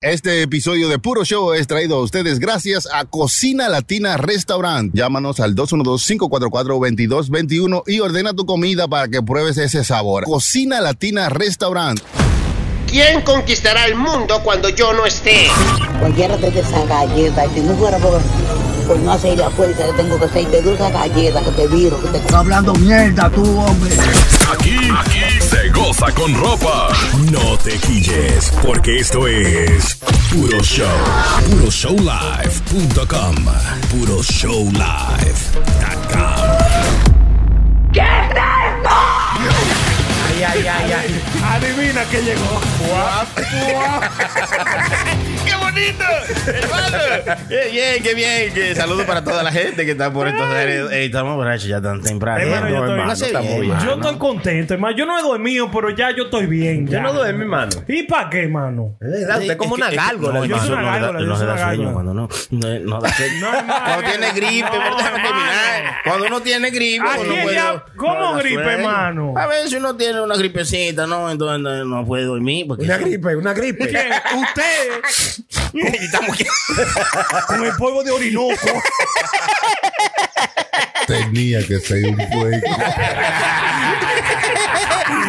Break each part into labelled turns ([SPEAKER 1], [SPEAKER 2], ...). [SPEAKER 1] Este episodio de Puro Show es traído a ustedes gracias a Cocina Latina Restaurant. Llámanos al 212-544-2221 y ordena tu comida para que pruebes ese sabor. Cocina Latina Restaurant.
[SPEAKER 2] ¿Quién conquistará el mundo cuando yo no esté?
[SPEAKER 3] Cualquiera de esas galletas, si no fuera por, por no hacer la fuerza que tengo que hacer, y te doy esa galleta que te viro, que te...
[SPEAKER 4] Está hablando mierda tú, hombre.
[SPEAKER 5] Aquí, aquí se goza con ropa. No te quilles, porque esto es Puro Show. PuroShowLive.com. PuroShowLive.com.
[SPEAKER 6] Adivina que llegó.
[SPEAKER 7] ¡Qué bonito! ¡Hermano! ¡Qué bien, qué bien! Que saludos para toda la gente que está por estos aires. Ey, estamos borrachos ya tan temprano.
[SPEAKER 6] Hermano, yo
[SPEAKER 7] No,
[SPEAKER 6] estoy-
[SPEAKER 7] hermano,
[SPEAKER 6] Hace
[SPEAKER 7] estamos
[SPEAKER 6] bien.
[SPEAKER 1] Ah,
[SPEAKER 7] bien.
[SPEAKER 6] Yo estoy contento, hermano. Yo no he dormido, pero ya yo estoy bien. Ya.
[SPEAKER 8] Yo no duermo, hermano.
[SPEAKER 6] ¿Y para qué, mano?
[SPEAKER 8] Es verdad, usted es como una gárgola,
[SPEAKER 6] yo soy una
[SPEAKER 8] hermano.
[SPEAKER 7] no le da-
[SPEAKER 6] gárgola, yo
[SPEAKER 7] no
[SPEAKER 6] soy
[SPEAKER 7] le da
[SPEAKER 6] una
[SPEAKER 7] sueño
[SPEAKER 6] gárgola.
[SPEAKER 7] cuando no, no, no da sueño.
[SPEAKER 6] No, hermano.
[SPEAKER 7] Cuando tiene gripe,
[SPEAKER 6] No,
[SPEAKER 7] ¿verdad? No terminar.
[SPEAKER 6] hermano.
[SPEAKER 7] Cuando uno tiene gripe,
[SPEAKER 6] ¿A
[SPEAKER 7] uno
[SPEAKER 6] quién
[SPEAKER 7] puede-
[SPEAKER 6] ya- ¿Cómo
[SPEAKER 8] no da
[SPEAKER 6] gripe,
[SPEAKER 8] sueño.
[SPEAKER 6] hermano?
[SPEAKER 7] A veces uno tiene una gripecita, ¿no? Entonces no, no puede dormir. Porque
[SPEAKER 8] Una gripe, una gripe.
[SPEAKER 6] ¿Quién? Usted
[SPEAKER 7] Estamos aquí.
[SPEAKER 6] con el polvo de Orinoco.
[SPEAKER 1] Tenía que ser un juego.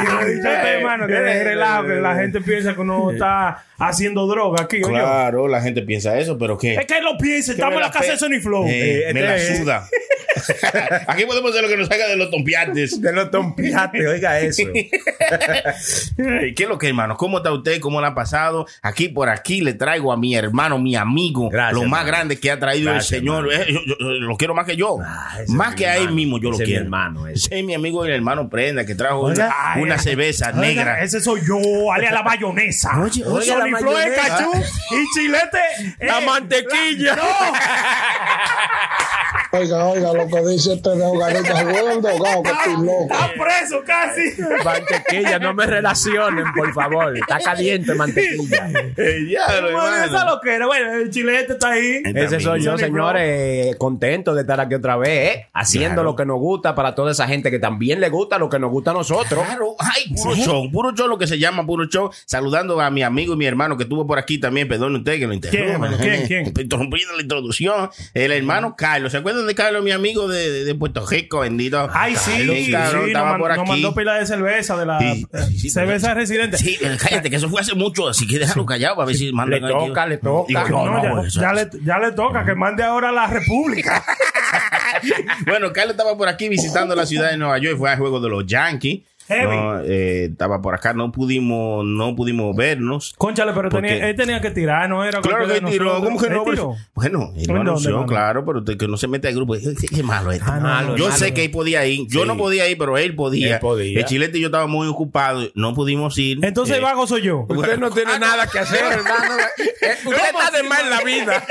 [SPEAKER 6] Usted,
[SPEAKER 7] Eh,
[SPEAKER 6] hermano, que de relajo, que la gente piensa que uno está haciendo droga aquí, oye.
[SPEAKER 7] Claro, la gente piensa eso, pero ¿qué?
[SPEAKER 6] Es que lo piensa,
[SPEAKER 7] Que me
[SPEAKER 6] estamos en la casa
[SPEAKER 7] pe-
[SPEAKER 6] de Sony Flow.
[SPEAKER 7] Eh,
[SPEAKER 8] Eh,
[SPEAKER 7] me
[SPEAKER 8] este
[SPEAKER 7] la
[SPEAKER 8] es-
[SPEAKER 7] suda. Aquí podemos hacer lo que nos haga de los tompiantes.
[SPEAKER 8] De los tompiates, oiga eso.
[SPEAKER 7] Ay, ¿Qué es lo que, hermano? ¿Cómo está usted? ¿Cómo la ha pasado? Aquí por aquí le traigo a mi hermano, mi amigo,
[SPEAKER 8] Gracias,
[SPEAKER 7] lo más
[SPEAKER 8] hermano.
[SPEAKER 7] grande que ha traído
[SPEAKER 8] Gracias,
[SPEAKER 7] el Señor.
[SPEAKER 8] hermano.
[SPEAKER 7] Eh, yo- yo- yo lo quiero más que yo.
[SPEAKER 8] Ah, ese
[SPEAKER 7] más
[SPEAKER 8] es
[SPEAKER 7] que
[SPEAKER 8] mi
[SPEAKER 7] a él
[SPEAKER 8] hermano.
[SPEAKER 7] mismo yo
[SPEAKER 8] Ese
[SPEAKER 7] lo
[SPEAKER 8] es mi
[SPEAKER 7] quiero.
[SPEAKER 8] hermano, ese.
[SPEAKER 7] Ese es mi amigo y el hermano Prenda que trajo
[SPEAKER 8] Oiga,
[SPEAKER 7] una,
[SPEAKER 6] Ay,
[SPEAKER 7] una
[SPEAKER 6] ay,
[SPEAKER 7] cerveza
[SPEAKER 6] oiga,
[SPEAKER 7] negra.
[SPEAKER 6] Ese soy yo, ale a la bayonesa.
[SPEAKER 7] Oye, oye,
[SPEAKER 6] Sony
[SPEAKER 8] la
[SPEAKER 6] Flow es
[SPEAKER 8] mayonesa.
[SPEAKER 6] cachú y chilete.
[SPEAKER 7] La
[SPEAKER 6] eh,
[SPEAKER 7] mantequilla.
[SPEAKER 9] Oiga, oiga, lo que dice este de Hogarita, se vuelve un drogado que estoy loco.
[SPEAKER 6] Está preso casi.
[SPEAKER 8] Eh, Mantequilla, no me relacionen, por favor. Está caliente, mantequilla.
[SPEAKER 7] Eh, ya,
[SPEAKER 6] Bueno,
[SPEAKER 7] hermano.
[SPEAKER 6] esa loquera. Bueno, el chilete está ahí.
[SPEAKER 8] Ese soy yo,
[SPEAKER 6] Sony Flow.
[SPEAKER 8] señores. Contento de estar aquí otra vez, ¿eh? haciendo
[SPEAKER 7] Claro.
[SPEAKER 8] lo que nos gusta para toda esa gente que también le gusta lo que nos gusta a nosotros.
[SPEAKER 7] Claro, ay, puro show, puro show, lo que se llama puro show. Saludando a mi amigo y mi hermano que estuvo por aquí también, perdón usted que lo interrumpa.
[SPEAKER 6] hermano? ¿Quién, quién?
[SPEAKER 7] Interrumpiendo la introducción, el hermano Carlos. ¿Se acuerdan de Carlos, mi amigo de, de- de Puerto Rico, bendito?
[SPEAKER 6] Ay, sí,
[SPEAKER 7] Carlos,
[SPEAKER 6] sí,
[SPEAKER 7] cabrón,
[SPEAKER 6] nos,
[SPEAKER 7] estaba
[SPEAKER 6] man-
[SPEAKER 7] por
[SPEAKER 6] nos
[SPEAKER 7] aquí.
[SPEAKER 6] mandó pila de cerveza, de la
[SPEAKER 7] Sí,
[SPEAKER 6] eh,
[SPEAKER 7] sí, sí,
[SPEAKER 6] cerveza residente.
[SPEAKER 7] Sí, eh, cállate, que eso fue hace mucho, así que déjalo callado a ver si mandan
[SPEAKER 8] Le
[SPEAKER 7] aquí.
[SPEAKER 8] toca, le toca.
[SPEAKER 7] Digo, no,
[SPEAKER 6] No,
[SPEAKER 7] no,
[SPEAKER 6] ya,
[SPEAKER 7] pues, eso-
[SPEAKER 6] ya le, ya le toca que mande ahora a la República.
[SPEAKER 7] Bueno, Carlos estaba por aquí visitando la ciudad de Nueva York, fue al juego de los Yankees.
[SPEAKER 6] Heavy.
[SPEAKER 7] No, eh, estaba por acá, no pudimos, no pudimos vernos.
[SPEAKER 6] Conchale, pero
[SPEAKER 7] ¿Por
[SPEAKER 6] tenía-
[SPEAKER 7] qué?
[SPEAKER 6] él tenía que tirar, ¿no? Era
[SPEAKER 7] Claro que
[SPEAKER 6] cualquiera de
[SPEAKER 7] tiró,
[SPEAKER 6] nosotros.
[SPEAKER 7] ¿cómo que
[SPEAKER 6] ¿Él
[SPEAKER 7] no? Pues,
[SPEAKER 6] tiró?
[SPEAKER 7] Bueno, él lo
[SPEAKER 6] ¿En dónde,
[SPEAKER 7] anunció,
[SPEAKER 6] hermano?
[SPEAKER 7] claro, pero usted que no se mete al grupo. Qué, qué malo este.
[SPEAKER 6] Ah, no,
[SPEAKER 8] Malo,
[SPEAKER 7] yo
[SPEAKER 8] malo.
[SPEAKER 7] sé que él podía ir. Yo no podía ir, pero él podía.
[SPEAKER 8] Él podía.
[SPEAKER 7] El chilete y yo estaba muy ocupado. No pudimos ir.
[SPEAKER 6] Entonces,
[SPEAKER 7] Eh,
[SPEAKER 6] vago soy yo.
[SPEAKER 8] Usted Ah, no tiene nada que hacer, hermano. Eh, Usted está de mal en la vida.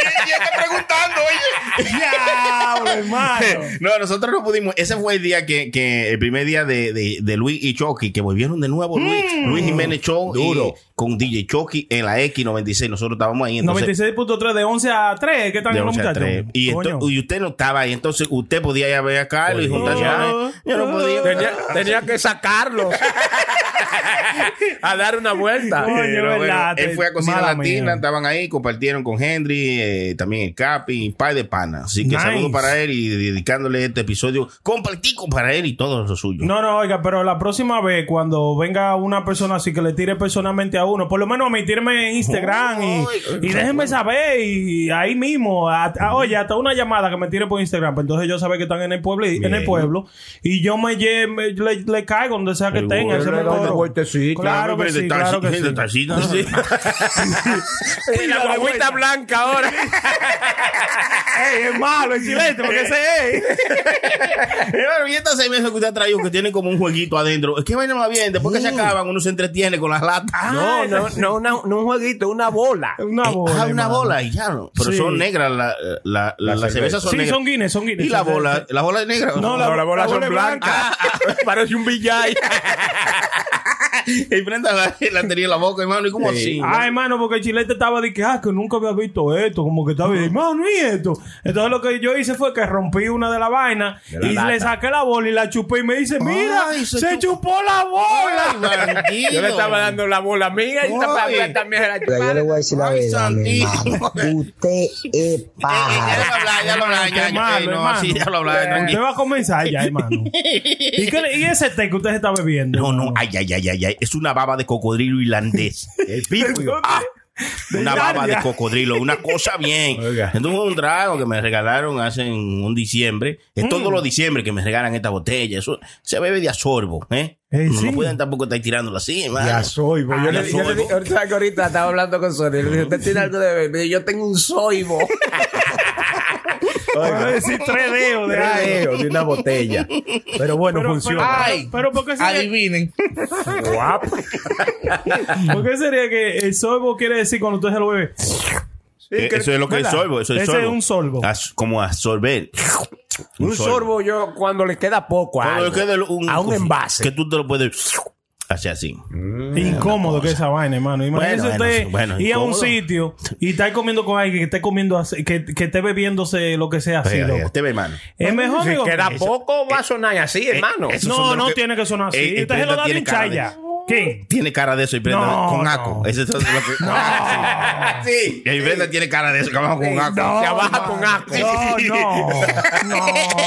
[SPEAKER 6] Diablo, hermano.
[SPEAKER 7] No, nosotros no pudimos. Ese fue el día que, que el primer día de, de- de Luis y Chucky, que volvieron de nuevo Luis,
[SPEAKER 6] Mm.
[SPEAKER 7] Luis Jiménez Show y- con DJ Chucky en la X96. Nosotros estábamos ahí. Entonces,
[SPEAKER 6] 96.3 de 11 a 3. ¿Qué
[SPEAKER 7] de
[SPEAKER 6] tal, los
[SPEAKER 7] 11 a
[SPEAKER 6] muchachos?
[SPEAKER 7] 3. Y, esto-
[SPEAKER 6] Coño.
[SPEAKER 7] y usted no estaba ahí, entonces usted podía ir a ver a Carlos y
[SPEAKER 8] Podía.
[SPEAKER 7] juntarse a él. Yo no podía.
[SPEAKER 8] Tenía, tenía que sacarlo a dar una vuelta.
[SPEAKER 6] Coño,
[SPEAKER 7] Ah, Pero bueno,
[SPEAKER 6] verdad,
[SPEAKER 7] él
[SPEAKER 6] te-
[SPEAKER 7] fue a Cocina
[SPEAKER 6] mala
[SPEAKER 7] Latina,
[SPEAKER 6] mía.
[SPEAKER 7] estaban ahí, compartieron con Henry, eh, también el Capi, y un par de panas. Así que
[SPEAKER 6] Nice.
[SPEAKER 7] saludos para él y dedicándole este episodio compartico para él y todos los suyos.
[SPEAKER 6] No, no, oiga, pero la próxima vez cuando venga una persona así que le tire personalmente a uno, por lo menos a mí, tíreme en Instagram y, y déjenme saber y ahí mismo, a- a- oye, hasta una llamada que me tire por Instagram, pues entonces yo saber que están en el pueblo y, en el pueblo y yo me, lle- me- le, le caigo donde sea que
[SPEAKER 7] Seguro.
[SPEAKER 6] tenga. ese
[SPEAKER 8] Yo le doy
[SPEAKER 6] me
[SPEAKER 8] una
[SPEAKER 6] coro.
[SPEAKER 8] vueltecita.
[SPEAKER 6] Claro que
[SPEAKER 7] Hombre, de
[SPEAKER 6] sí,
[SPEAKER 7] taxi-
[SPEAKER 6] claro que
[SPEAKER 7] de
[SPEAKER 6] sí.
[SPEAKER 7] taxista, ¿no?
[SPEAKER 8] Y la guaguita blanca ahora.
[SPEAKER 6] Ey, es malo, es chilete, porque ese es.
[SPEAKER 7] Bueno, y estas seis meses que usted ha traído que tienen como un jueguito adentro. Es que vaina más bien, después que
[SPEAKER 6] Uh.
[SPEAKER 7] se acaban, uno se entretiene con las latas.
[SPEAKER 8] No, no, no, una- no un jueguito, una bola.
[SPEAKER 6] Ah, Una
[SPEAKER 7] Eh,
[SPEAKER 6] bola.
[SPEAKER 7] ah, una
[SPEAKER 6] hermano.
[SPEAKER 7] bola y ya no. Pero
[SPEAKER 6] Sí.
[SPEAKER 7] son negras la- la- la- las cervezas son
[SPEAKER 6] Sí,
[SPEAKER 7] negras.
[SPEAKER 6] son guines, son guines.
[SPEAKER 7] y la
[SPEAKER 6] Sí, sí,
[SPEAKER 7] bola,
[SPEAKER 6] sí.
[SPEAKER 7] la bola es negra.
[SPEAKER 6] No, la-
[SPEAKER 8] Pero
[SPEAKER 6] la bola es blanca.
[SPEAKER 8] Ah, ah, Parece un billar.
[SPEAKER 7] y prenda la, la tenía en la boca, hermano. ¿Y cómo así?
[SPEAKER 6] Ah, hermano, porque el chilete estaba de que, ah, que nunca había visto esto, como que estaba, hermano, y esto. Entonces lo que yo hice fue que rompí una de la vaina
[SPEAKER 7] la
[SPEAKER 6] y
[SPEAKER 7] lata.
[SPEAKER 6] le saqué la bola y la chupé y me dice, mira,
[SPEAKER 7] Ay,
[SPEAKER 6] se,
[SPEAKER 7] se
[SPEAKER 6] chupó la bola.
[SPEAKER 8] Yo le estaba dando la bola mía y
[SPEAKER 7] Oye.
[SPEAKER 8] esta pa- también era
[SPEAKER 9] Pero yo le voy a decir la
[SPEAKER 7] Ay,
[SPEAKER 9] verdad, mi
[SPEAKER 7] santísimo.
[SPEAKER 9] hermano. Usted es
[SPEAKER 7] Eh, Ya lo
[SPEAKER 9] pájaro.
[SPEAKER 7] hablaba, ya lo hablaba.
[SPEAKER 6] Qué
[SPEAKER 7] ya- ya-
[SPEAKER 6] malo,
[SPEAKER 7] ey, No,
[SPEAKER 6] hermano.
[SPEAKER 7] así ya lo hablaba.
[SPEAKER 6] Usted
[SPEAKER 7] tranquilo.
[SPEAKER 6] va a comenzar ya, hermano. ¿Y, qué le- y ese té que usted se está bebiendo?
[SPEAKER 7] No, no,
[SPEAKER 6] hermano?
[SPEAKER 7] ay, ay, ay, ay, ay. Es una baba de cocodrilo irlandés. El pico. ah,
[SPEAKER 6] De
[SPEAKER 7] una baba
[SPEAKER 6] Irlandia.
[SPEAKER 7] de cocodrilo, una cosa bien.
[SPEAKER 8] Oiga.
[SPEAKER 7] Entonces fue un trago que me regalaron hace en un diciembre. Es todos los diciembre que me regalan esta botella. Eso se bebe de asorbo, ¿eh?
[SPEAKER 6] Eh,
[SPEAKER 7] no,
[SPEAKER 6] sí.
[SPEAKER 7] no pueden tampoco estar tirándolo así, hermano.
[SPEAKER 8] Ya soy,
[SPEAKER 7] Ah,
[SPEAKER 8] yo
[SPEAKER 7] ya
[SPEAKER 8] le, yo le
[SPEAKER 7] soy,
[SPEAKER 8] di- ahorita, ahorita estaba hablando con Sony. Le dije, ¿usted tiene algo de beber? Me dijo, Yo tengo un soibo.
[SPEAKER 6] Voy a decir tres dedos de algo.
[SPEAKER 8] de una botella. Pero bueno,
[SPEAKER 6] Pero, pero,
[SPEAKER 8] funciona.
[SPEAKER 6] pero, pero ¿por qué sería,
[SPEAKER 10] Adivinen.
[SPEAKER 8] Guapo.
[SPEAKER 6] por qué sería que el sorbo quiere decir cuando usted se lo bebe?
[SPEAKER 7] Eh, eso es lo que es
[SPEAKER 6] ¿Verdad?
[SPEAKER 7] sorbo. Eso es
[SPEAKER 6] Ese
[SPEAKER 7] sorbo.
[SPEAKER 6] es un sorbo.
[SPEAKER 7] As- como absorber.
[SPEAKER 8] Un, sorbo yo cuando le queda poco a,
[SPEAKER 7] Cuando
[SPEAKER 8] algo,
[SPEAKER 7] quede un,
[SPEAKER 8] a un envase.
[SPEAKER 7] Que tú te lo puedes hacer así.
[SPEAKER 6] Incómodo que esa vaina, hermano. Imagínese
[SPEAKER 7] Bueno,
[SPEAKER 6] usted
[SPEAKER 7] bueno, bueno,
[SPEAKER 6] ir a un
[SPEAKER 7] incómodo.
[SPEAKER 6] sitio y estar comiendo con alguien que esté comiendo así- que, que esté bebiéndose lo que sea así,
[SPEAKER 7] Pega,
[SPEAKER 6] loco.
[SPEAKER 7] Te ve, hermano.
[SPEAKER 6] Es mejor,
[SPEAKER 8] Si
[SPEAKER 6] amigo.
[SPEAKER 8] queda
[SPEAKER 6] que-
[SPEAKER 8] poco, va a sonar así, hermano.
[SPEAKER 7] eso- eh, esos son
[SPEAKER 6] No,
[SPEAKER 7] de los
[SPEAKER 6] no
[SPEAKER 7] que-
[SPEAKER 6] tiene que sonar así.
[SPEAKER 7] Eh,
[SPEAKER 6] Usted
[SPEAKER 7] el
[SPEAKER 6] se lo
[SPEAKER 7] prenda
[SPEAKER 6] da de
[SPEAKER 7] tiene cara de-
[SPEAKER 6] hinchaya. ¿Quién?
[SPEAKER 7] Tiene cara de eso y prenda
[SPEAKER 6] No,
[SPEAKER 7] con
[SPEAKER 6] no.
[SPEAKER 7] aco. Eso es todo lo que.
[SPEAKER 8] Sí.
[SPEAKER 7] Y Brenda tiene cara de eso, que abajo con aco.
[SPEAKER 8] Se abaja con asco.
[SPEAKER 6] No, Oh, no. No.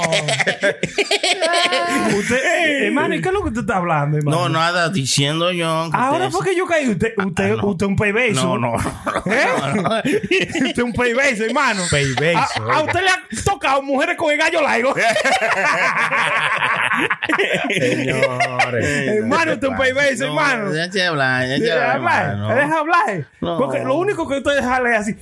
[SPEAKER 6] Usted, eh, hermano, ¿y qué es lo que usted está hablando, hermano?
[SPEAKER 7] No, nada, diciendo yo. que
[SPEAKER 6] Ahora
[SPEAKER 7] ustedes-
[SPEAKER 6] fue que yo caí. Usted, usted,
[SPEAKER 7] Ah, no.
[SPEAKER 6] usted un paybeso.
[SPEAKER 7] No, no.
[SPEAKER 6] ¿Eh? usted un paybeso, hermano.
[SPEAKER 8] Paybeso,
[SPEAKER 6] A, a
[SPEAKER 8] oiga.
[SPEAKER 6] usted le ha tocado mujeres con el gallo largo. hermano, usted un paybeso,
[SPEAKER 7] No,
[SPEAKER 6] hermano. Eh.
[SPEAKER 7] Ya te habla, ya te habla,
[SPEAKER 6] Deja hablar,
[SPEAKER 7] hermano.
[SPEAKER 6] deja hablar.
[SPEAKER 7] No.
[SPEAKER 6] Porque lo único que usted deja es así.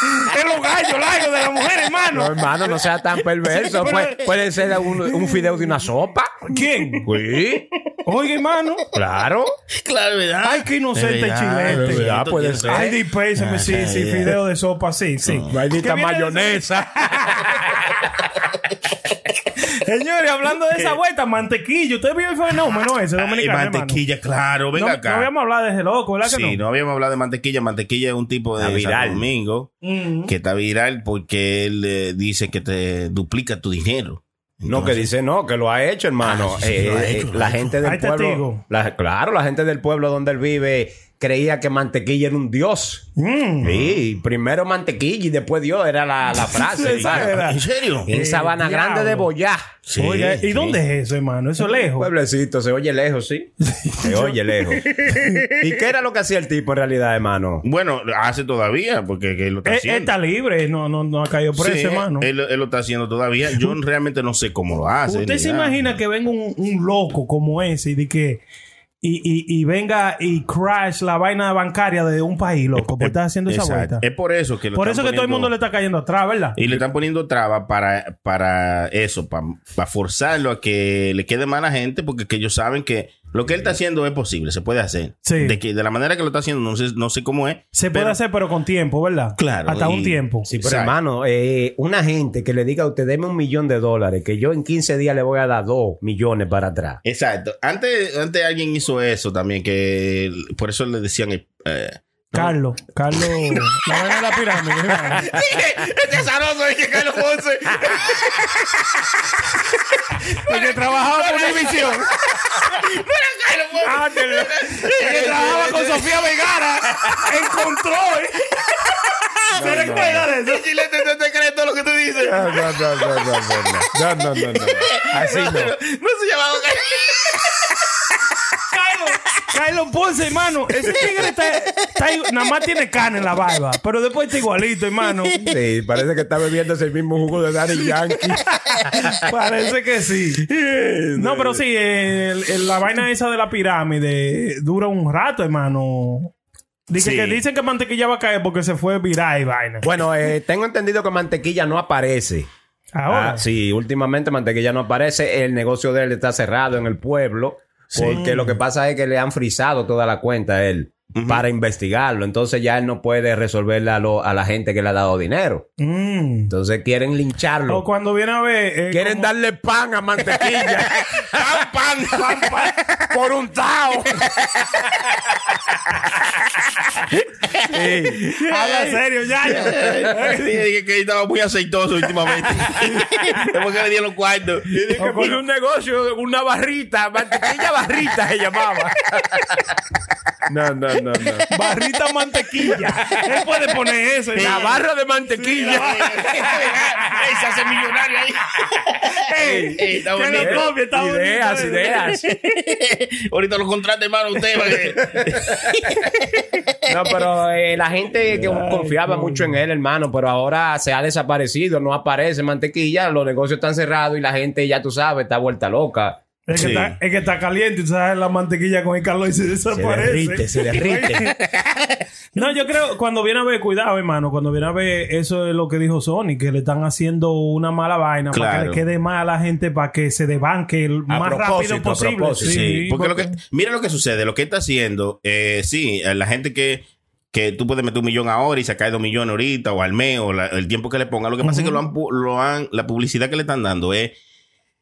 [SPEAKER 6] es los gallos largos de la mujer,
[SPEAKER 8] No,
[SPEAKER 6] hermano.
[SPEAKER 8] hermano, no sea tan perverso.
[SPEAKER 6] Pero-
[SPEAKER 8] Puede, puede ser un, un fideo de una sopa.
[SPEAKER 6] ¿Quién?
[SPEAKER 8] Sí,
[SPEAKER 6] Oiga, hermano.
[SPEAKER 8] claro.
[SPEAKER 7] Claro, ¿verdad?
[SPEAKER 6] Ay, qué inocente
[SPEAKER 7] De
[SPEAKER 6] chilete.
[SPEAKER 7] de
[SPEAKER 8] Ya, puede
[SPEAKER 7] tiene-
[SPEAKER 8] ser.
[SPEAKER 6] Ay, dispénsame, sí,
[SPEAKER 7] Ay,
[SPEAKER 6] sí,
[SPEAKER 7] ay,
[SPEAKER 6] fideo de sopa, sí, sí.
[SPEAKER 8] Maldita
[SPEAKER 6] Que viene de-
[SPEAKER 8] mayonesa.
[SPEAKER 6] Señores, hablando de esa vuelta, mantequilla. ¿Usted vio el fenómeno ese
[SPEAKER 7] Ay,
[SPEAKER 6] dominicano, hermano?
[SPEAKER 7] mantequilla, claro, venga
[SPEAKER 6] no,
[SPEAKER 7] acá.
[SPEAKER 6] no habíamos hablado de ese loco, ¿verdad
[SPEAKER 7] Sí,
[SPEAKER 6] que no?
[SPEAKER 7] no habíamos hablado de mantequilla. Mantequilla es un tipo de
[SPEAKER 8] Está viral.
[SPEAKER 7] Santo Domingo
[SPEAKER 6] Mm.
[SPEAKER 7] que está viral porque él eh, dice que te duplica tu dinero.
[SPEAKER 8] No, que dice no, que lo ha hecho, hermano.
[SPEAKER 7] Ah, sí, sí,
[SPEAKER 8] Eh,
[SPEAKER 7] lo ha
[SPEAKER 8] eh,
[SPEAKER 7] hecho, lo
[SPEAKER 8] la
[SPEAKER 7] ha hecho.
[SPEAKER 8] gente del
[SPEAKER 6] Hay testigo.
[SPEAKER 8] pueblo. la- claro, la gente del pueblo donde él vive creía que mantequilla era un dios.
[SPEAKER 6] Mm.
[SPEAKER 8] Sí, primero mantequilla y después dios era la, la frase.
[SPEAKER 6] Sí,
[SPEAKER 8] ¿sabes? Eh,
[SPEAKER 6] era.
[SPEAKER 7] ¿En serio?
[SPEAKER 8] En Sabana
[SPEAKER 6] diablo.
[SPEAKER 8] Grande de Boyá.
[SPEAKER 7] Eh, Sí,
[SPEAKER 6] Oiga, ¿y
[SPEAKER 7] sí.
[SPEAKER 6] dónde es eso, hermano? Eso es lejos.
[SPEAKER 8] Pueblecito, se oye lejos, sí. Se oye lejos. ¿Y qué era lo que hacía el tipo en realidad, hermano?
[SPEAKER 7] Bueno, lo hace todavía porque que lo está
[SPEAKER 8] eh,
[SPEAKER 6] Él, él
[SPEAKER 7] haciendo.
[SPEAKER 6] Eh, está libre, no, no, no ha caído preso,
[SPEAKER 7] Sí,
[SPEAKER 6] hermano.
[SPEAKER 7] Él, él lo está haciendo todavía. Yo realmente no sé cómo lo hace.
[SPEAKER 6] ¿Usted
[SPEAKER 7] ni
[SPEAKER 6] se
[SPEAKER 7] nada.
[SPEAKER 6] imagina que venga un, un loco como ese y de que y, y, y venga y crash la vaina bancaria de un país, loco? Porque está haciendo esa
[SPEAKER 7] Exacto.
[SPEAKER 6] vuelta.
[SPEAKER 7] Es por eso que lo
[SPEAKER 6] Por eso
[SPEAKER 7] están
[SPEAKER 6] que todo el
[SPEAKER 7] poniendo-
[SPEAKER 6] mundo le está cayendo atrás, ¿verdad?
[SPEAKER 7] Y le están poniendo trabas para, para eso, para, forzarlo a que le quede mal a la gente, porque que ellos saben que lo que él está haciendo es posible, se puede hacer.
[SPEAKER 6] Sí.
[SPEAKER 7] De, que, de la manera que lo está haciendo, no sé, no sé cómo es.
[SPEAKER 6] Se puede
[SPEAKER 7] pero-
[SPEAKER 6] hacer, pero con tiempo, ¿verdad?
[SPEAKER 7] Claro,
[SPEAKER 6] Hasta
[SPEAKER 7] y-
[SPEAKER 6] un tiempo.
[SPEAKER 8] Sí, pero
[SPEAKER 7] Exacto.
[SPEAKER 8] hermano, eh, una gente que le diga a usted, deme un millón de dólares, que yo en 15 días le voy a dar dos millones para atrás.
[SPEAKER 7] Exacto. Antes, antes alguien hizo eso también, que por eso le decían. eh, eh,
[SPEAKER 6] Carlos, Carlos, la vaina de la pirámide. hermano.
[SPEAKER 7] este zaroso es que Carlos Ponce.
[SPEAKER 6] El que trabajaba con Univision. Ah, que- El que trabajaba con Sofía Vergara en control. ¿Se recuerda de eso?
[SPEAKER 7] chilete no te crees todo lo que tú dices. No, no, no, no, no, Así no. No se llamaba
[SPEAKER 6] Kylo, Kylo Ponce, hermano. Ese tigre está, está ig- nada más tiene cana en la barba. Pero después está igualito, hermano.
[SPEAKER 8] Sí, parece que está bebiendo ese mismo jugo de Daddy Yankee.
[SPEAKER 6] Parece que sí. No, pero sí, el- el- la vaina esa de la pirámide dura un rato, hermano. Dice
[SPEAKER 7] Sí.
[SPEAKER 6] que dicen que mantequilla va a caer porque se fue viral y vaina.
[SPEAKER 8] Bueno, eh, tengo entendido que mantequilla no aparece.
[SPEAKER 6] Ahora.
[SPEAKER 8] Ah, sí, últimamente mantequilla no aparece. El negocio de él está cerrado en el pueblo. Porque lo que pasa es que le han frisado toda la cuenta a él. para investigarlo. Entonces ya él no puede resolverle a, lo- a la gente que le ha dado dinero.
[SPEAKER 6] Mm.
[SPEAKER 8] Entonces quieren lincharlo.
[SPEAKER 6] O cuando viene a ver. eh,
[SPEAKER 8] Quieren
[SPEAKER 6] como-
[SPEAKER 8] darle pan a mantequilla. pan, pan, pan, pan, por un tao.
[SPEAKER 6] Habla serio, ya. ya.
[SPEAKER 7] Sí, dije que estaba muy aceitoso últimamente. Después que le dieron cuartos.
[SPEAKER 8] Que pone un negocio, una barrita, mantequilla barrita se llamaba. No, no, no, no.
[SPEAKER 6] Barrita mantequilla. Él puede poner eso.
[SPEAKER 8] La barra de
[SPEAKER 7] Ey,
[SPEAKER 8] mantequilla.
[SPEAKER 7] se hace millonario ahí.
[SPEAKER 6] Ey,
[SPEAKER 7] Ey, está
[SPEAKER 6] que
[SPEAKER 7] bonito.
[SPEAKER 6] lo copie, está
[SPEAKER 8] ideas,
[SPEAKER 6] bonito.
[SPEAKER 8] ideas.
[SPEAKER 7] Ahorita lo contrata, hermano, usted. para que-
[SPEAKER 8] No, pero eh, la gente que confiaba mucho en él, hermano, pero ahora se ha desaparecido, no aparece mantequilla, los negocios están cerrados y la gente, ya tú sabes, está vuelta loca.
[SPEAKER 6] Es que,
[SPEAKER 7] Sí.
[SPEAKER 6] está, es que está caliente, y tú sabes, la mantequilla con el calor y se desaparece.
[SPEAKER 8] se derrite.
[SPEAKER 6] No, yo creo, cuando viene a ver, cuidado, hermano, cuando viene a ver, eso es lo que dijo Sony, que le están haciendo una mala vaina para que
[SPEAKER 7] Claro.
[SPEAKER 6] le quede mal a la gente para que se debanque el
[SPEAKER 8] A
[SPEAKER 6] más
[SPEAKER 8] propósito,
[SPEAKER 6] rápido
[SPEAKER 8] a
[SPEAKER 6] posible.
[SPEAKER 8] propósito,
[SPEAKER 6] Sí,
[SPEAKER 7] Sí, porque lo
[SPEAKER 6] porque-
[SPEAKER 7] que, mira lo que sucede, lo que está haciendo, eh, sí, eh, la gente que, que tú puedes meter un millón ahora y sacar dos millones ahorita o al mes o la- el tiempo que le ponga, lo que pasa es que lo han, pu- lo han, la publicidad que le están dando es,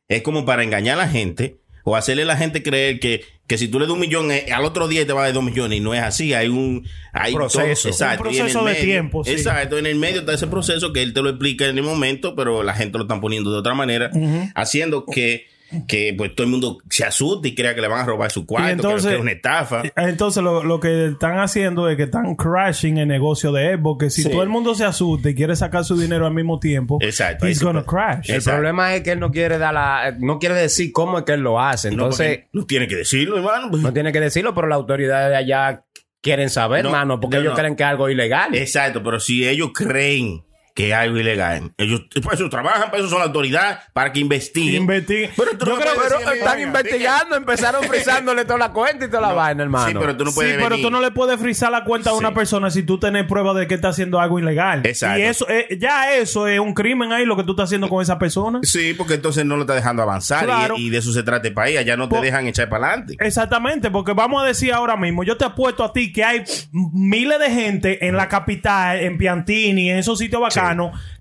[SPEAKER 7] es como para engañar a la gente o hacerle a la gente creer que, que si tú le das un millón eh, al otro día te va a dar dos millones y no es así, hay un hay
[SPEAKER 8] Proceso.
[SPEAKER 7] exacto,
[SPEAKER 6] Un
[SPEAKER 7] y en el
[SPEAKER 6] proceso de
[SPEAKER 7] medio-
[SPEAKER 6] tiempo, sí.
[SPEAKER 7] Exacto, en el medio está ese proceso que él te lo explica en el momento, pero la gente lo están poniendo de otra manera, haciendo que, que pues todo el mundo se asuste y crea que le van a robar su cuarto,
[SPEAKER 6] Y entonces-
[SPEAKER 7] que es una estafa.
[SPEAKER 6] Entonces, lo, lo que están haciendo es que están crashing el negocio de Xbox. Que si
[SPEAKER 7] Sí.
[SPEAKER 6] todo el mundo se asusta y quiere sacar su dinero al mismo tiempo,
[SPEAKER 7] Exacto, ahí
[SPEAKER 6] it's
[SPEAKER 7] se
[SPEAKER 6] gonna
[SPEAKER 7] puede.
[SPEAKER 6] crash.
[SPEAKER 8] El
[SPEAKER 7] Exacto.
[SPEAKER 8] problema es que él no quiere dar la, no quiere decir cómo es que él lo hace.
[SPEAKER 7] No, porque
[SPEAKER 8] Entonces,
[SPEAKER 7] no tiene que decirlo, hermano.
[SPEAKER 8] no tiene que decirlo, pero las autoridades de allá quieren saber,
[SPEAKER 7] No,
[SPEAKER 8] hermano, porque
[SPEAKER 7] no,
[SPEAKER 8] ellos
[SPEAKER 7] no. Eh,
[SPEAKER 8] creen que es algo ilegal.
[SPEAKER 7] Exacto, pero si ellos creen que es algo ilegal, ellos para eso trabajan, para eso son la autoridad, para que investiguen.
[SPEAKER 6] Investiguen.
[SPEAKER 7] Pero tú
[SPEAKER 8] Yo
[SPEAKER 7] no
[SPEAKER 8] creo
[SPEAKER 7] puedes
[SPEAKER 8] que
[SPEAKER 7] decirle,
[SPEAKER 8] están
[SPEAKER 7] "Oiga,
[SPEAKER 8] investigando, empezaron frisándole toda la cuenta y toda la vaina, hermano.
[SPEAKER 7] Sí, pero tú no
[SPEAKER 6] sí,
[SPEAKER 7] puedes
[SPEAKER 6] pero
[SPEAKER 7] venir.
[SPEAKER 6] tú no le puedes frizar la cuenta a una
[SPEAKER 7] Sí.
[SPEAKER 6] persona si tú tienes prueba de que está haciendo algo ilegal.
[SPEAKER 7] Exacto.
[SPEAKER 6] Y eso, eh, ya eso es un crimen ahí lo que tú estás haciendo con esa persona.
[SPEAKER 7] Sí, porque entonces no lo está dejando avanzar y-
[SPEAKER 6] Claro. Pues- Eh,
[SPEAKER 7] y, de eso se trata el país. Allá no te
[SPEAKER 6] Po-
[SPEAKER 7] dejan echar para adelante.
[SPEAKER 6] Exactamente, porque vamos a decir ahora mismo, yo te apuesto a ti que hay miles de gente en la capital, en Piantini, en esos sitios bacanos,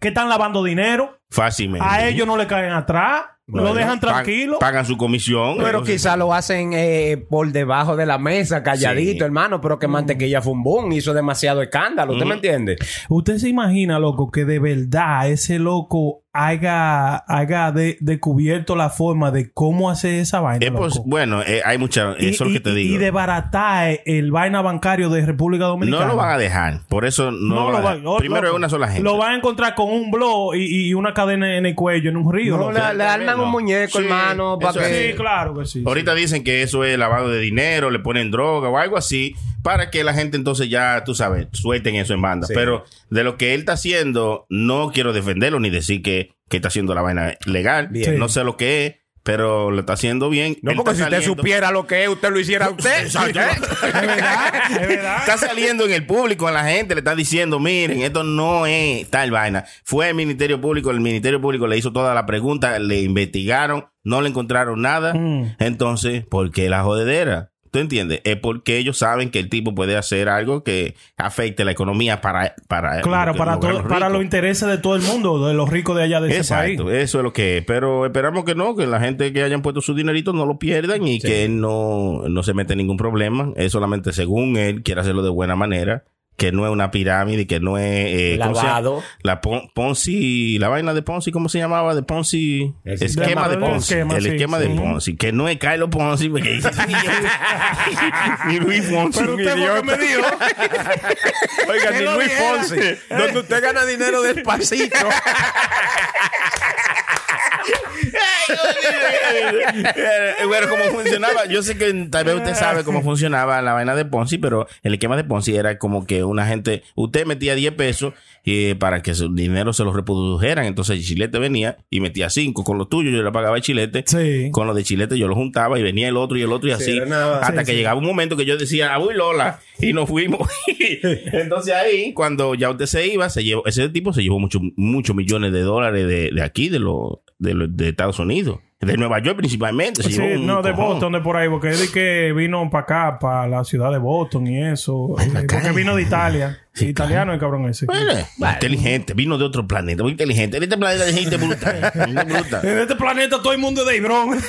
[SPEAKER 6] que están lavando dinero.
[SPEAKER 7] Fácilmente.
[SPEAKER 6] A ellos no le caen atrás,
[SPEAKER 7] Bueno,
[SPEAKER 6] lo dejan
[SPEAKER 7] pag-
[SPEAKER 6] tranquilo.
[SPEAKER 7] Pagan su comisión.
[SPEAKER 8] Pero
[SPEAKER 7] Entonces,
[SPEAKER 8] quizás lo hacen eh, por debajo de la mesa, calladito,
[SPEAKER 7] Sí.
[SPEAKER 8] hermano. Pero que mantequilla fue un boom, hizo demasiado escándalo. ¿Usted me
[SPEAKER 6] Mm.
[SPEAKER 8] entiende?
[SPEAKER 6] ¿Usted se imagina, loco, que de verdad ese loco haga, haga de- descubierto la forma de cómo hacer esa vaina?
[SPEAKER 7] es pos-
[SPEAKER 6] loco?
[SPEAKER 7] bueno, eh, hay mucha.
[SPEAKER 6] Y-
[SPEAKER 7] Eso es lo que
[SPEAKER 6] y-
[SPEAKER 7] te
[SPEAKER 6] y-
[SPEAKER 7] digo.
[SPEAKER 6] Y desbaratar el vaina bancario de República Dominicana.
[SPEAKER 7] no lo van a dejar. Por eso no, lo van a dejar.
[SPEAKER 6] oh,
[SPEAKER 7] Primero
[SPEAKER 6] loco,
[SPEAKER 7] es una sola gente.
[SPEAKER 6] Lo van a encontrar con un blog y, y una cadena en el cuello, en un río.
[SPEAKER 8] No,
[SPEAKER 6] loco.
[SPEAKER 8] le, le arman
[SPEAKER 7] no.
[SPEAKER 8] un muñeco,
[SPEAKER 7] Sí,
[SPEAKER 8] hermano, para
[SPEAKER 7] eso
[SPEAKER 8] que.
[SPEAKER 6] Sí, claro que sí.
[SPEAKER 7] Ahorita dicen que eso es lavado de dinero, le ponen droga o algo así, para que la gente entonces ya, tú sabes, suelten eso en banda.
[SPEAKER 8] Sí.
[SPEAKER 7] Pero de lo que él está haciendo, no quiero defenderlo ni decir que, que está haciendo la vaina legal.
[SPEAKER 8] Bien.
[SPEAKER 7] No sé lo que es, pero lo está haciendo bien.
[SPEAKER 8] No,
[SPEAKER 7] Él
[SPEAKER 8] porque si
[SPEAKER 7] está
[SPEAKER 8] usted
[SPEAKER 7] saliendo-
[SPEAKER 8] supiera lo que es, usted lo hiciera usted.
[SPEAKER 6] Es verdad, es verdad.
[SPEAKER 7] ¿eh? Está saliendo en el público, en la gente le está diciendo, miren, esto no es tal vaina. Fue el Ministerio Público, el Ministerio Público le hizo toda la pregunta, le investigaron, no le encontraron nada.
[SPEAKER 6] Mm.
[SPEAKER 7] Entonces, ¿por qué la jodedera? ¿Tú entiendes? Es porque ellos saben que el tipo puede hacer algo que afecte la economía para... para
[SPEAKER 6] Claro,
[SPEAKER 7] lo-
[SPEAKER 6] para,
[SPEAKER 7] lograr
[SPEAKER 6] todo, para los
[SPEAKER 7] ricos.
[SPEAKER 6] intereses de todo el mundo, de los ricos de allá de ese país.
[SPEAKER 7] Exacto, eso es lo que es. Pero esperamos que no, que la gente que hayan puesto su dinerito no lo pierdan y que no, no se mete en ningún problema. Es solamente según él, quiere hacerlo de buena manera, que no es una pirámide, que no es... eh, ¿cómo se llama?
[SPEAKER 8] Lavado.
[SPEAKER 7] La pon- Ponzi, la vaina de Ponzi, ¿cómo se llamaba? De Ponzi,
[SPEAKER 8] El
[SPEAKER 7] esquema
[SPEAKER 6] sistema
[SPEAKER 7] de
[SPEAKER 6] de
[SPEAKER 7] Ponzi.
[SPEAKER 6] esquema,
[SPEAKER 7] el
[SPEAKER 6] sí,
[SPEAKER 7] esquema de
[SPEAKER 6] sí.
[SPEAKER 7] Ponzi, que no es Kylo Ponzi, porque ni Luis Fonsi.
[SPEAKER 6] Pero usted fue que me dijo.
[SPEAKER 8] Oiga,
[SPEAKER 6] Que
[SPEAKER 8] ni
[SPEAKER 6] lo
[SPEAKER 8] Luis
[SPEAKER 6] dijera.
[SPEAKER 8] Ponce, donde usted gana dinero despacito.
[SPEAKER 7] Eh, bueno, cómo funcionaba. Yo sé que tal vez usted sabe cómo funcionaba la vaina de Ponzi, pero el esquema de Ponzi era como que una gente, usted metía 10 pesos eh, para que su dinero se los reprodujeran. Entonces el chilete venía y metía 5. Con lo tuyo yo le pagaba el chilete.
[SPEAKER 6] Sí.
[SPEAKER 7] Con lo de chilete yo lo juntaba y venía el otro y el otro y así.
[SPEAKER 8] era una-
[SPEAKER 7] hasta que llegaba un momento que yo decía, abu Lola, y nos fuimos. Entonces ahí, cuando ya usted se iba, se llevó, ese tipo se llevó muchos muchos millones de dólares de, de aquí, de, los de, los- de Estados Unidos. de Nueva York principalmente. se
[SPEAKER 6] Sí,
[SPEAKER 7] llevó un
[SPEAKER 6] no, de
[SPEAKER 7] cojón.
[SPEAKER 6] Boston, de por ahí, porque es de que vino para acá, para la ciudad de Boston y eso. eh, porque vino de Italia. Italiano el cabrón ese.
[SPEAKER 7] Bueno, inteligente, vino de otro planeta, muy inteligente. En este planeta hay gente bruta. gente bruta.
[SPEAKER 6] En este planeta todo el mundo es de Eh, Ibrón.
[SPEAKER 7] Ey,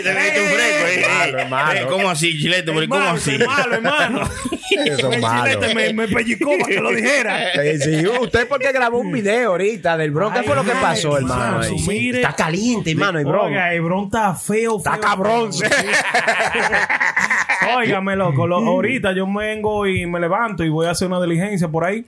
[SPEAKER 7] te metiste un fresco, ey,
[SPEAKER 8] Hermano,
[SPEAKER 7] ey.
[SPEAKER 8] hermano.
[SPEAKER 7] Ey, ¿Cómo así, Chilete? ¿Cómo
[SPEAKER 6] Hermano,
[SPEAKER 7] así?
[SPEAKER 6] es malo, hermano.
[SPEAKER 8] Eso es
[SPEAKER 6] El
[SPEAKER 8] malo.
[SPEAKER 6] chilete me, me pellicó para que lo dijera.
[SPEAKER 8] Sí, sí, usted porque grabó un video ahorita del bro. ¿Qué
[SPEAKER 6] Ay,
[SPEAKER 8] fue lo que
[SPEAKER 6] ay,
[SPEAKER 8] pasó,
[SPEAKER 6] Dios
[SPEAKER 8] hermano?
[SPEAKER 6] mío,
[SPEAKER 8] Sí, sí.
[SPEAKER 6] mire.
[SPEAKER 8] Está caliente, hermano, el bro.
[SPEAKER 6] Oiga, Ibrón está feo,
[SPEAKER 8] Está
[SPEAKER 6] feo,
[SPEAKER 8] cabrón.
[SPEAKER 6] feo. Óigame, loco. lo- ahorita yo vengo y me levanto y voy a hacer una diligencia por ahí.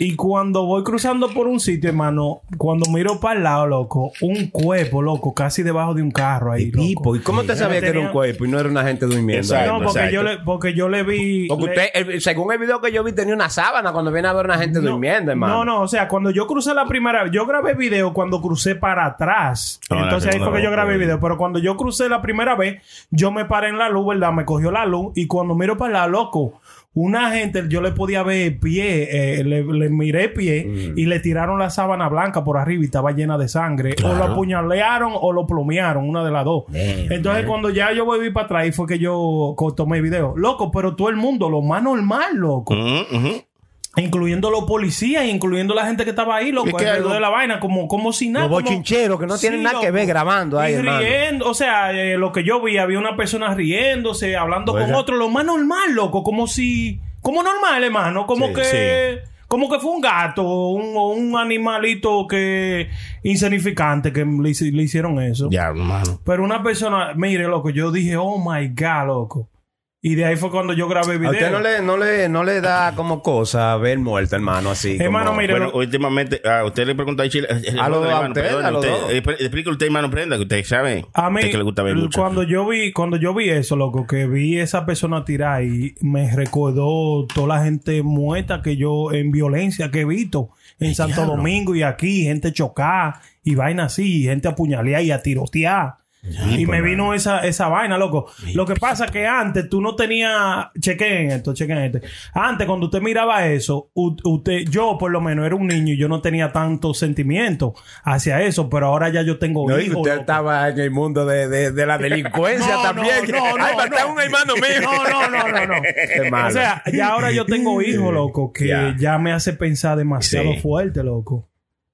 [SPEAKER 6] Y cuando voy cruzando por un sitio, hermano, cuando miro para el lado, loco, un cuerpo, loco, casi debajo de un carro ahí.
[SPEAKER 8] Y Pipo, ¿y
[SPEAKER 6] loco.
[SPEAKER 8] cómo te
[SPEAKER 6] Yo
[SPEAKER 8] sabía que era
[SPEAKER 6] tenía-
[SPEAKER 8] un cuerpo y no era una gente durmiendo?
[SPEAKER 7] Exacto.
[SPEAKER 6] No, porque
[SPEAKER 7] Exacto.
[SPEAKER 6] yo, le, porque yo le vi.
[SPEAKER 8] Porque
[SPEAKER 6] le-
[SPEAKER 8] usted, el- según el video que yo vi, tenía una sábana cuando viene a ver una gente durmiendo, hermano.
[SPEAKER 6] No, no, o sea, cuando yo crucé la primera vez, yo grabé video cuando crucé para atrás.
[SPEAKER 7] Ah, la
[SPEAKER 6] Entonces ahí
[SPEAKER 7] segunda
[SPEAKER 6] fue que yo
[SPEAKER 7] vez,
[SPEAKER 6] grabé
[SPEAKER 7] ok.
[SPEAKER 6] video. Pero cuando yo crucé la primera vez, yo me paré en la luz, ¿verdad? Me cogió la luz y cuando miro para la loco, una gente, yo le podía ver pie, eh, le, le miré pie
[SPEAKER 7] Mm.
[SPEAKER 6] y le tiraron la sábana blanca por arriba y estaba llena de sangre. O lo apuñalearon o lo plomearon, una de las dos. Entonces cuando ya yo volví para atrás, ahí fue que yo co- tomé video. Loco, pero todo el mundo, lo más normal, loco
[SPEAKER 7] Ujú, ujú.
[SPEAKER 6] incluyendo los policías, incluyendo la gente que estaba ahí, loco,
[SPEAKER 7] Es que
[SPEAKER 6] alrededor
[SPEAKER 7] algo-
[SPEAKER 6] de la vaina, como, como si nada.
[SPEAKER 8] Los
[SPEAKER 6] como-
[SPEAKER 8] bochincheros que no tienen nada que ver grabando ahí,
[SPEAKER 6] Y
[SPEAKER 8] hermano.
[SPEAKER 6] riendo, o sea, eh, lo que yo vi, había una persona riéndose, hablando con
[SPEAKER 8] Oiga.
[SPEAKER 6] otro, lo más normal, loco, como si, como normal, hermano, como
[SPEAKER 7] Sí,
[SPEAKER 6] que... Como que fue un gato o un, o un animalito que insignificante que le, hici- le hicieron eso.
[SPEAKER 7] Ya, hermano.
[SPEAKER 6] Pero una persona, mire, loco, yo dije, oh my god, loco. Y de ahí fue cuando yo grabé el
[SPEAKER 8] A
[SPEAKER 6] video.
[SPEAKER 8] usted no le, no, le, no le da como cosa ver muerta, hermano, así.
[SPEAKER 6] Hermano,
[SPEAKER 8] como-
[SPEAKER 6] mire,
[SPEAKER 7] Bueno,
[SPEAKER 6] lo-
[SPEAKER 7] últimamente, a usted le preguntó a Chile. eh,
[SPEAKER 8] A los-
[SPEAKER 7] hermano,
[SPEAKER 8] a usted,
[SPEAKER 7] perdone,
[SPEAKER 8] a los
[SPEAKER 7] usted,
[SPEAKER 8] dos.
[SPEAKER 7] eh, pre- Explica usted, hermano, prenda, que usted sabe.
[SPEAKER 6] A mí,
[SPEAKER 7] usted que le gusta ver mucho.
[SPEAKER 6] cuando yo vi, cuando yo vi eso, loco, que vi esa persona tirar y me recordó toda la gente muerta que yo en violencia que he visto en Santo Domingo y aquí, gente chocada y vaina así, y gente apuñaleada y a tirotear. y me
[SPEAKER 7] pues,
[SPEAKER 6] vino esa, esa vaina, loco. Lo que pasa que antes tú no tenías. Chequen esto, chequen esto. Antes, cuando usted miraba eso, u- usted, yo por lo menos era un niño y yo no tenía tanto sentimiento hacia eso, pero ahora ya yo tengo.
[SPEAKER 8] No, y
[SPEAKER 6] hijos,
[SPEAKER 8] usted
[SPEAKER 6] loco.
[SPEAKER 8] estaba en el mundo de, de, de la delincuencia
[SPEAKER 6] No,
[SPEAKER 8] también.
[SPEAKER 6] no, no,
[SPEAKER 8] Ay,
[SPEAKER 6] no,
[SPEAKER 8] falta
[SPEAKER 6] no.
[SPEAKER 8] un hermano mío.
[SPEAKER 6] No, no, no, no, no.
[SPEAKER 8] Qué malo.
[SPEAKER 6] O sea, ya ahora yo tengo hijos, loco, que
[SPEAKER 8] Ya.
[SPEAKER 6] ya me hace pensar demasiado
[SPEAKER 7] Eh, Sí.
[SPEAKER 6] fuerte, loco.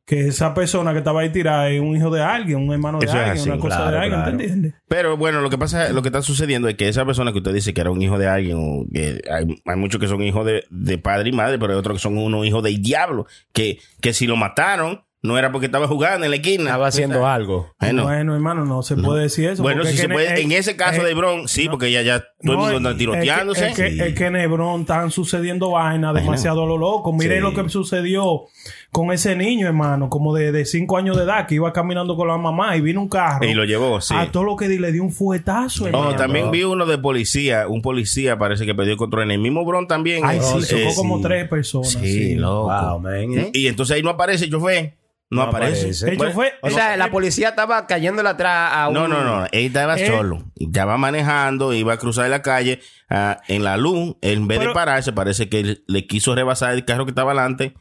[SPEAKER 6] Que esa persona que estaba ahí tirada es un hijo de alguien, un hermano de
[SPEAKER 7] Eso es
[SPEAKER 6] alguien,
[SPEAKER 7] así,
[SPEAKER 6] una cosa
[SPEAKER 8] claro,
[SPEAKER 6] de alguien,
[SPEAKER 8] claro.
[SPEAKER 6] ¿te entiendes?
[SPEAKER 7] Pero bueno, lo que pasa, lo que está sucediendo es que esa persona que usted dice que era un hijo de alguien, o que hay, hay muchos que son hijos de, de padre y madre, pero hay otros que son unos hijos del diablo, que, que si lo mataron, no era porque estaba jugando en la esquina.
[SPEAKER 8] Estaba haciendo algo.
[SPEAKER 7] Bueno,
[SPEAKER 6] Bueno, hermano, no se puede decir eso.
[SPEAKER 7] Bueno,
[SPEAKER 6] porque
[SPEAKER 7] si
[SPEAKER 6] es
[SPEAKER 7] se
[SPEAKER 6] que
[SPEAKER 7] puede,
[SPEAKER 6] es-
[SPEAKER 7] en ese caso
[SPEAKER 6] es-
[SPEAKER 7] de Bron, sí, porque ya, ya todo el
[SPEAKER 6] no,
[SPEAKER 7] mundo anda
[SPEAKER 6] es-
[SPEAKER 7] tiroteándose.
[SPEAKER 6] Es que, es que,
[SPEAKER 7] Sí.
[SPEAKER 6] es que en Hebrón están sucediendo vainas demasiado lo loco. Mire
[SPEAKER 7] Sí.
[SPEAKER 6] lo que sucedió con ese niño, hermano, como de, de cinco años de edad, que iba caminando con la mamá y vino un carro.
[SPEAKER 7] Y lo llevó, sí.
[SPEAKER 6] A todo lo que di- le dio un fuetazo,
[SPEAKER 7] Oh,
[SPEAKER 6] hermano.
[SPEAKER 7] también vi uno de policía, un policía parece que perdió el control en el mismo Bron también.
[SPEAKER 6] Ay, sí,
[SPEAKER 7] Entonces,
[SPEAKER 6] chocó como
[SPEAKER 7] sí.
[SPEAKER 6] tres personas.
[SPEAKER 7] Sí,
[SPEAKER 6] sí.
[SPEAKER 7] loco.
[SPEAKER 8] Wow, man.
[SPEAKER 7] ¿Eh? Y entonces ahí no aparece el chofer. No, aparece.
[SPEAKER 8] aparece.
[SPEAKER 6] De hecho, fue-
[SPEAKER 8] O sea, la policía estaba cayéndole atrás a un...
[SPEAKER 7] No, no, no. Él estaba
[SPEAKER 6] Él-
[SPEAKER 7] solo. Ya va manejando, iba a cruzar la calle ah, en la luz. En vez
[SPEAKER 6] Pero-
[SPEAKER 7] de pararse, parece que él le quiso rebasar el carro que estaba adelante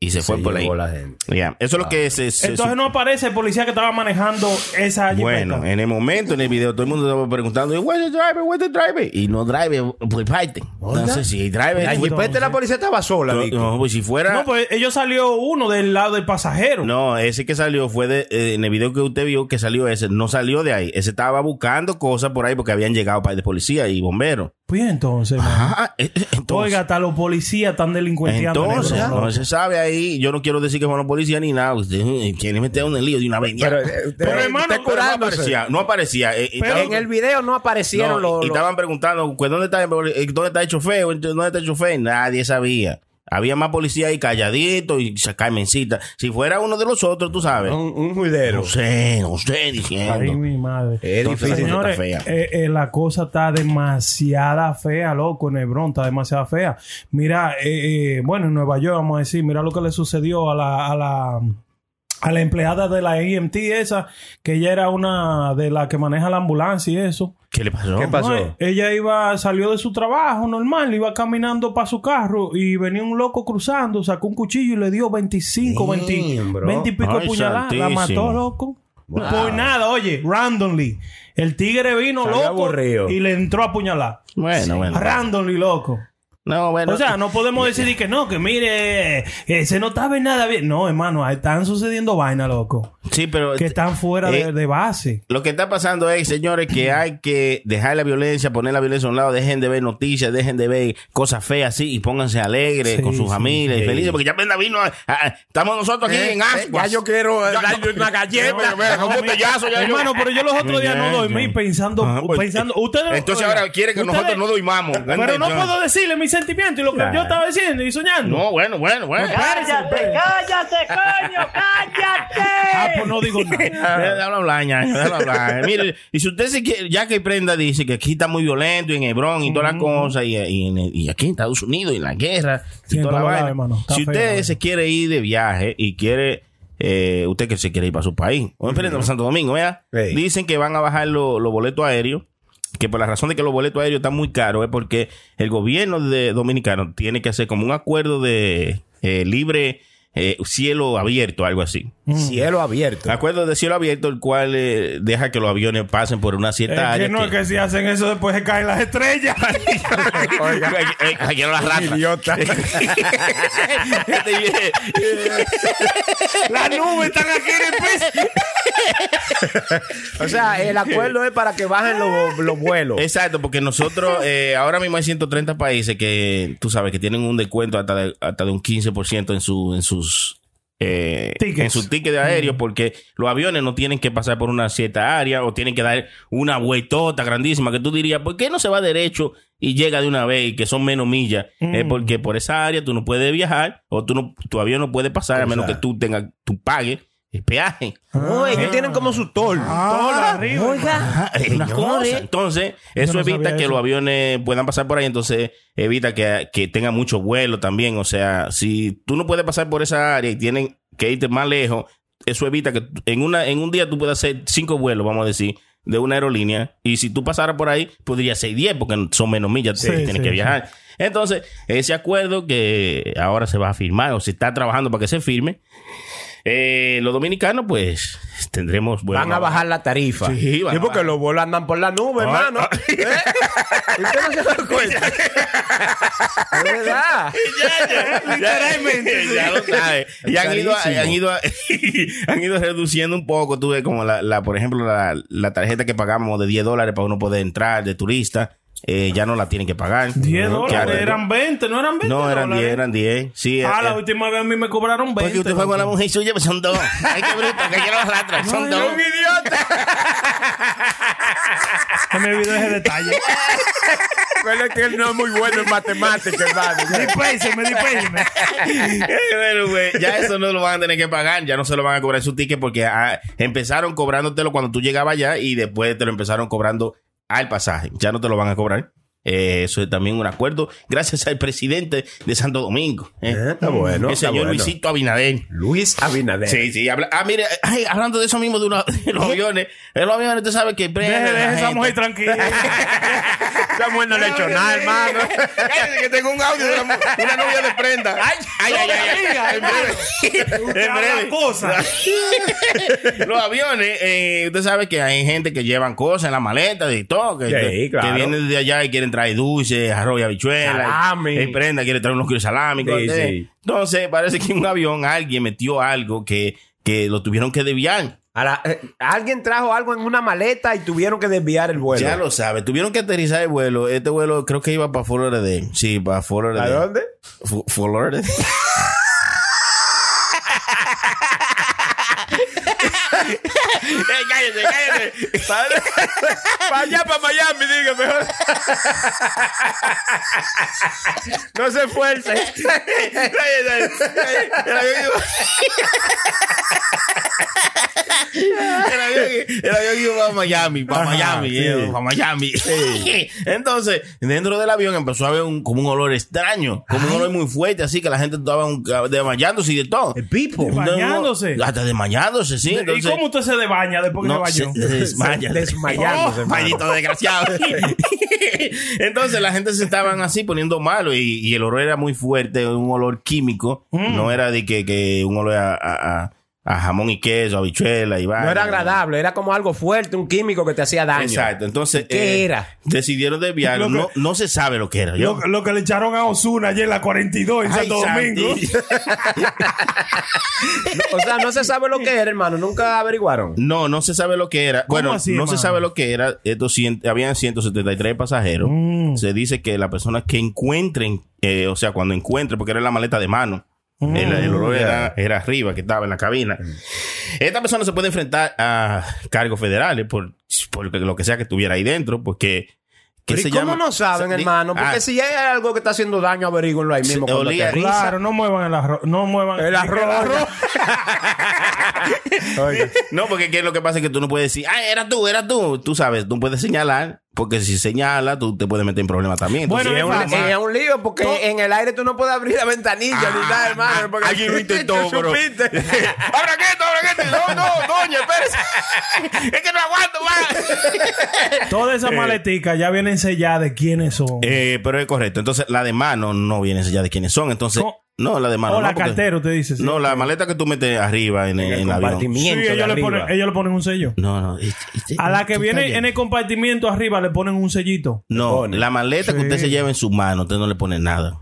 [SPEAKER 7] y se,
[SPEAKER 8] Se
[SPEAKER 7] fue por ahí.
[SPEAKER 8] llevó la Ah. gente.
[SPEAKER 7] Ya. Eso es lo que se. se-
[SPEAKER 6] Entonces no aparece el policía que estaba manejando esa jipeta.
[SPEAKER 7] bueno, en el momento, en el video, todo el mundo estaba preguntando, ¿Where's the driver? ¿Where's the driver? Y no driver, pues parte. Entonces, si el driver.
[SPEAKER 8] Y
[SPEAKER 7] fue-
[SPEAKER 8] después de pues, la policía estaba sola,
[SPEAKER 7] no,
[SPEAKER 8] Vico.
[SPEAKER 7] no, pues si fuera.
[SPEAKER 6] no, pues ellos salió uno del lado del pasajero.
[SPEAKER 7] No, ese que salió fue de, eh, en el video que usted vio que salió ese, no salió de ahí. Ese estaba buscando cosas por ahí porque habían llegado para de policía y bomberos.
[SPEAKER 6] Pues entonces, hermano.
[SPEAKER 7] Ajá, eh, eh, entonces,
[SPEAKER 6] oiga, hasta los policías están delincuenteando.
[SPEAKER 7] entonces,
[SPEAKER 6] negro, loco.
[SPEAKER 7] no se sabe ahí. Yo no quiero decir que fueron policías ni nada. Usted eh, quiere meter en el lío de una vez. ya.
[SPEAKER 8] Pero, eh, usted-
[SPEAKER 6] Pero, hermano,
[SPEAKER 8] usted
[SPEAKER 7] Pero no
[SPEAKER 8] curándose.
[SPEAKER 7] aparecía, no aparecía. eh, y
[SPEAKER 6] Pero-
[SPEAKER 7] estaban-
[SPEAKER 8] En el video no aparecieron
[SPEAKER 7] no, y-
[SPEAKER 8] los...
[SPEAKER 7] y,
[SPEAKER 8] los-
[SPEAKER 7] estaban preguntando, pues, ¿dónde está, el, eh, dónde está el chofer? ¿Dónde está el chofer? Nadie sabía. Había más policías ahí calladitos y sacamencita. Si fuera uno de los otros, tú sabes.
[SPEAKER 8] Un, un juidero.
[SPEAKER 7] No sé, no sé,
[SPEAKER 6] Ay,
[SPEAKER 7] diciendo.
[SPEAKER 6] mi madre.
[SPEAKER 8] Es
[SPEAKER 7] Entonces,
[SPEAKER 8] difícil.
[SPEAKER 7] cosa
[SPEAKER 6] Señores,
[SPEAKER 7] está fea.
[SPEAKER 6] eh, eh, la cosa está demasiada fea, loco, en Hebrón, está demasiado fea. Mira, eh, eh, bueno, en Nueva York, vamos a decir, mira lo que le sucedió a la, a la, a la empleada de la EMT esa, que ella era una de las que maneja la ambulancia y eso.
[SPEAKER 7] ¿Qué le pasó?
[SPEAKER 8] ¿Qué pasó?
[SPEAKER 6] No, eh, ella iba, salió de su trabajo normal, iba caminando para su carro y venía un loco cruzando, sacó un cuchillo y le dio 25, 20,
[SPEAKER 8] Damn, bro.
[SPEAKER 6] 20 y pico
[SPEAKER 7] Ay,
[SPEAKER 6] puñaladas. La mató,
[SPEAKER 7] santísimo.
[SPEAKER 6] loco.
[SPEAKER 8] Wow.
[SPEAKER 6] Por nada, oye, randomly. El tigre vino
[SPEAKER 8] Salió
[SPEAKER 6] loco
[SPEAKER 8] aburrido.
[SPEAKER 6] y le entró a apuñalar.
[SPEAKER 7] Bueno, bueno.
[SPEAKER 6] Randomly loco.
[SPEAKER 7] No, bueno.
[SPEAKER 6] O sea, no podemos decir que no, que mire, eh, se no estaba en nada bien. No, hermano, ahí están sucediendo vainas, loco.
[SPEAKER 7] sí, pero
[SPEAKER 6] Que están fuera
[SPEAKER 7] Eh,
[SPEAKER 6] de, de base.
[SPEAKER 7] Lo que está pasando es, señores, que hay que dejar la violencia, poner la violencia a un lado, dejen de ver noticias, dejen de ver cosas feas así y pónganse alegres
[SPEAKER 6] Sí,
[SPEAKER 7] con sus
[SPEAKER 6] sí,
[SPEAKER 7] familias y felices, porque ya Brenda vino, a- a- a- estamos nosotros aquí
[SPEAKER 8] Eh,
[SPEAKER 7] en
[SPEAKER 8] eh,
[SPEAKER 7] Ascuas.
[SPEAKER 8] ya yo quiero, eh, darle una galleta.
[SPEAKER 7] pero mira, con un botellazo ya yo-
[SPEAKER 6] Hermano, pero yo los otros días no dormí pensando,
[SPEAKER 7] Ajá, pues,
[SPEAKER 6] pensando. Ustedes,
[SPEAKER 7] Entonces ahora quiere que nosotros no dormamos.
[SPEAKER 6] Pero no puedo decirle mis sentimientos y lo que
[SPEAKER 7] Claro.
[SPEAKER 6] yo estaba diciendo y soñando.
[SPEAKER 7] No, bueno, bueno, bueno.
[SPEAKER 6] cállate, cállate, coño, cállate. Ah, pues no digo nada.
[SPEAKER 7] Déjalo hablar, ñaño, déjalo hablar. Mire, y si usted se quiere, ya que Prenda dice que aquí está muy violento y en Hebrón y
[SPEAKER 6] Mm.
[SPEAKER 7] toda la cosa, y, y en- y aquí en Estados Unidos y la guerra y
[SPEAKER 6] Sí, en
[SPEAKER 7] toda la
[SPEAKER 6] todos lados,
[SPEAKER 7] vaina.
[SPEAKER 6] hermano. Está
[SPEAKER 7] si
[SPEAKER 6] feo, eh.
[SPEAKER 7] usted
[SPEAKER 6] hermano.
[SPEAKER 7] se quiere ir de viaje y quiere, eh, usted que se quiere ir para su país, o en Prenda, para Santo Domingo, vea,
[SPEAKER 8] Sí.
[SPEAKER 7] dicen que van a bajar lo- los boletos aéreos. Que por la razón de que los boletos aéreos están muy caros es porque el gobierno de dominicano tiene que hacer como un acuerdo de eh, libre eh, cielo abierto, algo así.
[SPEAKER 8] Cielo abierto.
[SPEAKER 7] Acuerdo de cielo abierto, el cual eh, deja que los aviones pasen por una cierta
[SPEAKER 6] Es
[SPEAKER 7] área.
[SPEAKER 6] que no, es que si hacen eso después se caen las estrellas.
[SPEAKER 7] Oiga, eh, eh, aquí no las ratas.
[SPEAKER 8] Idiota.
[SPEAKER 7] Este viene-
[SPEAKER 6] las nubes están aquí en el piso.
[SPEAKER 8] O sea, el acuerdo es para que bajen los, los vuelos.
[SPEAKER 7] Exacto, porque nosotros eh, ahora mismo hay 130 países que tú sabes que tienen un descuento hasta de, hasta de un 15% en, su, en sus eh,
[SPEAKER 6] Tickets.
[SPEAKER 7] en su ticket de aéreo, porque los aviones no tienen que pasar por una cierta área o tienen que dar una vueltota grandísima que tú dirías, ¿por qué no se va derecho y llega de una vez y que son menos millas? Es porque por esa área tú no puedes viajar o tú no, tu avión no puede pasar a menos que tú tengas, tú pagues el peaje.
[SPEAKER 8] No, ellos tienen como su tol.
[SPEAKER 7] Ajá, es una cosa. Entonces, eso
[SPEAKER 6] no
[SPEAKER 7] evita
[SPEAKER 6] sabía
[SPEAKER 7] que
[SPEAKER 6] eso.
[SPEAKER 7] los aviones puedan pasar por ahí, entonces evita que, que tengan mucho vuelo también. O sea, si tú no puedes pasar por esa área y tienen que irte más lejos, eso evita que tú- en, una, en un día tú puedas hacer cinco vuelos, vamos a decir, de una aerolínea. Y si tú pasaras por ahí, podría ser 10 porque son menos millas que
[SPEAKER 6] Sí,
[SPEAKER 7] tienes
[SPEAKER 6] sí,
[SPEAKER 7] que
[SPEAKER 6] sí.
[SPEAKER 7] viajar. Entonces, ese acuerdo que ahora se va a firmar o se está trabajando para que se firme, eh, los dominicanos pues tendremos... vuelo
[SPEAKER 8] Van a bajar la tarifa.
[SPEAKER 7] Sí, van a
[SPEAKER 8] porque
[SPEAKER 7] bajar.
[SPEAKER 8] los vuelos andan por la nube, hermano. ¿Eh? ¿Usted no se da cuenta? Es verdad.
[SPEAKER 7] Literalmente. ya lo sabes. Y han ido, a-
[SPEAKER 8] Carísimo.
[SPEAKER 7] han, ido a- han ido reduciendo un poco. Tú ves como la, la por ejemplo, la, la tarjeta que pagamos de 10 dólares para uno poder entrar de turista. eh, ya no la tienen que pagar.
[SPEAKER 6] 10
[SPEAKER 7] Que
[SPEAKER 6] dólares,
[SPEAKER 7] ahora-
[SPEAKER 6] eran 20, no eran 20.
[SPEAKER 7] No, eran
[SPEAKER 6] dólares?
[SPEAKER 7] 10, eran 10. Sí,
[SPEAKER 6] Ah,
[SPEAKER 7] eh,
[SPEAKER 6] la
[SPEAKER 7] eh,
[SPEAKER 6] última vez a mí me cobraron 20.
[SPEAKER 7] porque usted fue con la mujer suya, pues son dos. Ay, qué bruto, que quiero las ratas. Son dos.
[SPEAKER 6] idiota. No me olvidé ese detalle.
[SPEAKER 8] Recuerda que él no es muy bueno en matemáticas, hermano.
[SPEAKER 6] Dispénseme, dispénseme.
[SPEAKER 7] Eh, bueno, güey, ya eso no lo van a tener que pagar, ya no se lo van a cobrar su ticket porque ah, empezaron cobrándotelo cuando tú llegabas allá y después te lo empezaron cobrando al pasaje, ya no te lo van a cobrar. Eh, eso es también un acuerdo, gracias al presidente de Santo Domingo, eh,
[SPEAKER 8] Eh, está bueno,
[SPEAKER 7] el
[SPEAKER 8] está
[SPEAKER 7] señor
[SPEAKER 8] bueno.
[SPEAKER 7] Luisito Abinader.
[SPEAKER 8] Luis Abinader.
[SPEAKER 7] Sí, sí, habla- ah, mire, ay, hablando de eso mismo de, una- de los aviones, de los aviones, usted sabe que prende
[SPEAKER 6] Deje,
[SPEAKER 7] la
[SPEAKER 6] deje esa
[SPEAKER 7] gente.
[SPEAKER 6] mujer tranquila.
[SPEAKER 8] Esta mujer no le ha hecho nada, hermano.
[SPEAKER 7] Cállate, que tengo un audio de una, mu- una novia de prenda. Ay, ay, ay, ay. En breve. En breve.
[SPEAKER 6] habla cosas.
[SPEAKER 7] Los aviones, eh, usted sabe que hay gente que llevan cosas en la maleta y todo, que,
[SPEAKER 8] Sí,
[SPEAKER 7] que-
[SPEAKER 8] claro.
[SPEAKER 7] que vienen de allá y quieren traer dulces, arroz y habichuelas.
[SPEAKER 8] Salami.
[SPEAKER 7] Y prenda, quiere traer unos kilos de salami.
[SPEAKER 8] Sí,
[SPEAKER 7] cosas.
[SPEAKER 8] sí.
[SPEAKER 7] Entonces, parece que en un avión alguien metió algo que, que lo tuvieron que desviar.
[SPEAKER 8] A la- eh, alguien trajo algo en una maleta y tuvieron que desviar el vuelo.
[SPEAKER 7] Ya lo sabe, tuvieron que aterrizar el vuelo. Este vuelo creo que iba para Fort Lauderdale. Sí, para Fort
[SPEAKER 8] ¿A
[SPEAKER 7] Lauderdale.
[SPEAKER 8] dónde?
[SPEAKER 7] F- Fort Lauderdale. Eh, cállate, cállate.
[SPEAKER 8] para allá, para Miami, diga mejor. no se esfuerce.
[SPEAKER 7] El avión iba- El avión- el avión iba para Miami, para
[SPEAKER 8] Ajá,
[SPEAKER 7] Miami,
[SPEAKER 8] sí.
[SPEAKER 7] eh, para Miami. Entonces, dentro del avión empezó a haber un, como un olor extraño, como un olor muy fuerte, así que la gente estaba un- desmayándose y de todo.
[SPEAKER 8] El pipo.
[SPEAKER 6] Bañándose.
[SPEAKER 7] Hasta desmayándose, sí.
[SPEAKER 6] ¿Y
[SPEAKER 7] Entonces,
[SPEAKER 6] cómo usted se desbaña después que
[SPEAKER 7] no, eh,
[SPEAKER 6] se
[SPEAKER 7] se,
[SPEAKER 6] bañó?
[SPEAKER 7] se desmaya.
[SPEAKER 8] Se- desmayándose,
[SPEAKER 7] Oh,
[SPEAKER 8] hermano.
[SPEAKER 7] maldito desgraciado. Entonces la gente se estaban así poniendo malo y, y el olor era muy fuerte, un olor químico. No era de que, que un olor a, a- a- a jamón y queso, habichuela y vaina.
[SPEAKER 8] No era agradable, era como algo fuerte, un químico que te hacía daño.
[SPEAKER 7] Exacto. Entonces,
[SPEAKER 8] ¿Qué
[SPEAKER 7] eh,
[SPEAKER 8] era?
[SPEAKER 7] Decidieron desviar.
[SPEAKER 6] Lo que-
[SPEAKER 7] no, no se sabe lo que era. Yo-
[SPEAKER 6] Lo, lo que le echaron a Osuna ayer en la 42 en
[SPEAKER 7] Ay,
[SPEAKER 6] Santo
[SPEAKER 7] Santi.
[SPEAKER 6] Domingo.
[SPEAKER 8] O sea, no se sabe lo que era, hermano. Nunca averiguaron.
[SPEAKER 7] No, no se sabe lo que era. Bueno,
[SPEAKER 6] así,
[SPEAKER 7] no
[SPEAKER 6] hermano?
[SPEAKER 7] se sabe lo que era. Estos cien- habían 173 pasajeros.
[SPEAKER 8] Mm.
[SPEAKER 7] Se dice que la persona que encuentren, eh, o sea, cuando encuentren, porque era la maleta de mano, el,
[SPEAKER 8] Mm,
[SPEAKER 7] el olor era, era arriba, que estaba en la cabina. Esta persona se puede enfrentar a cargos federales por, por lo que sea que estuviera ahí dentro, porque... ¿qué
[SPEAKER 8] Pero ¿y
[SPEAKER 7] se
[SPEAKER 8] ¿Cómo
[SPEAKER 7] llama?
[SPEAKER 8] no saben,
[SPEAKER 7] Sa- di-
[SPEAKER 8] hermano? Porque
[SPEAKER 7] Ah,
[SPEAKER 8] si hay algo que está haciendo daño, averíguenlo ahí mismo.
[SPEAKER 7] Se-
[SPEAKER 8] cuando
[SPEAKER 7] olía-
[SPEAKER 8] aterriza.
[SPEAKER 6] Claro, no muevan el arroz. No muevan
[SPEAKER 8] El arroz. Oye.
[SPEAKER 7] No, porque ¿qué es lo que pasa es que tú no puedes decir, ah, era tú, era tú. Tú sabes, tú puedes señalar, porque si señala, tú te puedes meter en problemas también.
[SPEAKER 6] Bueno,
[SPEAKER 8] Es
[SPEAKER 7] Entonces,
[SPEAKER 8] un,
[SPEAKER 6] Mamá.
[SPEAKER 8] es un lío porque en el aire tú no puedes abrir la ventanilla ni nada, hermano. Porque
[SPEAKER 7] alguien lo intentó,
[SPEAKER 8] tú
[SPEAKER 7] pero-
[SPEAKER 8] supiste.
[SPEAKER 7] ¡Abra que esto, abra que esto! ¡No, no, doña, espérese! ¡Es que no aguanto más!
[SPEAKER 6] Todas esas maleticas ya vienen selladas de quiénes son.
[SPEAKER 7] Eh, pero es correcto. Entonces, la de mano no viene ya de quiénes son. Entonces,
[SPEAKER 6] ¿Cómo?
[SPEAKER 7] no, la de mano.
[SPEAKER 6] o
[SPEAKER 7] no,
[SPEAKER 6] la
[SPEAKER 7] porque-
[SPEAKER 6] cartera, usted dice. ¿sí?
[SPEAKER 7] No, la maleta que tú metes arriba en,
[SPEAKER 8] En el
[SPEAKER 7] en el avión.
[SPEAKER 6] Sí,
[SPEAKER 8] compartimiento de
[SPEAKER 6] ellos le,
[SPEAKER 8] arriba.
[SPEAKER 6] ponen, ellos le ponen un sello.
[SPEAKER 7] No, no. es- es-
[SPEAKER 6] A la que
[SPEAKER 7] Eh, tú
[SPEAKER 6] viene
[SPEAKER 7] estás
[SPEAKER 6] en el compartimiento arriba le ponen un sellito.
[SPEAKER 7] No, la maleta que
[SPEAKER 6] Sí.
[SPEAKER 7] usted se lleva en su mano, usted no le pone nada.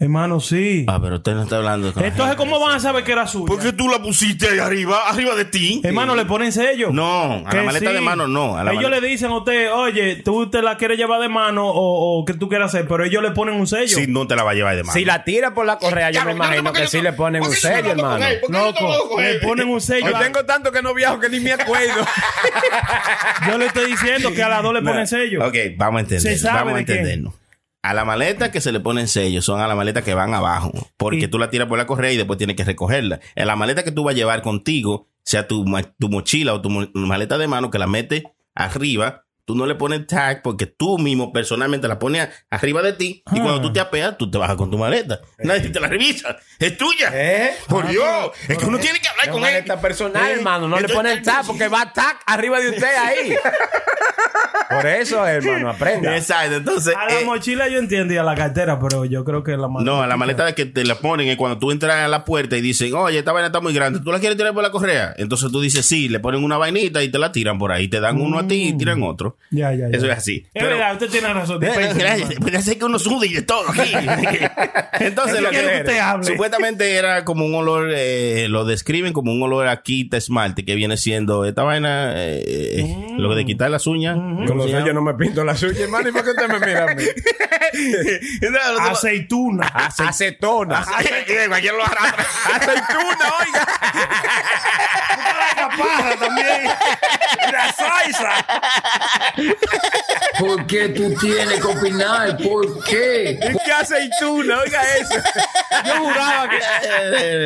[SPEAKER 6] Hermano, sí.
[SPEAKER 7] Ah, pero usted no está hablando. con la
[SPEAKER 6] Entonces, ¿cómo van a saber que era suyo?
[SPEAKER 7] ¿Por qué tú la pusiste ahí arriba, arriba de ti?
[SPEAKER 6] Hermano, le ponen sello.
[SPEAKER 7] No, a
[SPEAKER 6] Que
[SPEAKER 7] la maleta
[SPEAKER 6] sí.
[SPEAKER 7] de mano no. A la
[SPEAKER 6] ellos
[SPEAKER 7] maleta-
[SPEAKER 6] le dicen a usted, oye, tú te la quieres llevar de mano o, o que tú quieras hacer, pero ellos le ponen un sello.
[SPEAKER 7] Sí, no te la va a llevar de mano.
[SPEAKER 8] Si la tira por la correa, Eh, yo me imagino que sí le ponen un sello, hermano.
[SPEAKER 6] Loco, le ponen un sello.
[SPEAKER 8] Yo tengo tanto que no viajo que ni me acuerdo.
[SPEAKER 6] Yo le estoy diciendo que a las dos le ponen sello.
[SPEAKER 7] Ok, vamos a
[SPEAKER 6] Se
[SPEAKER 7] entendernos.
[SPEAKER 6] sabe
[SPEAKER 7] Vamos a
[SPEAKER 6] de quién.
[SPEAKER 7] entendernos. A la maleta que se le ponen sellos son a la maleta que van abajo. Porque
[SPEAKER 6] Y-
[SPEAKER 7] tú la tiras por la correa y después tienes que recogerla. En la maleta que tú vas a llevar contigo, sea tu, ma- tu mochila o tu mo- maleta de mano que la metes arriba, tú no le pones tag porque tú mismo personalmente la pones a- arriba de ti. Y
[SPEAKER 6] Ah.
[SPEAKER 7] cuando tú te apeas, tú te bajas con tu maleta. Nadie te la revisa. Es tuya.
[SPEAKER 8] ¿Eh?
[SPEAKER 7] Por Dios. Es que uno tiene que hablar
[SPEAKER 8] Es
[SPEAKER 7] con
[SPEAKER 8] una
[SPEAKER 7] él.
[SPEAKER 8] neta personal,
[SPEAKER 7] Eh,
[SPEAKER 8] hermano. No le
[SPEAKER 7] entonces-
[SPEAKER 8] ponen tap porque va tap arriba de usted ahí. Por eso, hermano, aprenda.
[SPEAKER 7] Exacto. Entonces.
[SPEAKER 6] A la
[SPEAKER 7] eh,
[SPEAKER 6] mochila yo entiendo y a la cartera, pero yo creo que la maleta.
[SPEAKER 7] No, a la maleta que te la ponen es cuando tú entras a la puerta y dicen, oye, esta vaina está muy grande, ¿tú la quieres tirar por la correa? Entonces tú dices, sí, le ponen una vainita y te la tiran por ahí, te dan uno a ti y tiran otro.
[SPEAKER 6] Mm. Ya, ya, ya.
[SPEAKER 7] Eso es así.
[SPEAKER 6] Es verdad, usted tiene razón.
[SPEAKER 7] Eh,
[SPEAKER 6] dispense,
[SPEAKER 7] gracias.
[SPEAKER 6] hermano.
[SPEAKER 7] Puede ser que uno sude y de todo aquí. Entonces,
[SPEAKER 6] Es
[SPEAKER 7] lo
[SPEAKER 6] que quiero que usted hable.
[SPEAKER 7] supuestamente era como un olor, eh, lo describen como un olor a quita esmalte, que viene siendo esta vaina, eh, lo
[SPEAKER 6] Mm.
[SPEAKER 7] de quitar las uñas.
[SPEAKER 6] Mm-hmm.
[SPEAKER 8] Con los sellos no me pinto la suya, hermano. ¿Y por qué usted me mira a mí?
[SPEAKER 6] Aceituna.
[SPEAKER 7] Ah,
[SPEAKER 8] Acetona.
[SPEAKER 7] Cualquier lo arrastra.
[SPEAKER 8] Aceituna, oiga.
[SPEAKER 4] ¿Por qué tú tienes que opinar? ¿Por qué?
[SPEAKER 8] ¿Qué aceituna? Oiga eso.
[SPEAKER 6] Yo juraba que.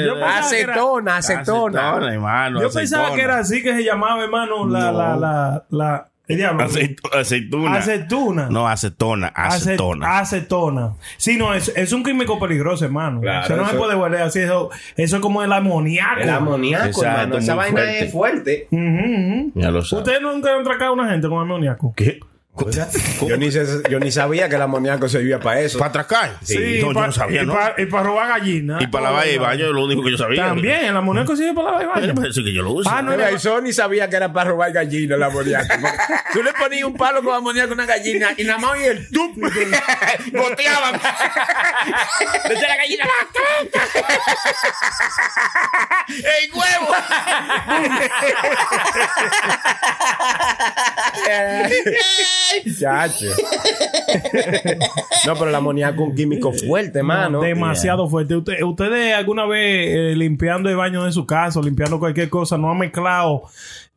[SPEAKER 6] yo pensaba que era-
[SPEAKER 8] Acetona, acetona.
[SPEAKER 7] Acetona, hermano,
[SPEAKER 6] Yo pensaba
[SPEAKER 7] acetona.
[SPEAKER 6] que era así que se llamaba, hermano, la,
[SPEAKER 7] No.
[SPEAKER 6] la, la, la, ¿qué se llama?
[SPEAKER 7] Aceitu- Aceituna.
[SPEAKER 6] Acetuna.
[SPEAKER 7] No, acetona,
[SPEAKER 6] Ace-
[SPEAKER 7] acetona.
[SPEAKER 6] acetona. Sí, no, es, es un químico peligroso, hermano.
[SPEAKER 8] Claro,
[SPEAKER 6] eso no se
[SPEAKER 8] eso-
[SPEAKER 6] puede volver así. Eso, eso es como el amoníaco.
[SPEAKER 8] El amoníaco,
[SPEAKER 7] Exacto,
[SPEAKER 8] hermano. Esa
[SPEAKER 7] muy
[SPEAKER 8] vaina
[SPEAKER 7] fuerte.
[SPEAKER 8] es fuerte.
[SPEAKER 6] Ujú, ujú.
[SPEAKER 7] Ya lo sabes.
[SPEAKER 6] ¿Ustedes nunca han atracado a una gente con amoníaco?
[SPEAKER 7] ¿Qué?
[SPEAKER 8] Yo ni, se- yo ni sabía que el amoníaco servía para eso.
[SPEAKER 7] ¿Para atracar? No, yo
[SPEAKER 6] pa-
[SPEAKER 7] no sabía,
[SPEAKER 6] y
[SPEAKER 7] ¿no?
[SPEAKER 6] pa- y para robar gallinas.
[SPEAKER 7] Y para lavar el baño es lo único que yo sabía.
[SPEAKER 6] También, el amoníaco sirve para lavar
[SPEAKER 7] Yo
[SPEAKER 6] el baño.
[SPEAKER 7] pensé que yo lo uso.
[SPEAKER 6] Ah, no,
[SPEAKER 8] Mira, y Sony sabía que era para robar gallina el amoníaco. Tú le ponías un palo con amoníaco a una gallina y nada más oí el tup.
[SPEAKER 7] Boteaban.
[SPEAKER 8] Desde la gallina
[SPEAKER 7] ¡Ey, huevo!
[SPEAKER 8] Chacho. No, pero el amoníaco es un químico fuerte, hermano.
[SPEAKER 6] Demasiado fuerte. Usted- ustedes alguna vez eh, limpiando el baño de su casa, o limpiando cualquier cosa, no han mezclado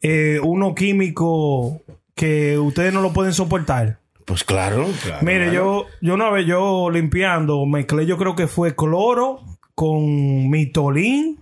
[SPEAKER 6] eh, uno químico que ustedes no lo pueden soportar.
[SPEAKER 7] Pues claro, claro.
[SPEAKER 6] Mire, yo, yo una vez yo limpiando, mezclé, yo creo que fue cloro con mitolín,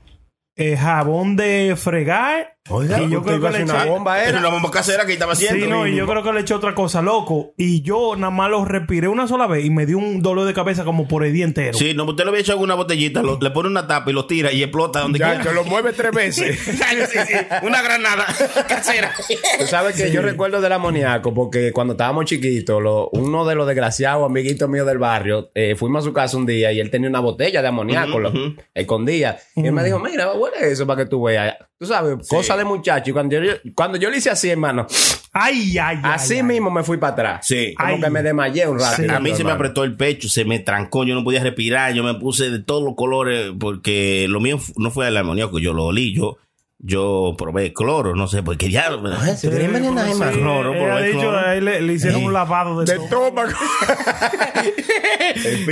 [SPEAKER 6] eh, jabón de fregar.
[SPEAKER 8] Oiga,
[SPEAKER 6] y yo creo
[SPEAKER 8] usted iba
[SPEAKER 6] que
[SPEAKER 8] a
[SPEAKER 6] le
[SPEAKER 8] hacer
[SPEAKER 6] eché,
[SPEAKER 8] una bomba
[SPEAKER 7] Es
[SPEAKER 8] era.
[SPEAKER 7] una bomba casera que estaba haciendo.
[SPEAKER 6] Sí, no, y yo
[SPEAKER 7] mismo.
[SPEAKER 6] creo que le eché otra cosa, loco. Y yo nada más lo respiré una sola vez y me dio un dolor de cabeza como por el día entero.
[SPEAKER 7] Sí, no, usted lo había hecho en una botellita, lo- le pone una tapa y lo tira y explota donde
[SPEAKER 8] Ya,
[SPEAKER 7] quiera.
[SPEAKER 8] que lo mueve tres veces.
[SPEAKER 7] Sí, sí, una granada casera.
[SPEAKER 8] Tú sabes que yo recuerdo del amoníaco porque cuando estábamos chiquitos, lo- uno de los desgraciados amiguitos míos del barrio, eh, fuimos a su casa un día y él tenía una botella de amoníaco lo- escondida. Y él me dijo, mira, huele eso para que tú veas. Tú Tú sabes, cosa de muchacho. Y cuando yo, cuando yo le hice así, hermano,
[SPEAKER 6] Ay, ay, ay.
[SPEAKER 8] así
[SPEAKER 6] ay.
[SPEAKER 8] mismo me fui para atrás.
[SPEAKER 7] Sí.
[SPEAKER 8] Como
[SPEAKER 6] Ay.
[SPEAKER 8] que me desmayé un rato.
[SPEAKER 7] A mí se me
[SPEAKER 8] hermano.
[SPEAKER 7] apretó el pecho, se me trancó, yo no podía respirar, yo me puse de todos los colores porque lo mío fu- no fue el amoníaco, yo lo olí, yo, yo probé cloro, no sé, porque ya...
[SPEAKER 8] Se quería
[SPEAKER 6] Ah,
[SPEAKER 8] envenenar,
[SPEAKER 6] Sí,
[SPEAKER 8] hermano.
[SPEAKER 7] cloro,
[SPEAKER 6] eh,
[SPEAKER 7] por
[SPEAKER 6] ha
[SPEAKER 7] el
[SPEAKER 6] dicho,
[SPEAKER 7] cloro.
[SPEAKER 6] ahí le, le hicieron
[SPEAKER 7] Sí.
[SPEAKER 6] un lavado de,
[SPEAKER 8] De
[SPEAKER 6] todo.
[SPEAKER 8] estómago.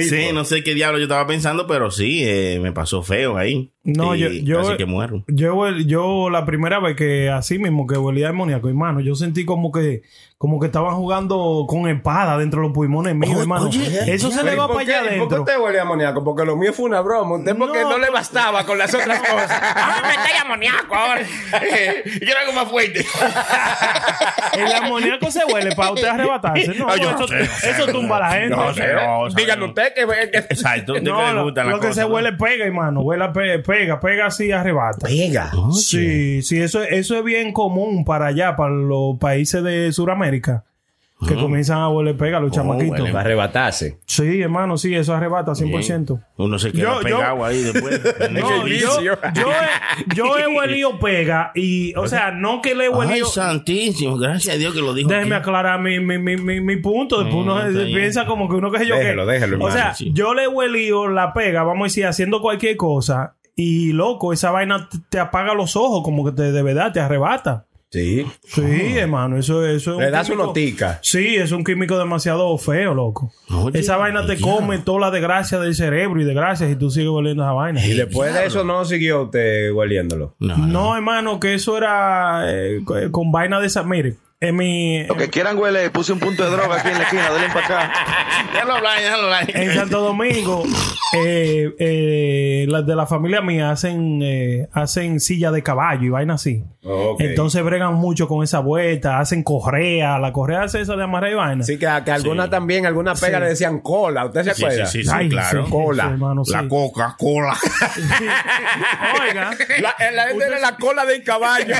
[SPEAKER 7] Sí, no sé qué diablo yo estaba pensando, pero sí, eh, me pasó feo ahí.
[SPEAKER 6] No,
[SPEAKER 7] Y
[SPEAKER 6] yo- yo-
[SPEAKER 7] Casi que muero.
[SPEAKER 6] Yo, huel- yo la primera vez que así mismo que huelía demoníaco, hermano, yo sentí como que como que estaban jugando con espada dentro de los pulmones míos, hermano. Eso se le va
[SPEAKER 8] ¿Por
[SPEAKER 6] para allá
[SPEAKER 8] qué? ¿Y ¿Por qué
[SPEAKER 6] adentro.
[SPEAKER 8] usted huele a amoníaco? Porque lo mío fue una broma. Usted porque
[SPEAKER 6] No.
[SPEAKER 8] no, le bastaba con las otras cosas. Ah, me está amoníaco ahora.
[SPEAKER 7] Yo era como fuerte.
[SPEAKER 6] El amoníaco se huele para usted arrebatarse. No,
[SPEAKER 7] Ah, yo
[SPEAKER 6] eso,
[SPEAKER 7] no sé, no sé,
[SPEAKER 6] eso
[SPEAKER 7] no
[SPEAKER 6] tumba a la
[SPEAKER 7] sé,
[SPEAKER 6] gente.
[SPEAKER 7] no sé, no,
[SPEAKER 8] Díganle usted que... que-
[SPEAKER 7] Exacto, ¿de
[SPEAKER 6] No,
[SPEAKER 7] qué le
[SPEAKER 6] lo,
[SPEAKER 7] gusta la
[SPEAKER 6] lo que
[SPEAKER 7] cosa,
[SPEAKER 6] se
[SPEAKER 7] no?
[SPEAKER 6] huele pega, hermano. Huele a pe- pega, pega así arrebata.
[SPEAKER 8] Pega.
[SPEAKER 6] Sí, sí, eso, eso es bien común para allá, para los países de Sudamérica, que comienzan a huele pega a los chamaquitos.
[SPEAKER 8] Va a arrebatarse.
[SPEAKER 6] Sí, hermano, sí, eso arrebata 100%.
[SPEAKER 7] Uno se queda
[SPEAKER 6] Yo- yo-
[SPEAKER 7] pegado ahí después.
[SPEAKER 6] No, yo, yo, he, yo he huelido pega y, o sea, no que le he
[SPEAKER 7] Ay,
[SPEAKER 6] huelido...
[SPEAKER 7] santísimo, gracias a Dios que lo dijo.
[SPEAKER 6] Déjeme
[SPEAKER 7] aquí.
[SPEAKER 6] aclarar mi, mi, mi, mi, mi punto. Después uno
[SPEAKER 7] está
[SPEAKER 6] se-
[SPEAKER 7] bien.
[SPEAKER 6] piensa como que uno que sé yo
[SPEAKER 8] Mm, Déjelo,
[SPEAKER 6] qué.
[SPEAKER 8] déjelo,
[SPEAKER 6] O
[SPEAKER 8] hermano,
[SPEAKER 6] sea,
[SPEAKER 7] sí.
[SPEAKER 6] yo le he huelido la pega, vamos a decir, haciendo cualquier cosa. Y loco, esa vaina t- te apaga los ojos, como que te, de verdad te arrebata.
[SPEAKER 8] Sí.
[SPEAKER 6] Sí, hermano, eso, eso es.
[SPEAKER 8] Le
[SPEAKER 6] un
[SPEAKER 8] das
[SPEAKER 6] químico-
[SPEAKER 8] una tica.
[SPEAKER 6] Sí, es un químico demasiado feo, loco.
[SPEAKER 7] Oye,
[SPEAKER 6] esa vaina te
[SPEAKER 7] ya.
[SPEAKER 6] come toda la desgracia del cerebro y desgracias y tú sigues volviendo esa vaina.
[SPEAKER 8] Y después de eso no siguió usted hueliéndolo.
[SPEAKER 7] No, Ah, no.
[SPEAKER 6] No, hermano, que eso era eh, co- eh, con vaina de esa. Mire, en mi.
[SPEAKER 10] Lo que quieran huele, puse un punto de droga aquí en la esquina, denle para acá.
[SPEAKER 7] Déjalo hablar, déjalo hablar.
[SPEAKER 6] En Santo Domingo, eh, eh, las de la familia mía hacen, eh, hacen silla de caballo y vaina así.
[SPEAKER 8] Oh, ok.
[SPEAKER 6] Entonces bregan mucho con esa vuelta, hacen correa, la correa es esa de amarrar y vaina.
[SPEAKER 8] Así que, que alguna también, alguna pega le decían cola. ¿Usted se
[SPEAKER 7] Sí, sí,
[SPEAKER 8] acuerda?
[SPEAKER 7] sí, sí,
[SPEAKER 6] Ay,
[SPEAKER 7] claro.
[SPEAKER 6] sí,
[SPEAKER 8] Cola.
[SPEAKER 6] sí, hermano, sí.
[SPEAKER 7] La Coca-Cola.
[SPEAKER 6] Oiga,
[SPEAKER 8] La, eh, la gente era la cola del caballo.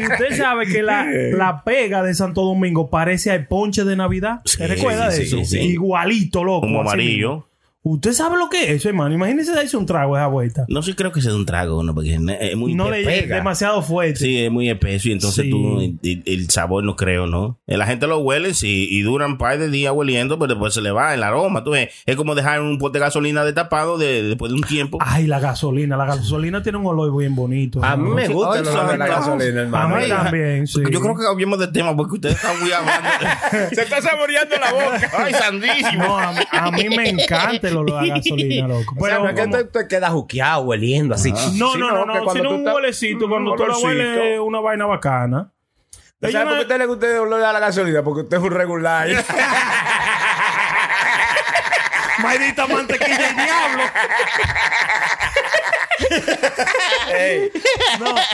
[SPEAKER 6] y usted sabe que la, la pega de Santo Domingo parece al ponche de Navidad.
[SPEAKER 7] Sí,
[SPEAKER 6] ¿Se recuerda
[SPEAKER 7] sí,
[SPEAKER 6] de
[SPEAKER 7] sí,
[SPEAKER 6] eso?
[SPEAKER 7] sí.
[SPEAKER 6] Igualito, loco.
[SPEAKER 7] Como
[SPEAKER 6] así mismo.
[SPEAKER 7] amarillo.
[SPEAKER 6] ¿Usted sabe lo que es eso, hermano? Imagínese darse un trago a esa vuelta.
[SPEAKER 7] No sé, creo que se da un trago, ¿no? Porque es muy
[SPEAKER 6] No
[SPEAKER 7] pe-
[SPEAKER 6] le es
[SPEAKER 7] pega.
[SPEAKER 6] demasiado fuerte.
[SPEAKER 7] Sí, es muy espeso y entonces
[SPEAKER 6] Sí.
[SPEAKER 7] tú, el, el sabor no creo, ¿no? Eh, La gente lo huele sí, y duran un par de días hueliendo, pero después se le va el aroma. Tú ves, es como dejar un pote de gasolina destapado de, después de un tiempo.
[SPEAKER 6] Ay, la gasolina. La gasolina tiene un olor bien bonito.
[SPEAKER 8] A mí me gusta
[SPEAKER 7] Ay,
[SPEAKER 8] el olor de la
[SPEAKER 7] santo.
[SPEAKER 8] gasolina, hermano.
[SPEAKER 6] A mí también, sí.
[SPEAKER 7] Yo creo que cambiemos de tema porque ustedes están muy hablando.
[SPEAKER 8] Se está saboreando la boca.
[SPEAKER 7] ¡Ay, sandísimo!
[SPEAKER 6] No, a, mí- a mí me encanta el olor a gasolina, loco.
[SPEAKER 8] Bueno,
[SPEAKER 6] Pero-
[SPEAKER 8] no es que te, te queda juqueado oliendo así.
[SPEAKER 6] no,
[SPEAKER 8] Sino
[SPEAKER 6] no, no,
[SPEAKER 8] que
[SPEAKER 6] no.
[SPEAKER 8] cuando
[SPEAKER 6] Sino
[SPEAKER 8] tú
[SPEAKER 6] un
[SPEAKER 8] estás-
[SPEAKER 6] huelecito. Cuando
[SPEAKER 8] Un
[SPEAKER 6] tú lo
[SPEAKER 8] olorcito.
[SPEAKER 6] hueles, una vaina bacana.
[SPEAKER 8] ¿Tú
[SPEAKER 6] Ella
[SPEAKER 8] ¿Sabes por
[SPEAKER 6] me-
[SPEAKER 8] qué usted le gusta el olor a la gasolina? Porque usted es un regular.
[SPEAKER 6] Maldita mantequilla del diablo.
[SPEAKER 8] Ey.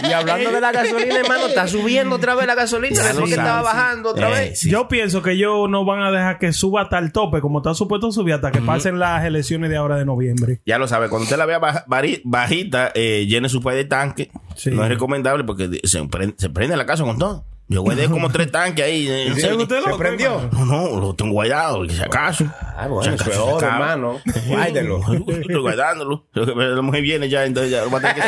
[SPEAKER 8] Y hablando de la gasolina, hermano, está subiendo otra vez la gasolina.
[SPEAKER 7] Ya lo
[SPEAKER 8] Después que estaba
[SPEAKER 7] sabes, sí.
[SPEAKER 8] bajando otra
[SPEAKER 7] Eh,
[SPEAKER 8] vez.
[SPEAKER 7] sí.
[SPEAKER 6] Yo pienso que ellos no van a dejar que suba hasta el tope, como está supuesto subir, hasta que pasen las elecciones de ahora de noviembre.
[SPEAKER 7] Ya lo sabe, cuando usted la vea baja- bari- bajita, eh, llene su par de tanque.
[SPEAKER 6] Sí.
[SPEAKER 7] No es recomendable porque de- se prende, se prende la casa con todo. Yo guardé como tres tanques ahí. eh, no, sé.
[SPEAKER 6] ¿Usted usted
[SPEAKER 8] ¿Se
[SPEAKER 6] loco,
[SPEAKER 8] prendió?
[SPEAKER 6] hermano?
[SPEAKER 7] no, no, lo tengo guardado, si acaso.
[SPEAKER 8] Ah, bueno, eso es oro, hermano. Guárdelo.
[SPEAKER 7] Estoy guardándolo. Lo que- La mujer viene ya, entonces ya lo voy a tener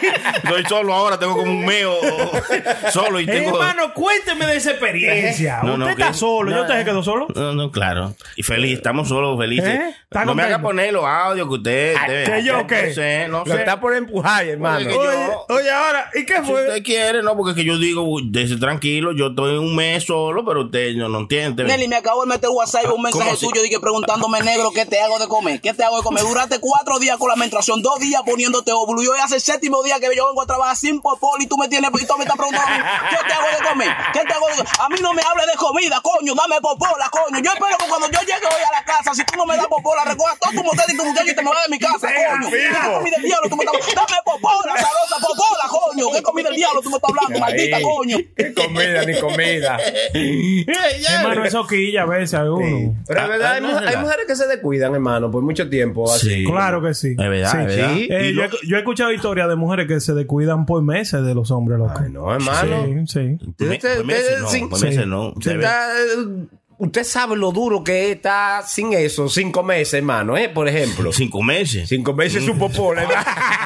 [SPEAKER 7] que- Estoy solo ahora, tengo como un meo solo y tengo.
[SPEAKER 6] Hermano, cuénteme de esa experiencia.
[SPEAKER 7] No, no,
[SPEAKER 6] Usted está
[SPEAKER 7] que-
[SPEAKER 6] solo.
[SPEAKER 7] no,
[SPEAKER 6] Yo te quedo solo.
[SPEAKER 7] No, no, claro. Y feliz, estamos solos, felices.
[SPEAKER 6] ¿Eh? ¿Está
[SPEAKER 7] No me
[SPEAKER 6] contento? Ah,
[SPEAKER 7] haga poner los audios que usted. debe
[SPEAKER 6] ¿que yo
[SPEAKER 7] hacer.
[SPEAKER 6] qué?
[SPEAKER 7] No sé, no
[SPEAKER 8] Lo
[SPEAKER 7] sé.
[SPEAKER 8] está por empujar, hermano.
[SPEAKER 7] Oye,
[SPEAKER 6] Oye, oye, ahora, ¿y qué
[SPEAKER 7] Si
[SPEAKER 6] fue?
[SPEAKER 7] usted quiere, no, porque es que yo digo, uy, dese tranquilo, yo estoy un mes solo, pero usted no, no entiende.
[SPEAKER 11] Nelly, me acabo de meter WhatsApp un mensaje
[SPEAKER 7] así?
[SPEAKER 11] tuyo de que preguntándome, negro, ¿qué te hago de comer? ¿Qué te hago de comer? Duraste cuatro días con la menstruación, dos días poniéndote óvulo. Y hoy hace el séptimo día que yo vengo a trabajar sin popol y tú me tienes, y tú me estás preguntando, a mí, ¿qué te hago de comer? ¿Qué te hago de comer? A mí no me hables de comida, coño, dame popola, coño. Yo espero que cuando yo llegue hoy a la casa, si tú no me das popola, recoja todo tu motel y tu muchacho y te me vas de mi casa, coño. ¿Qué comida del diablo tú me estás Dame popola, sabrosa, popola, coño. ¿Qué comida del diablo tú me estás hablando, maldita,
[SPEAKER 8] Ahí.
[SPEAKER 11] coño?
[SPEAKER 8] Qué comida, ni comida.
[SPEAKER 6] Hermano, eso quilla a veces a uno.
[SPEAKER 8] Pero
[SPEAKER 7] Ah,
[SPEAKER 8] de verdad,
[SPEAKER 7] ah,
[SPEAKER 8] hay,
[SPEAKER 7] no,
[SPEAKER 8] mu-
[SPEAKER 7] es
[SPEAKER 8] hay
[SPEAKER 7] verdad.
[SPEAKER 8] mujeres que se descuidan, hermano, por mucho tiempo.
[SPEAKER 7] Sí.
[SPEAKER 8] así.
[SPEAKER 6] Claro que sí.
[SPEAKER 7] Es verdad,
[SPEAKER 6] Sí.
[SPEAKER 7] es verdad.
[SPEAKER 8] Sí.
[SPEAKER 6] Eh,
[SPEAKER 7] Y
[SPEAKER 6] yo,
[SPEAKER 7] lo-
[SPEAKER 6] he, yo he escuchado historias de mujeres que se descuidan por meses de los hombres, loco.
[SPEAKER 8] Ay, no, hermano.
[SPEAKER 6] Sí, sí.
[SPEAKER 7] Me-
[SPEAKER 8] Usted-
[SPEAKER 7] por meses
[SPEAKER 8] usted-
[SPEAKER 7] no,
[SPEAKER 8] sin-
[SPEAKER 7] por
[SPEAKER 6] sí.
[SPEAKER 7] meses no.
[SPEAKER 8] Usted, está, eh, usted sabe lo duro que está sin eso, cinco meses, hermano, ¿eh? Por ejemplo.
[SPEAKER 7] Cinco meses.
[SPEAKER 8] ¿eh? Cinco meses es un popó, ¿verdad?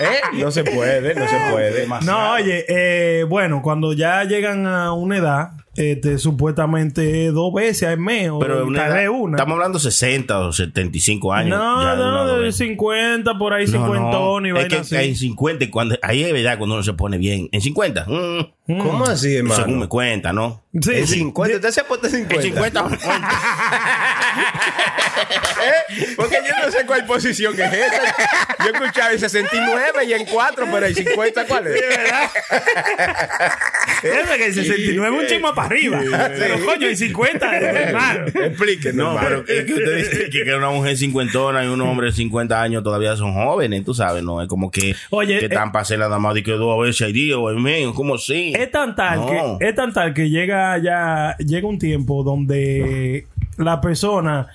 [SPEAKER 8] ¿Eh? No se puede, no se puede.
[SPEAKER 6] No, oye, eh, bueno, cuando ya llegan a una edad, este, supuestamente dos veces al mes, o
[SPEAKER 7] Pero una
[SPEAKER 6] tal vez
[SPEAKER 7] edad-
[SPEAKER 6] una.
[SPEAKER 7] Estamos hablando 60 o 75 años. ya
[SPEAKER 6] no,
[SPEAKER 7] de una
[SPEAKER 6] no, de
[SPEAKER 7] vez.
[SPEAKER 6] 50, por ahí 50 y
[SPEAKER 7] es que
[SPEAKER 6] vaina así.
[SPEAKER 7] en 50, y cuando, ahí es verdad cuando uno se pone bien. En 50. mm,
[SPEAKER 8] ¿Cómo así, hermano?
[SPEAKER 7] Según me cuenta, ¿no?
[SPEAKER 6] Sí,
[SPEAKER 8] En
[SPEAKER 6] sí.
[SPEAKER 8] 50, usted se ha puesto 50.
[SPEAKER 7] En 50.
[SPEAKER 8] ¿Eh? Porque yo no sé cuál posición es esa. Yo escuchaba en 69 y en 4, pero en 50, ¿cuál es?
[SPEAKER 6] Es que el 69 un chismo para arriba. Pero coño, y 50, hermano.
[SPEAKER 7] No,
[SPEAKER 8] Explíquenos.
[SPEAKER 7] pero
[SPEAKER 8] hermano.
[SPEAKER 7] es que usted dice que que una mujer cincuentona y un hombre de 50 años todavía son jóvenes, tú sabes, ¿no? Es como que,
[SPEAKER 6] Oye,
[SPEAKER 7] que
[SPEAKER 6] eh,
[SPEAKER 7] tan pasé la dama de que dos veces al día o al menos, como si.
[SPEAKER 6] Es tan tal
[SPEAKER 7] No.
[SPEAKER 6] que es tan tal que llega ya llega un tiempo donde la persona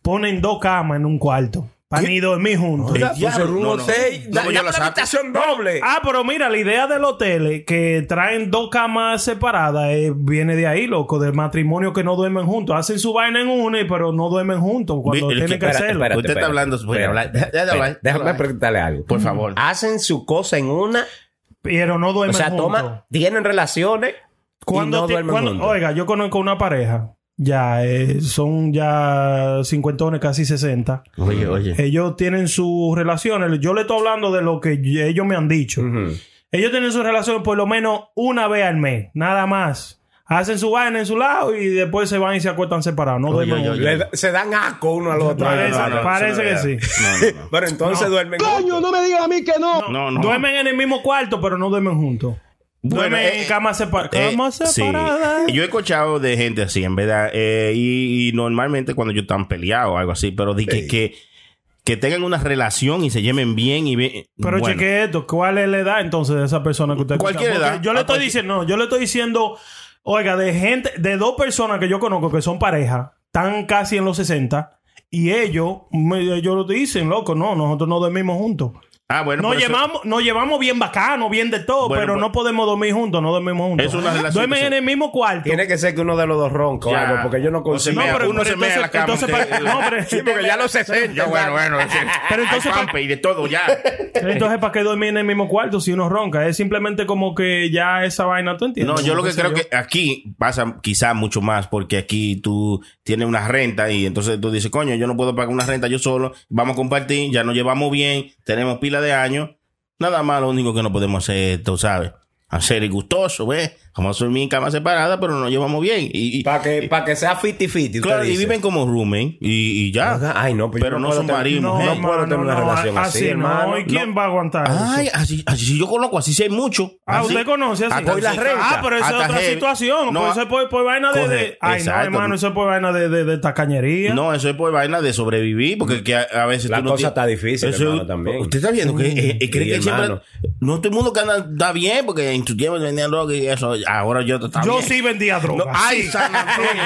[SPEAKER 6] ponen dos camas en un cuarto para ni dormir juntos.
[SPEAKER 7] El
[SPEAKER 8] Pues
[SPEAKER 7] diablo.
[SPEAKER 8] en un
[SPEAKER 7] No, no.
[SPEAKER 8] hotel,
[SPEAKER 7] No, pues yo
[SPEAKER 8] da- dame
[SPEAKER 7] la
[SPEAKER 8] la
[SPEAKER 7] saco.
[SPEAKER 8] habitación doble.
[SPEAKER 6] Ah, pero mira, la idea del hotel es que traen dos camas separadas eh, viene de ahí, loco, del matrimonio que no duermen juntos. Hacen su vaina en una, y- pero no duermen juntos cuando
[SPEAKER 7] Vi- es
[SPEAKER 6] tienen que,
[SPEAKER 7] que- espera,
[SPEAKER 6] hacerlo.
[SPEAKER 7] espera. Usted está hablando, voy a hablar. Deja- deja de hablar.
[SPEAKER 8] espérate. Déjame preguntarle algo.
[SPEAKER 7] Por favor.
[SPEAKER 8] Hacen su cosa en una.
[SPEAKER 6] Pero no
[SPEAKER 8] O
[SPEAKER 6] duermen
[SPEAKER 8] sea,
[SPEAKER 6] juntos.
[SPEAKER 8] toma, tienen relaciones.
[SPEAKER 6] Cuando
[SPEAKER 8] y no
[SPEAKER 6] te-
[SPEAKER 8] duermen
[SPEAKER 6] cuando-
[SPEAKER 8] juntos.
[SPEAKER 6] Oiga, yo conozco una pareja. Ya, eh, son ya cincuentones, casi 60.
[SPEAKER 7] Oye, oye.
[SPEAKER 6] Ellos tienen sus relaciones. Yo le estoy hablando de lo que y- ellos me han dicho.
[SPEAKER 8] Ujú.
[SPEAKER 6] Ellos tienen sus relaciones por lo menos una vez al mes, nada más. Hacen su vaina en su lado y después se van y se acuestan separados. No duermen
[SPEAKER 7] oye,
[SPEAKER 6] juntos.
[SPEAKER 7] oye.
[SPEAKER 8] Le da- se dan asco uno al otro.
[SPEAKER 6] Parece,
[SPEAKER 7] No, no, no,
[SPEAKER 6] parece
[SPEAKER 7] eso no
[SPEAKER 6] que
[SPEAKER 7] es
[SPEAKER 6] sí.
[SPEAKER 7] No, no, no.
[SPEAKER 8] Pero entonces duermen. juntos.
[SPEAKER 9] no me digas a mí que no.
[SPEAKER 7] No, no.
[SPEAKER 6] Duermen en el mismo cuarto, pero no duermen juntos.
[SPEAKER 7] Bueno,
[SPEAKER 6] duermen
[SPEAKER 7] eh,
[SPEAKER 6] en camas separa-
[SPEAKER 7] Eh,
[SPEAKER 6] camas
[SPEAKER 7] sí.
[SPEAKER 6] separadas.
[SPEAKER 7] Yo he escuchado de gente así, en verdad. eh, y, y normalmente cuando yo están peleados o algo así, pero di que, que, que tengan una relación y se lleven bien y bien.
[SPEAKER 6] Pero
[SPEAKER 7] bueno,
[SPEAKER 6] cheque esto, ¿cuál es la edad entonces de esa persona que usted
[SPEAKER 7] Cualquier
[SPEAKER 6] escucha? Porque
[SPEAKER 7] edad.
[SPEAKER 6] Yo le
[SPEAKER 7] A
[SPEAKER 6] estoy
[SPEAKER 7] cualquier-
[SPEAKER 6] diciendo, no, yo le estoy diciendo, oiga, de gente, de dos personas que yo conozco que son pareja, están casi en los 60, y ellos, me- ellos lo dicen, loco, no, nosotros no dormimos juntos.
[SPEAKER 7] Ah, bueno,
[SPEAKER 6] Nos
[SPEAKER 7] pero eso-
[SPEAKER 6] llevamos, nos llevamos bien bacano, bien de todo,
[SPEAKER 7] Bueno,
[SPEAKER 6] pero
[SPEAKER 7] pues-
[SPEAKER 6] no podemos dormir juntos, no dormimos juntos.
[SPEAKER 7] Es una relación
[SPEAKER 6] Duermen
[SPEAKER 7] que se-
[SPEAKER 6] en el mismo cuarto.
[SPEAKER 8] Tiene que ser que uno de los dos ronca o
[SPEAKER 7] Ya.
[SPEAKER 8] algo, porque yo no
[SPEAKER 7] O se
[SPEAKER 8] consigo.
[SPEAKER 7] mea,
[SPEAKER 6] pero-
[SPEAKER 7] uno
[SPEAKER 6] pero
[SPEAKER 7] se mea en la
[SPEAKER 6] entonces-
[SPEAKER 7] cama.
[SPEAKER 6] entonces,
[SPEAKER 7] usted-
[SPEAKER 6] pa- no, pero-
[SPEAKER 8] Sí, porque ya los 60.
[SPEAKER 7] Ya, bueno, bueno. sí.
[SPEAKER 6] Pero entonces,
[SPEAKER 7] Hay
[SPEAKER 6] pa-
[SPEAKER 7] pampe y de todo ya.
[SPEAKER 6] Entonces, ¿para qué dormir en el mismo cuarto si uno ronca? Es simplemente como que ya esa vaina, ¿tú entiendes?
[SPEAKER 7] No, yo lo
[SPEAKER 6] Qué
[SPEAKER 7] que
[SPEAKER 6] sé
[SPEAKER 7] creo
[SPEAKER 6] yo.
[SPEAKER 7] que aquí pasa quizá mucho más porque aquí tú tienes una renta y entonces tú dices, coño, yo no puedo pagar una renta yo solo, vamos a compartir, ya nos llevamos bien, tenemos pila de años, nada más lo único que no podemos hacer, tú sabes, hacer el gustoso, ¿ves? Vamos a dormir en cama separada, pero nos llevamos bien. Y, y-
[SPEAKER 8] Para que, pa' que sea fiti fiti.
[SPEAKER 7] claro, y viven como rumen y, y ya.
[SPEAKER 8] Ay, no, pues yo
[SPEAKER 7] pero no,
[SPEAKER 8] puedo
[SPEAKER 7] son ¿eh?
[SPEAKER 8] tener-
[SPEAKER 7] marido y
[SPEAKER 6] No,
[SPEAKER 7] mujer.
[SPEAKER 8] no puedo tener una
[SPEAKER 6] no, ah,
[SPEAKER 8] relación así,
[SPEAKER 6] no.
[SPEAKER 8] hermano.
[SPEAKER 6] ¿Y quién
[SPEAKER 8] No.
[SPEAKER 6] va a aguantar
[SPEAKER 7] Ay,
[SPEAKER 6] eso?
[SPEAKER 7] así, así yo conozco, así sí hay mucho.
[SPEAKER 6] Ah,
[SPEAKER 7] Así-
[SPEAKER 6] usted conoce así.
[SPEAKER 7] Hasta
[SPEAKER 8] Por la
[SPEAKER 7] sí.
[SPEAKER 8] renta.
[SPEAKER 6] Ah, pero eso es
[SPEAKER 7] Hasta
[SPEAKER 6] otra
[SPEAKER 7] heavy.
[SPEAKER 6] situación.
[SPEAKER 7] No,
[SPEAKER 6] Pero eso es por, por vaina de, de-
[SPEAKER 7] Correcto,
[SPEAKER 6] Ay,
[SPEAKER 7] exacto.
[SPEAKER 6] no, hermano, eso es por vaina de, de, de tacañería.
[SPEAKER 7] No, eso es por vaina de sobrevivir, porque que a, a veces
[SPEAKER 8] La
[SPEAKER 7] tú no
[SPEAKER 8] cosa
[SPEAKER 7] tienes-
[SPEAKER 8] está difícil,
[SPEAKER 7] Eso-
[SPEAKER 8] hermano, también.
[SPEAKER 7] Usted está viendo que eh, eh, cree
[SPEAKER 8] Sí,
[SPEAKER 7] que
[SPEAKER 8] hermano.
[SPEAKER 7] siempre no todo el mundo que anda está bien, porque en tu tiempo vendían droga y eso. Ahora yo está
[SPEAKER 6] Yo
[SPEAKER 7] bien.
[SPEAKER 6] sí vendía droga.
[SPEAKER 7] No, ay, San Antonio.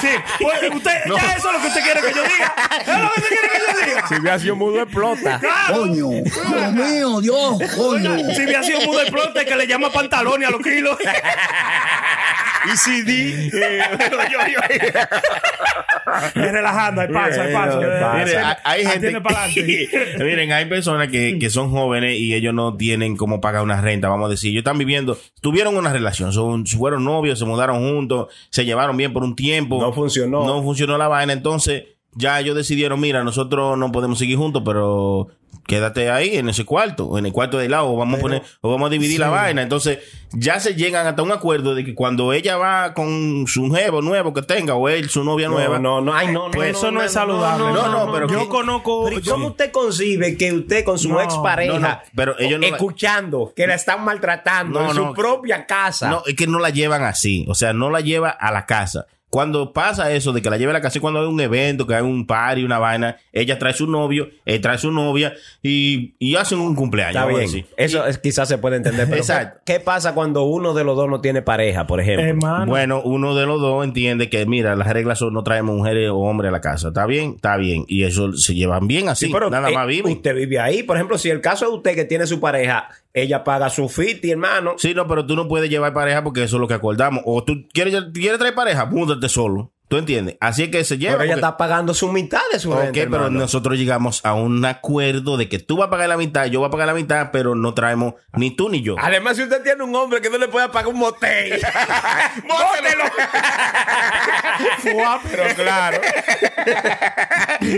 [SPEAKER 6] Sí, pues, usted,
[SPEAKER 7] No.
[SPEAKER 6] ya eso es lo que usted quiere que yo diga. Es lo que usted quiere que yo diga.
[SPEAKER 8] Si hubiera sido mudo, explota.
[SPEAKER 9] Coño, Dios mío, Dios, coño.
[SPEAKER 6] Si me ha sido mudo el plote que le llama pantalones a los kilos.
[SPEAKER 7] Y CD.
[SPEAKER 6] Es relajando, hay paso, hay paso.
[SPEAKER 8] Mire,
[SPEAKER 7] Mire,
[SPEAKER 6] Atiende-
[SPEAKER 7] hay, hay gente.
[SPEAKER 6] atiende para adelante.
[SPEAKER 7] Miren, hay personas que, que son jóvenes y ellos no tienen cómo pagar una renta, vamos a decir. Ellos están viviendo, tuvieron una relación, son, fueron novios, se mudaron juntos, se llevaron bien por un tiempo.
[SPEAKER 8] No funcionó.
[SPEAKER 7] No funcionó la vaina. Entonces, ya ellos decidieron, mira, nosotros no podemos seguir juntos, pero quédate ahí en ese cuarto, en el cuarto de lado, o vamos a poner, o vamos a dividir la vaina. Entonces, ya se llegan hasta un acuerdo de que cuando ella va con su jevo nuevo que tenga, o él, su novia nueva,
[SPEAKER 8] No, no, no. Ay, no, no.
[SPEAKER 6] Pues eso no es saludable.
[SPEAKER 7] no, no, pero
[SPEAKER 6] yo
[SPEAKER 7] que-
[SPEAKER 6] conozco.
[SPEAKER 8] Pero ¿y
[SPEAKER 6] yo-
[SPEAKER 8] ¿Cómo usted concibe que usted con su
[SPEAKER 6] No,
[SPEAKER 7] no,
[SPEAKER 8] expareja,
[SPEAKER 7] no, pero ellos no la-
[SPEAKER 8] escuchando que la están maltratando
[SPEAKER 7] No,
[SPEAKER 8] en su
[SPEAKER 7] no.
[SPEAKER 8] propia casa?
[SPEAKER 7] No, es que no la llevan así. O sea, no la lleva a la casa. Cuando pasa eso de que la lleve a la casa, es cuando hay un evento, que hay un party, una vaina, ella trae su novio, él trae su novia y, y hacen un cumpleaños.
[SPEAKER 8] Está
[SPEAKER 7] vamos a
[SPEAKER 8] bien.
[SPEAKER 7] decir.
[SPEAKER 8] Eso es- quizás se puede entender. Pero
[SPEAKER 7] Exacto.
[SPEAKER 8] ¿qué, qué pasa cuando uno de los dos no tiene pareja, por ejemplo?
[SPEAKER 6] Hermano.
[SPEAKER 7] Bueno, uno de los dos entiende que, mira, las reglas son no traemos mujeres o hombres a la casa. ¿Está bien? Está bien. Y eso se llevan bien así.
[SPEAKER 8] Sí, pero
[SPEAKER 7] nada
[SPEAKER 8] eh,
[SPEAKER 7] más viven.
[SPEAKER 8] Usted vive ahí. Por ejemplo, si el caso de usted que tiene su pareja, ella paga su fiti, hermano.
[SPEAKER 7] Sí, no, pero tú no puedes llevar pareja porque eso es lo que acordamos. O tú quieres, quieres traer pareja, múdate solo. ¿Tú entiendes? Así es que se lleva.
[SPEAKER 8] Pero ella
[SPEAKER 7] porque-
[SPEAKER 8] está pagando su mitad de su
[SPEAKER 7] Ok,
[SPEAKER 8] renta,
[SPEAKER 7] pero
[SPEAKER 8] hermano.
[SPEAKER 7] nosotros llegamos a un acuerdo de que tú vas a pagar la mitad, yo voy a pagar la mitad, pero no traemos ni tú ni
[SPEAKER 6] Ah.
[SPEAKER 7] yo.
[SPEAKER 8] Además, si usted tiene un hombre que no le pueda pagar un motel, ¡bótelo!
[SPEAKER 7] Fua, pero claro.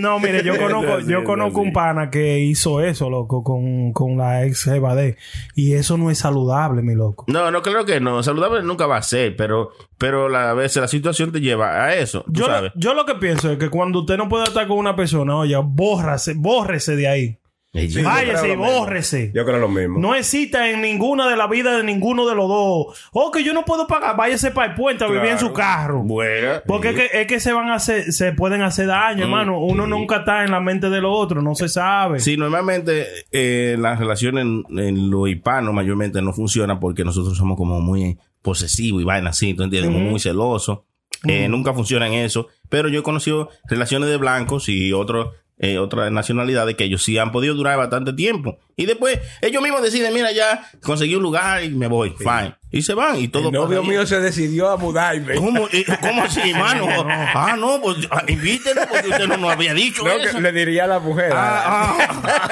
[SPEAKER 6] No, mire, yo conozco,
[SPEAKER 7] Así,
[SPEAKER 6] yo conozco un pana que hizo eso, loco, con, con la ex jeva de. él. Y eso no es saludable, mi loco.
[SPEAKER 7] No, no, claro que no. Saludable nunca va a ser, pero, pero la- a veces la situación te lleva a eso. Tú
[SPEAKER 6] Yo lo,
[SPEAKER 7] sabes.
[SPEAKER 6] yo lo que pienso es que cuando usted no puede estar con una persona, oye, bórrase, bórrese de ahí.
[SPEAKER 7] Sí,
[SPEAKER 8] yo
[SPEAKER 6] Váyase y
[SPEAKER 8] creo lo mismo.
[SPEAKER 6] bórrese.
[SPEAKER 8] Yo creo lo mismo.
[SPEAKER 6] No exista en ninguna de la vida de ninguno de los dos. O que yo no puedo pagar, váyase para el puente a vivir en su carro.
[SPEAKER 7] Bueno.
[SPEAKER 6] Porque es que, es que se van a hacer, se pueden hacer
[SPEAKER 7] Mm.
[SPEAKER 6] daño, hermano. Uno nunca está en la mente del otro, no se sabe.
[SPEAKER 7] Sí, normalmente eh, las relaciones en, en lo hispano mayormente no funcionan porque nosotros somos como muy posesivos y vaina así, ¿tú entiendes? Como muy celosos. Eh, Nunca funcionan eso. Pero yo he conocido relaciones de blancos y otros. eh, otras nacionalidades que ellos sí han podido durar bastante tiempo y después ellos mismos deciden mira ya conseguí un lugar y me voy fine y se van y todo
[SPEAKER 8] El novio
[SPEAKER 7] pasa.
[SPEAKER 8] mío se decidió a mudarme.
[SPEAKER 7] ¿Cómo, eh, ¿Cómo así, hermano? Ah, no, pues ah, invítenlo porque usted no nos había dicho
[SPEAKER 8] Creo
[SPEAKER 7] eso. Ah,
[SPEAKER 8] que le diría a la mujer.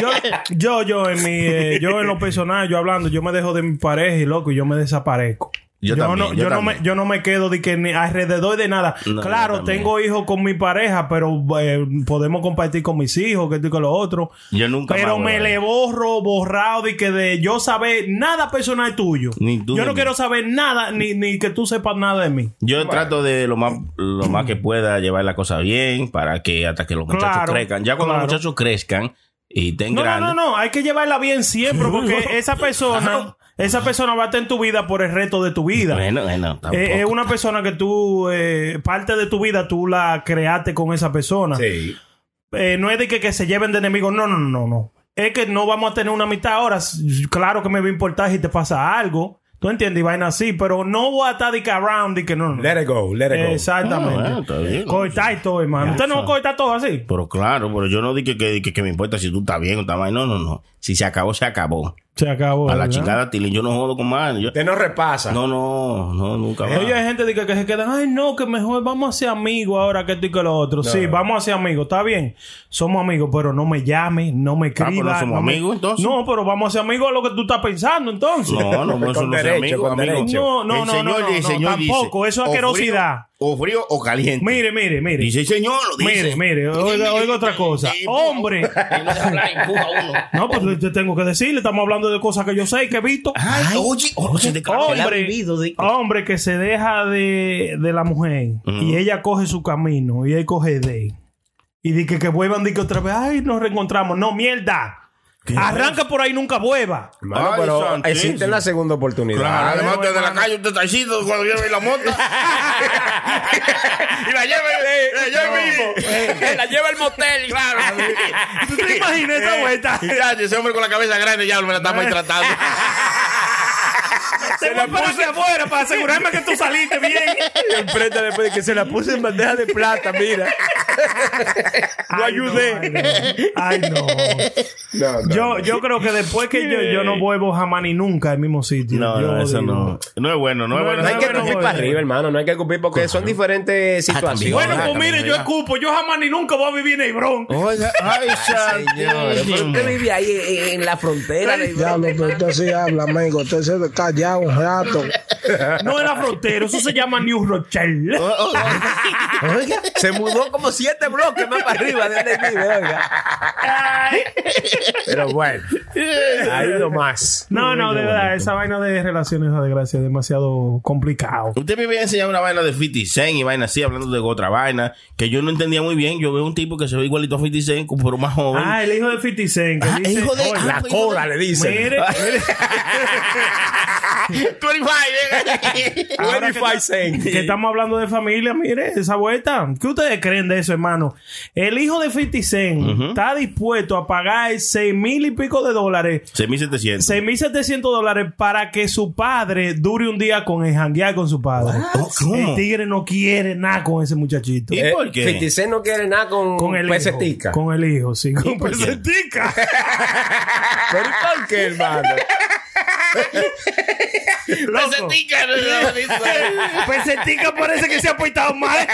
[SPEAKER 6] yo, yo, yo, en mi, eh, yo en lo personal, yo hablando, yo me dejo de mi pareja y loco, y yo me desaparezco.
[SPEAKER 7] Yo también,
[SPEAKER 6] no,
[SPEAKER 7] yo
[SPEAKER 6] no me,
[SPEAKER 7] también.
[SPEAKER 6] yo no me quedo de que ni alrededor de nada.
[SPEAKER 7] No, yo
[SPEAKER 6] claro,
[SPEAKER 7] también.
[SPEAKER 6] tengo hijos con mi pareja, pero eh, podemos compartir con mis hijos, que esto y con lo otro.
[SPEAKER 7] Yo nunca
[SPEAKER 6] Pero
[SPEAKER 7] más,
[SPEAKER 6] me
[SPEAKER 7] brother.
[SPEAKER 6] le borro, borrado de que de yo saber nada personal tuyo.
[SPEAKER 7] Ni tú
[SPEAKER 6] yo
[SPEAKER 7] ni
[SPEAKER 6] no
[SPEAKER 7] yo.
[SPEAKER 6] quiero saber nada, ni, ni que tú sepas nada de mí.
[SPEAKER 7] Yo trato de lo más, lo más que pueda llevar la cosa bien para que hasta que los muchachos
[SPEAKER 6] Claro,
[SPEAKER 7] crezcan. Ya cuando
[SPEAKER 6] claro.
[SPEAKER 7] los muchachos crezcan y estén
[SPEAKER 6] No, no,
[SPEAKER 7] grandes.
[SPEAKER 6] no, no, hay que llevarla bien siempre, porque esa persona, esa persona va a estar en tu vida por el resto de tu vida.
[SPEAKER 7] Bueno, bueno, tampoco.
[SPEAKER 6] Eh, Es una persona que tú, eh, parte de tu vida tú la creaste con esa
[SPEAKER 7] ah.
[SPEAKER 6] persona.
[SPEAKER 8] Sí.
[SPEAKER 6] Eh, no es de que, que se lleven de enemigos, no, no, no, no. Es que no vamos a tener una mitad ahora. S- Claro que me va a importar si te pasa algo. ¿Tú entiendes? Y vaina así, pero no voy a estar de que around y que no, no.
[SPEAKER 8] Let it go, let it go.
[SPEAKER 6] Exactamente.
[SPEAKER 7] Ah, bueno, está bien.
[SPEAKER 6] cortar y todo, hermano. Usted no corta todo así.
[SPEAKER 7] Pero claro, pero yo no dije que, que, que me importa si tú estás bien o estás mal. No, no, no. Si se acabó, se acabó.
[SPEAKER 6] Se acabó.
[SPEAKER 7] a la
[SPEAKER 6] Pues, ¿verdad?
[SPEAKER 7] chingada, Tilín, yo no jodo con más. Yo-
[SPEAKER 8] Usted no repasa.
[SPEAKER 7] no, no, no, nunca más.
[SPEAKER 6] Oye, hay gente de que, que se quedan, ay, no, que mejor vamos a ser amigos ahora que esto y que lo otro. sí, vamos a ser amigos, está bien. Somos amigos, pero no me llames, no me
[SPEAKER 7] pues
[SPEAKER 6] escribas.
[SPEAKER 7] no somos
[SPEAKER 6] me-
[SPEAKER 7] amigos, entonces.
[SPEAKER 6] No, pero vamos a ser amigos a lo que tú estás pensando, entonces.
[SPEAKER 7] No, no, no, eso
[SPEAKER 8] Con
[SPEAKER 7] no es
[SPEAKER 8] derecho,
[SPEAKER 7] amigo,
[SPEAKER 8] con
[SPEAKER 7] amigo.
[SPEAKER 6] No,
[SPEAKER 8] derecho.
[SPEAKER 6] no,
[SPEAKER 7] El
[SPEAKER 6] no, no, no,
[SPEAKER 7] el
[SPEAKER 6] no,
[SPEAKER 7] señor dice,
[SPEAKER 6] tampoco, eso es
[SPEAKER 7] o frío-
[SPEAKER 6] asquerosidad.
[SPEAKER 7] O frío o caliente.
[SPEAKER 6] Mire, mire, mire.
[SPEAKER 7] Dice el señor, lo dice.
[SPEAKER 6] Mire, mire, oiga, oiga otra cosa. Hombre. No, pues yo- yo tengo que decirle, estamos hablando de cosas que yo sé y que he visto.
[SPEAKER 7] Ay, oye, oye, de cara-
[SPEAKER 6] Hombre, hombre que se deja de, de la mujer
[SPEAKER 7] Ujú.
[SPEAKER 6] y ella coge su camino y él coge de él. Y di que, que vuelvan, di que otra vez, ay, nos reencontramos. No, mierda. Arranca por ahí, nunca vuelva.
[SPEAKER 8] Hermano,
[SPEAKER 7] Ay,
[SPEAKER 8] pero
[SPEAKER 7] santísimo.
[SPEAKER 8] existe la segunda oportunidad.
[SPEAKER 7] Claro, además usted de la calle, usted está chido cuando viene la moto. y la lleva y la lleva mismo. la lleva al motel. Claro.
[SPEAKER 6] ¿Tú te imaginas
[SPEAKER 7] Eh,
[SPEAKER 6] esa vuelta?
[SPEAKER 7] Ya, ese hombre con la cabeza grande ya me la está maltratando.
[SPEAKER 6] Te voy para aquí afuera para asegurarme que tú saliste bien.
[SPEAKER 8] Enfrente después de que se la puse en bandeja de plata, mira.
[SPEAKER 6] Lo ayudé. Ay, no. Yo, yo creo que después que yo, yo no vuelvo jamás ni nunca al mismo sitio.
[SPEAKER 7] No,
[SPEAKER 6] Yo
[SPEAKER 7] no, eso
[SPEAKER 6] digo-
[SPEAKER 7] no. No es bueno, no es
[SPEAKER 6] No,
[SPEAKER 7] bueno.
[SPEAKER 8] No hay que
[SPEAKER 6] Bueno,
[SPEAKER 8] escupir
[SPEAKER 6] bueno.
[SPEAKER 8] para arriba, hermano. No hay que escupir porque son diferentes situaciones.
[SPEAKER 6] Bueno,
[SPEAKER 7] Ah,
[SPEAKER 6] pues mire,
[SPEAKER 7] también,
[SPEAKER 6] yo
[SPEAKER 7] ¿verdad?
[SPEAKER 6] escupo. Yo jamás ni nunca voy a vivir en Hebrón.
[SPEAKER 7] Oiga, ay, señor.
[SPEAKER 12] vive ahí eh, en la frontera. de-
[SPEAKER 9] Diablo, pero usted sí habla, amigo. Usted se ve callado un rato.
[SPEAKER 6] No en la frontera, eso se llama New Rochelle.
[SPEAKER 7] Oh,
[SPEAKER 12] se mudó como siete bloques más para arriba de donde vive, oiga.
[SPEAKER 8] Pero bueno, ha ido más.
[SPEAKER 6] No, no, de verdad, esa vaina de relaciones a desgracia es demasiado complicado.
[SPEAKER 7] Usted me había enseñado una vaina de 50 Cent y vaina así, hablando de otra vaina, que yo no entendía muy bien. Yo veo un tipo que se ve igualito a 50 Cent, pero más joven.
[SPEAKER 6] Ah, el hijo de 50 Cent, que dice,
[SPEAKER 7] hijo de-
[SPEAKER 6] "Oye,
[SPEAKER 7] ah,
[SPEAKER 8] La cola le dicen.
[SPEAKER 6] mire, mire,
[SPEAKER 7] 25, venga.
[SPEAKER 6] ahora que-
[SPEAKER 8] 25 cent.
[SPEAKER 6] que estamos hablando de familia, mire, esa vuelta. ¿Qué ustedes creen de eso, hermano? El hijo de 50 Cent está dispuesto a pagar seis mil y pico de dólares,
[SPEAKER 7] 6700.
[SPEAKER 6] 6.700 dólares para que su padre dure un día con el janguear con su padre.
[SPEAKER 7] Oh, ¿cómo?
[SPEAKER 6] El tigre no quiere nada con ese muchachito.
[SPEAKER 7] ¿Y por qué?
[SPEAKER 8] 56 Eh, no quiere nada con,
[SPEAKER 6] Con el hijo.
[SPEAKER 8] pesetica.
[SPEAKER 6] Con el hijo, sí. Con
[SPEAKER 7] por qué?
[SPEAKER 6] pesetica.
[SPEAKER 8] ¿Pero ¿y por qué, hermano?
[SPEAKER 7] Pesetica.
[SPEAKER 13] Pesetica parece que se ha portado mal.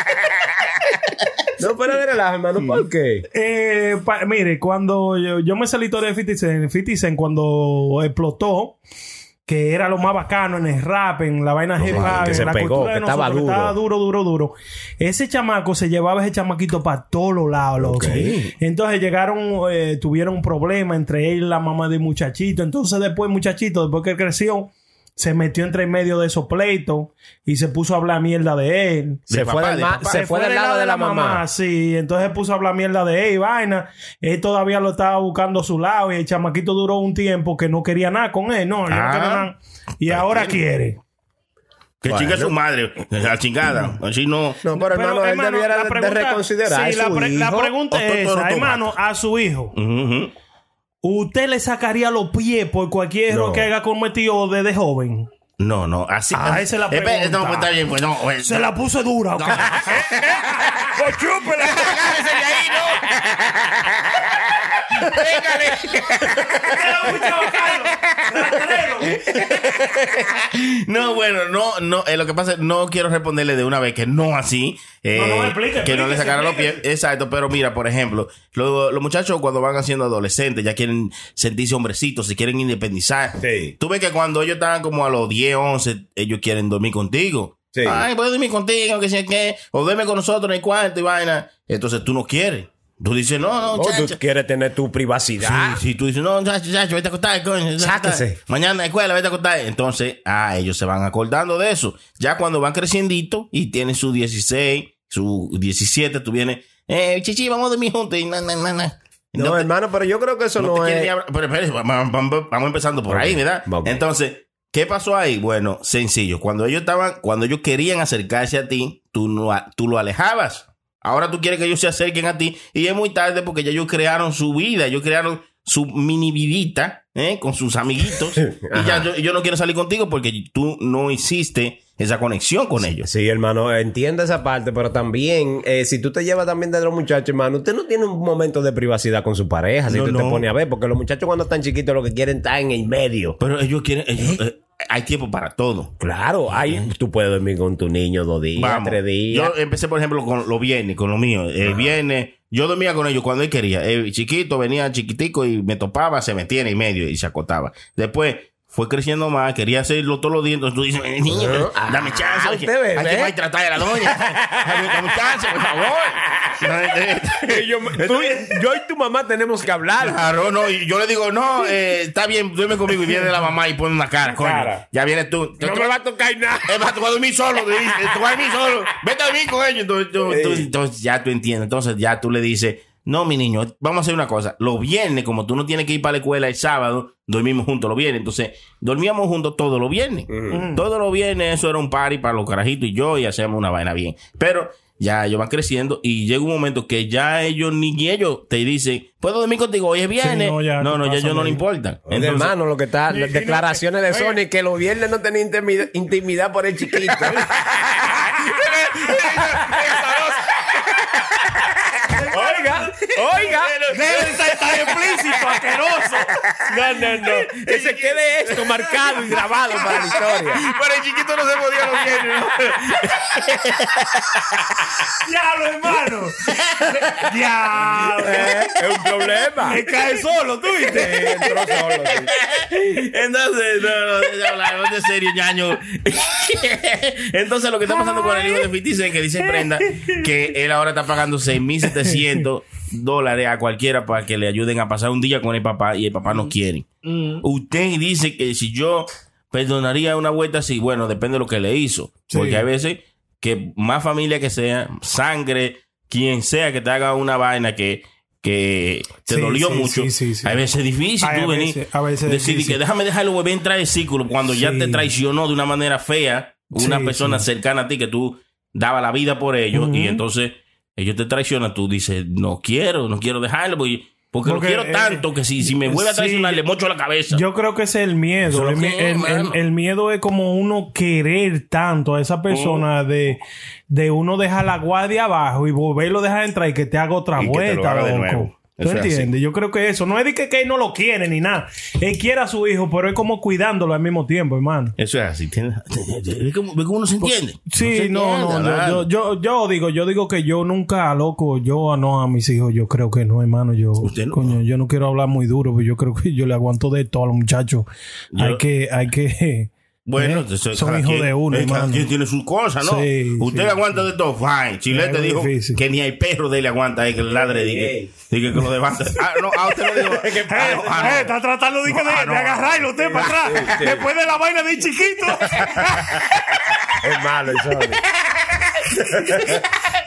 [SPEAKER 8] No, pero de relajo, hermano. ¿Por qué?
[SPEAKER 6] Eh, pa- mire, cuando yo, yo me sé la historia de 50 Cent, 50 Cent cuando explotó, que era lo más bacano en el rap, en la vaina hip
[SPEAKER 8] claro,
[SPEAKER 6] hop,
[SPEAKER 8] que
[SPEAKER 6] en
[SPEAKER 8] se
[SPEAKER 6] la
[SPEAKER 8] pegó,
[SPEAKER 6] cultura
[SPEAKER 8] que
[SPEAKER 6] de nosotros,
[SPEAKER 8] estaba
[SPEAKER 6] que
[SPEAKER 8] duro.
[SPEAKER 6] estaba duro, duro, duro. Ese chamaco se llevaba ese chamaquito para todos los lados, loco. Entonces llegaron, eh, tuvieron un problema entre él y la mamá del muchachito. Entonces después, el muchachito, después que él creció, se metió entre en medio de esos pleitos y se puso a hablar mierda de él.
[SPEAKER 8] Se fue del ma- se fue del lado de la mamá.
[SPEAKER 6] Ah, Sí, entonces puso a hablar mierda de él y vaina. Él todavía lo estaba buscando a su lado y el chamaquito duró un tiempo que no quería nada con él. No, yo no
[SPEAKER 7] Ah.
[SPEAKER 6] quiero nada. Y ahora quiere.
[SPEAKER 7] Que
[SPEAKER 6] Bueno.
[SPEAKER 7] chinga su madre. La chingada. Así no.
[SPEAKER 8] No, pero hermano, él debiera de- de reconsiderar.
[SPEAKER 6] sí, la, pre- la pregunta es esa, hermano, a su hijo. ¿Usted le sacaría los pies por cualquier error
[SPEAKER 7] No.
[SPEAKER 6] que haya cometido desde joven?
[SPEAKER 7] No, no. Así.
[SPEAKER 6] Ah, esa es la
[SPEAKER 7] Espera,
[SPEAKER 6] pregunta.
[SPEAKER 7] no, pues está bien, pues no. pues-
[SPEAKER 6] Se la puse dura. ok.
[SPEAKER 13] Pues chúpela. Agárrese de ahí, ¿no?
[SPEAKER 7] No, bueno, no, no. eh, lo que pasa es no quiero responderle de una vez que no así. eh,
[SPEAKER 6] No, no, explique,
[SPEAKER 7] que no
[SPEAKER 6] explique,
[SPEAKER 7] le sacaran los pies.
[SPEAKER 6] explique.
[SPEAKER 7] Exacto, pero mira, por ejemplo, lo- los muchachos cuando van haciendo adolescentes ya quieren sentirse hombrecitos, se quieren independizar. Tú ves que cuando ellos estaban como a los 10, 11, ellos quieren dormir contigo. Ay, voy a dormir contigo, que sé qué. O duerme con nosotros en el cuarto y vaina. Entonces tú no quieres. Oh, Tú dices, no, no,
[SPEAKER 8] No,
[SPEAKER 7] chacho.
[SPEAKER 8] tú quieres tener tu privacidad.
[SPEAKER 7] Sí, sí, tú dices, no, chacho, chacho, vete a acostar, coño. vete a acostar.
[SPEAKER 8] Sáquese.
[SPEAKER 7] Mañana a la escuela, vete a acostar. Entonces, ah, ellos se van acordando de eso. Ya cuando van creciendito y tienen su 16, su 17, tú vienes, eh, chichi, vamos a dormir juntos. Y na, na, na, na.
[SPEAKER 8] No, hermano, pero yo creo que eso
[SPEAKER 7] No
[SPEAKER 8] no,
[SPEAKER 7] te quieren
[SPEAKER 8] es.
[SPEAKER 7] ni abra- pero, espérese, va- va- va- vamos, empezando por
[SPEAKER 8] Ok,
[SPEAKER 7] ahí, ¿verdad?
[SPEAKER 8] vamos.
[SPEAKER 7] Entonces, ¿qué pasó ahí? Bueno, sencillo. Cuando ellos estaban, cuando ellos querían acercarse a ti, tú, no, a- tú lo alejabas. Ahora tú quieres que ellos se acerquen a ti y es muy tarde porque ya ellos crearon su vida, ellos crearon su mini vidita ¿eh? con sus amiguitos y ya yo, yo no quiero salir contigo porque tú no hiciste esa conexión con ellos.
[SPEAKER 8] Sí, hermano, entiendo esa parte, pero también, eh, si tú te llevas también de los muchachos, hermano, usted no tiene un momento de privacidad con su pareja, si
[SPEAKER 7] No,
[SPEAKER 8] tú te
[SPEAKER 7] no.
[SPEAKER 8] pones a ver, porque los muchachos cuando están chiquitos lo que quieren está en el medio.
[SPEAKER 7] Pero ellos quieren, ellos, eh, hay tiempo para todo.
[SPEAKER 8] Claro, hay, tú puedes dormir con tu niño dos días,
[SPEAKER 7] Vamos.
[SPEAKER 8] tres días.
[SPEAKER 7] Yo empecé, por ejemplo, con los viernes, con lo mío. El viernes, yo dormía con ellos cuando él quería. El chiquito venía chiquitico y me topaba, se metía en el medio y se acotaba. Después fue creciendo más, quería hacerlo todos los días. Entonces tú dices, "Eh, niño,
[SPEAKER 13] Ah,
[SPEAKER 7] dame chance.
[SPEAKER 13] usted
[SPEAKER 7] Hay que-
[SPEAKER 13] bebé.
[SPEAKER 7] hay que maltratar a la doña. Dame dame chance, por favor.
[SPEAKER 8] yo, y tu mamá tenemos que hablar.
[SPEAKER 7] Claro, no. Y yo le digo, no, eh, está bien, duerme conmigo. Y viene la mamá y pone una cara, coño.
[SPEAKER 13] Cara.
[SPEAKER 7] Ya vienes tú.
[SPEAKER 13] No me va a tocar nada.
[SPEAKER 7] Es más, tú vas a dormir solo. Te dice, tú vas a dormir solo. Vete a dormir con ellos. Entonces, tú- tú- entonces ya tú entiendes. Entonces ya tú le dices, no, mi niño, vamos a hacer una cosa. Los viernes, como tú no tienes que ir para la escuela el sábado, dormimos juntos los viernes. Entonces, dormíamos juntos todos los viernes. Todos los viernes eso era un party para los carajitos y yo y hacíamos una vaina bien. Pero ya ellos van creciendo y llega un momento que ya ellos ni ellos te dicen, puedo dormir contigo, hoy es viernes.
[SPEAKER 6] no,
[SPEAKER 7] no,
[SPEAKER 6] ya,
[SPEAKER 7] no,
[SPEAKER 6] ¿qué
[SPEAKER 7] ya
[SPEAKER 6] pasa,
[SPEAKER 7] ellos no
[SPEAKER 6] Miguel?
[SPEAKER 7] le importan.
[SPEAKER 8] Oye,
[SPEAKER 7] Entonces-
[SPEAKER 8] hermano, lo que está,
[SPEAKER 6] Y-
[SPEAKER 8] las
[SPEAKER 6] y no-
[SPEAKER 8] declaraciones de
[SPEAKER 6] Oye.
[SPEAKER 8] Sony que los viernes no tenía intimida- intimidad por el chiquito. oiga, oiga.
[SPEAKER 13] Debe estar tan explícito, asqueroso.
[SPEAKER 8] No, no, no. Que se quede esto marcado y grabado para la historia.
[SPEAKER 7] Pero el chiquito no se podía los viernes. ¿no?
[SPEAKER 6] ¡Diablo, hermano! ¡Diablo!
[SPEAKER 8] Eh, es un problema.
[SPEAKER 6] Me cae solo, ¿tú viste?
[SPEAKER 7] Entonces, no, no, no, no, no, de serio, ñaño. Entonces, lo que está pasando con el hijo de Fitizen, que dice Prenda, que él ahora está pagando 6.700 dólares a cualquiera para que le ayuden a pasar un día con el papá y el papá no quiere. Usted dice que si yo perdonaría una vuelta, sí, bueno, depende de lo que le hizo. Porque hay veces que más familia que sea, sangre, quien sea que te haga una vaina que, que te
[SPEAKER 6] Sí,
[SPEAKER 7] dolió
[SPEAKER 6] sí,
[SPEAKER 7] mucho,
[SPEAKER 6] sí, sí, sí.
[SPEAKER 7] hay veces es difícil
[SPEAKER 6] Ay,
[SPEAKER 7] tú
[SPEAKER 6] a
[SPEAKER 7] venir
[SPEAKER 6] veces- a veces es
[SPEAKER 7] decir
[SPEAKER 6] difícil.
[SPEAKER 7] que déjame dejarlo volver a entrar el círculo cuando ya
[SPEAKER 6] Sí.
[SPEAKER 7] te traicionó de una manera fea una
[SPEAKER 6] Sí,
[SPEAKER 7] persona
[SPEAKER 6] sí.
[SPEAKER 7] cercana a ti que tú daba la vida por ellos y entonces ellos te traicionan tú dices no quiero no quiero dejarlo porque, porque lo
[SPEAKER 6] Porque,
[SPEAKER 7] quiero
[SPEAKER 6] eh,
[SPEAKER 7] tanto que si, si me vuelve a
[SPEAKER 6] sí,
[SPEAKER 7] traicionar le mocho la cabeza
[SPEAKER 6] Yo creo que ese es el
[SPEAKER 7] Eso
[SPEAKER 6] miedo.
[SPEAKER 7] es
[SPEAKER 6] El,
[SPEAKER 7] lo
[SPEAKER 6] mi-
[SPEAKER 7] que es,
[SPEAKER 6] el- el-
[SPEAKER 7] mano.
[SPEAKER 6] el miedo es como uno querer tanto a esa persona
[SPEAKER 7] Mm.
[SPEAKER 6] de, de uno dejar la guardia abajo y volverlo a dejar entrar y que te haga otra
[SPEAKER 7] Y que te lo
[SPEAKER 6] vuelta,
[SPEAKER 7] haga de
[SPEAKER 6] loco.
[SPEAKER 7] nuevo.
[SPEAKER 6] ¿Tú
[SPEAKER 7] Eso es así.
[SPEAKER 6] entiendes? Yo creo que eso. No es de que, que él no lo quiere ni nada. Él quiere a su hijo, pero es como cuidándolo al mismo tiempo, hermano.
[SPEAKER 7] Eso es así. tiene- Ve cómo ve cómo uno se entiende.
[SPEAKER 6] Pues, Sí, no, no,
[SPEAKER 7] entiende,
[SPEAKER 6] no,
[SPEAKER 7] claro.
[SPEAKER 6] yo, yo, yo digo, yo digo que yo nunca, loco, yo ah, no a mis hijos, yo creo que no, hermano, yo, coño, yo no quiero hablar muy duro, pero yo creo que yo le aguanto de todo a los muchachos.
[SPEAKER 7] Yo-
[SPEAKER 6] Hay que, hay que,
[SPEAKER 7] Bueno,
[SPEAKER 6] ¿eh?
[SPEAKER 7] eso es
[SPEAKER 6] son
[SPEAKER 7] cada
[SPEAKER 6] hijos
[SPEAKER 7] quien.
[SPEAKER 6] de uno,
[SPEAKER 7] Eh, cada
[SPEAKER 6] hermano.
[SPEAKER 7] quien tiene sus cosas, ¿no?
[SPEAKER 6] Sí,
[SPEAKER 7] Usted
[SPEAKER 6] sí.
[SPEAKER 7] aguanta de todo. Fine. Chile te
[SPEAKER 6] muy
[SPEAKER 7] dijo que ni hay perro de él aguanta eh, que le ladre. Dije, dije que lo levanta. Ah, no, a usted le ah, dijo.
[SPEAKER 14] Eh, está tratando de, que
[SPEAKER 7] Ah,
[SPEAKER 14] de, de agarrarlo usted para atrás.
[SPEAKER 7] sí.
[SPEAKER 14] Después de la vaina de chiquito.
[SPEAKER 8] Es malo, ¿sabes?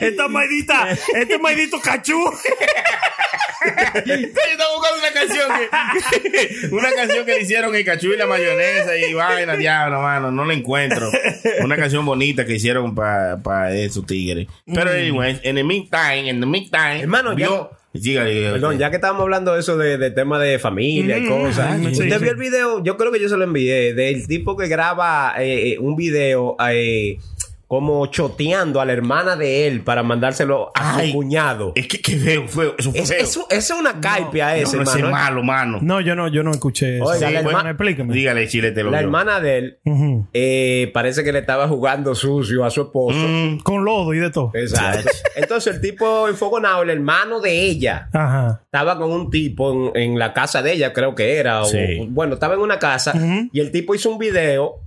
[SPEAKER 14] Esta maidita, este maidito cachú.
[SPEAKER 7] Yo estaba buscando una canción que, una canción que le hicieron el cachú y la mayonesa y vaina, diablo, mano, no la encuentro. Una canción bonita que hicieron para esos tigres. Pero
[SPEAKER 8] Mm.
[SPEAKER 7] anyway, en el meantime, en el meantime,
[SPEAKER 8] Hermano, ya-
[SPEAKER 7] vio- Dígale,
[SPEAKER 8] Perdón, ya que estábamos hablando de eso de, de tema de familia y
[SPEAKER 7] Mm,
[SPEAKER 8] cosas.
[SPEAKER 7] sí,
[SPEAKER 8] ¿Usted
[SPEAKER 7] sí.
[SPEAKER 8] vio el video? Yo creo que yo se lo envié. Del tipo que graba eh, eh, un video eh, como choteando a la hermana de él para mandárselo a su cuñado.
[SPEAKER 7] Es que, feo, feo. Eso
[SPEAKER 8] es, eso- eso es una caipia ese,
[SPEAKER 7] no, no, ese
[SPEAKER 8] hermano. ¿eh?
[SPEAKER 7] es malo, mano.
[SPEAKER 6] No, yo no, yo no escuché eso.
[SPEAKER 8] Oiga,
[SPEAKER 6] Sí,
[SPEAKER 8] la
[SPEAKER 6] bueno,
[SPEAKER 8] herma-
[SPEAKER 6] explícame.
[SPEAKER 7] Dígale, Chile, te lo
[SPEAKER 8] La
[SPEAKER 7] vio.
[SPEAKER 8] hermana de él
[SPEAKER 6] Ujú.
[SPEAKER 8] eh, parece que le estaba jugando sucio a su esposo.
[SPEAKER 6] Mm.
[SPEAKER 14] Mm.
[SPEAKER 6] Con lodo y de todo.
[SPEAKER 8] Exacto. Entonces el tipo enfogonado, el hermano de ella,
[SPEAKER 6] Ajá.
[SPEAKER 8] estaba con un tipo en, en la casa de ella, creo que era. o-
[SPEAKER 6] Sí.
[SPEAKER 8] o- bueno, estaba en una casa y el tipo hizo un video.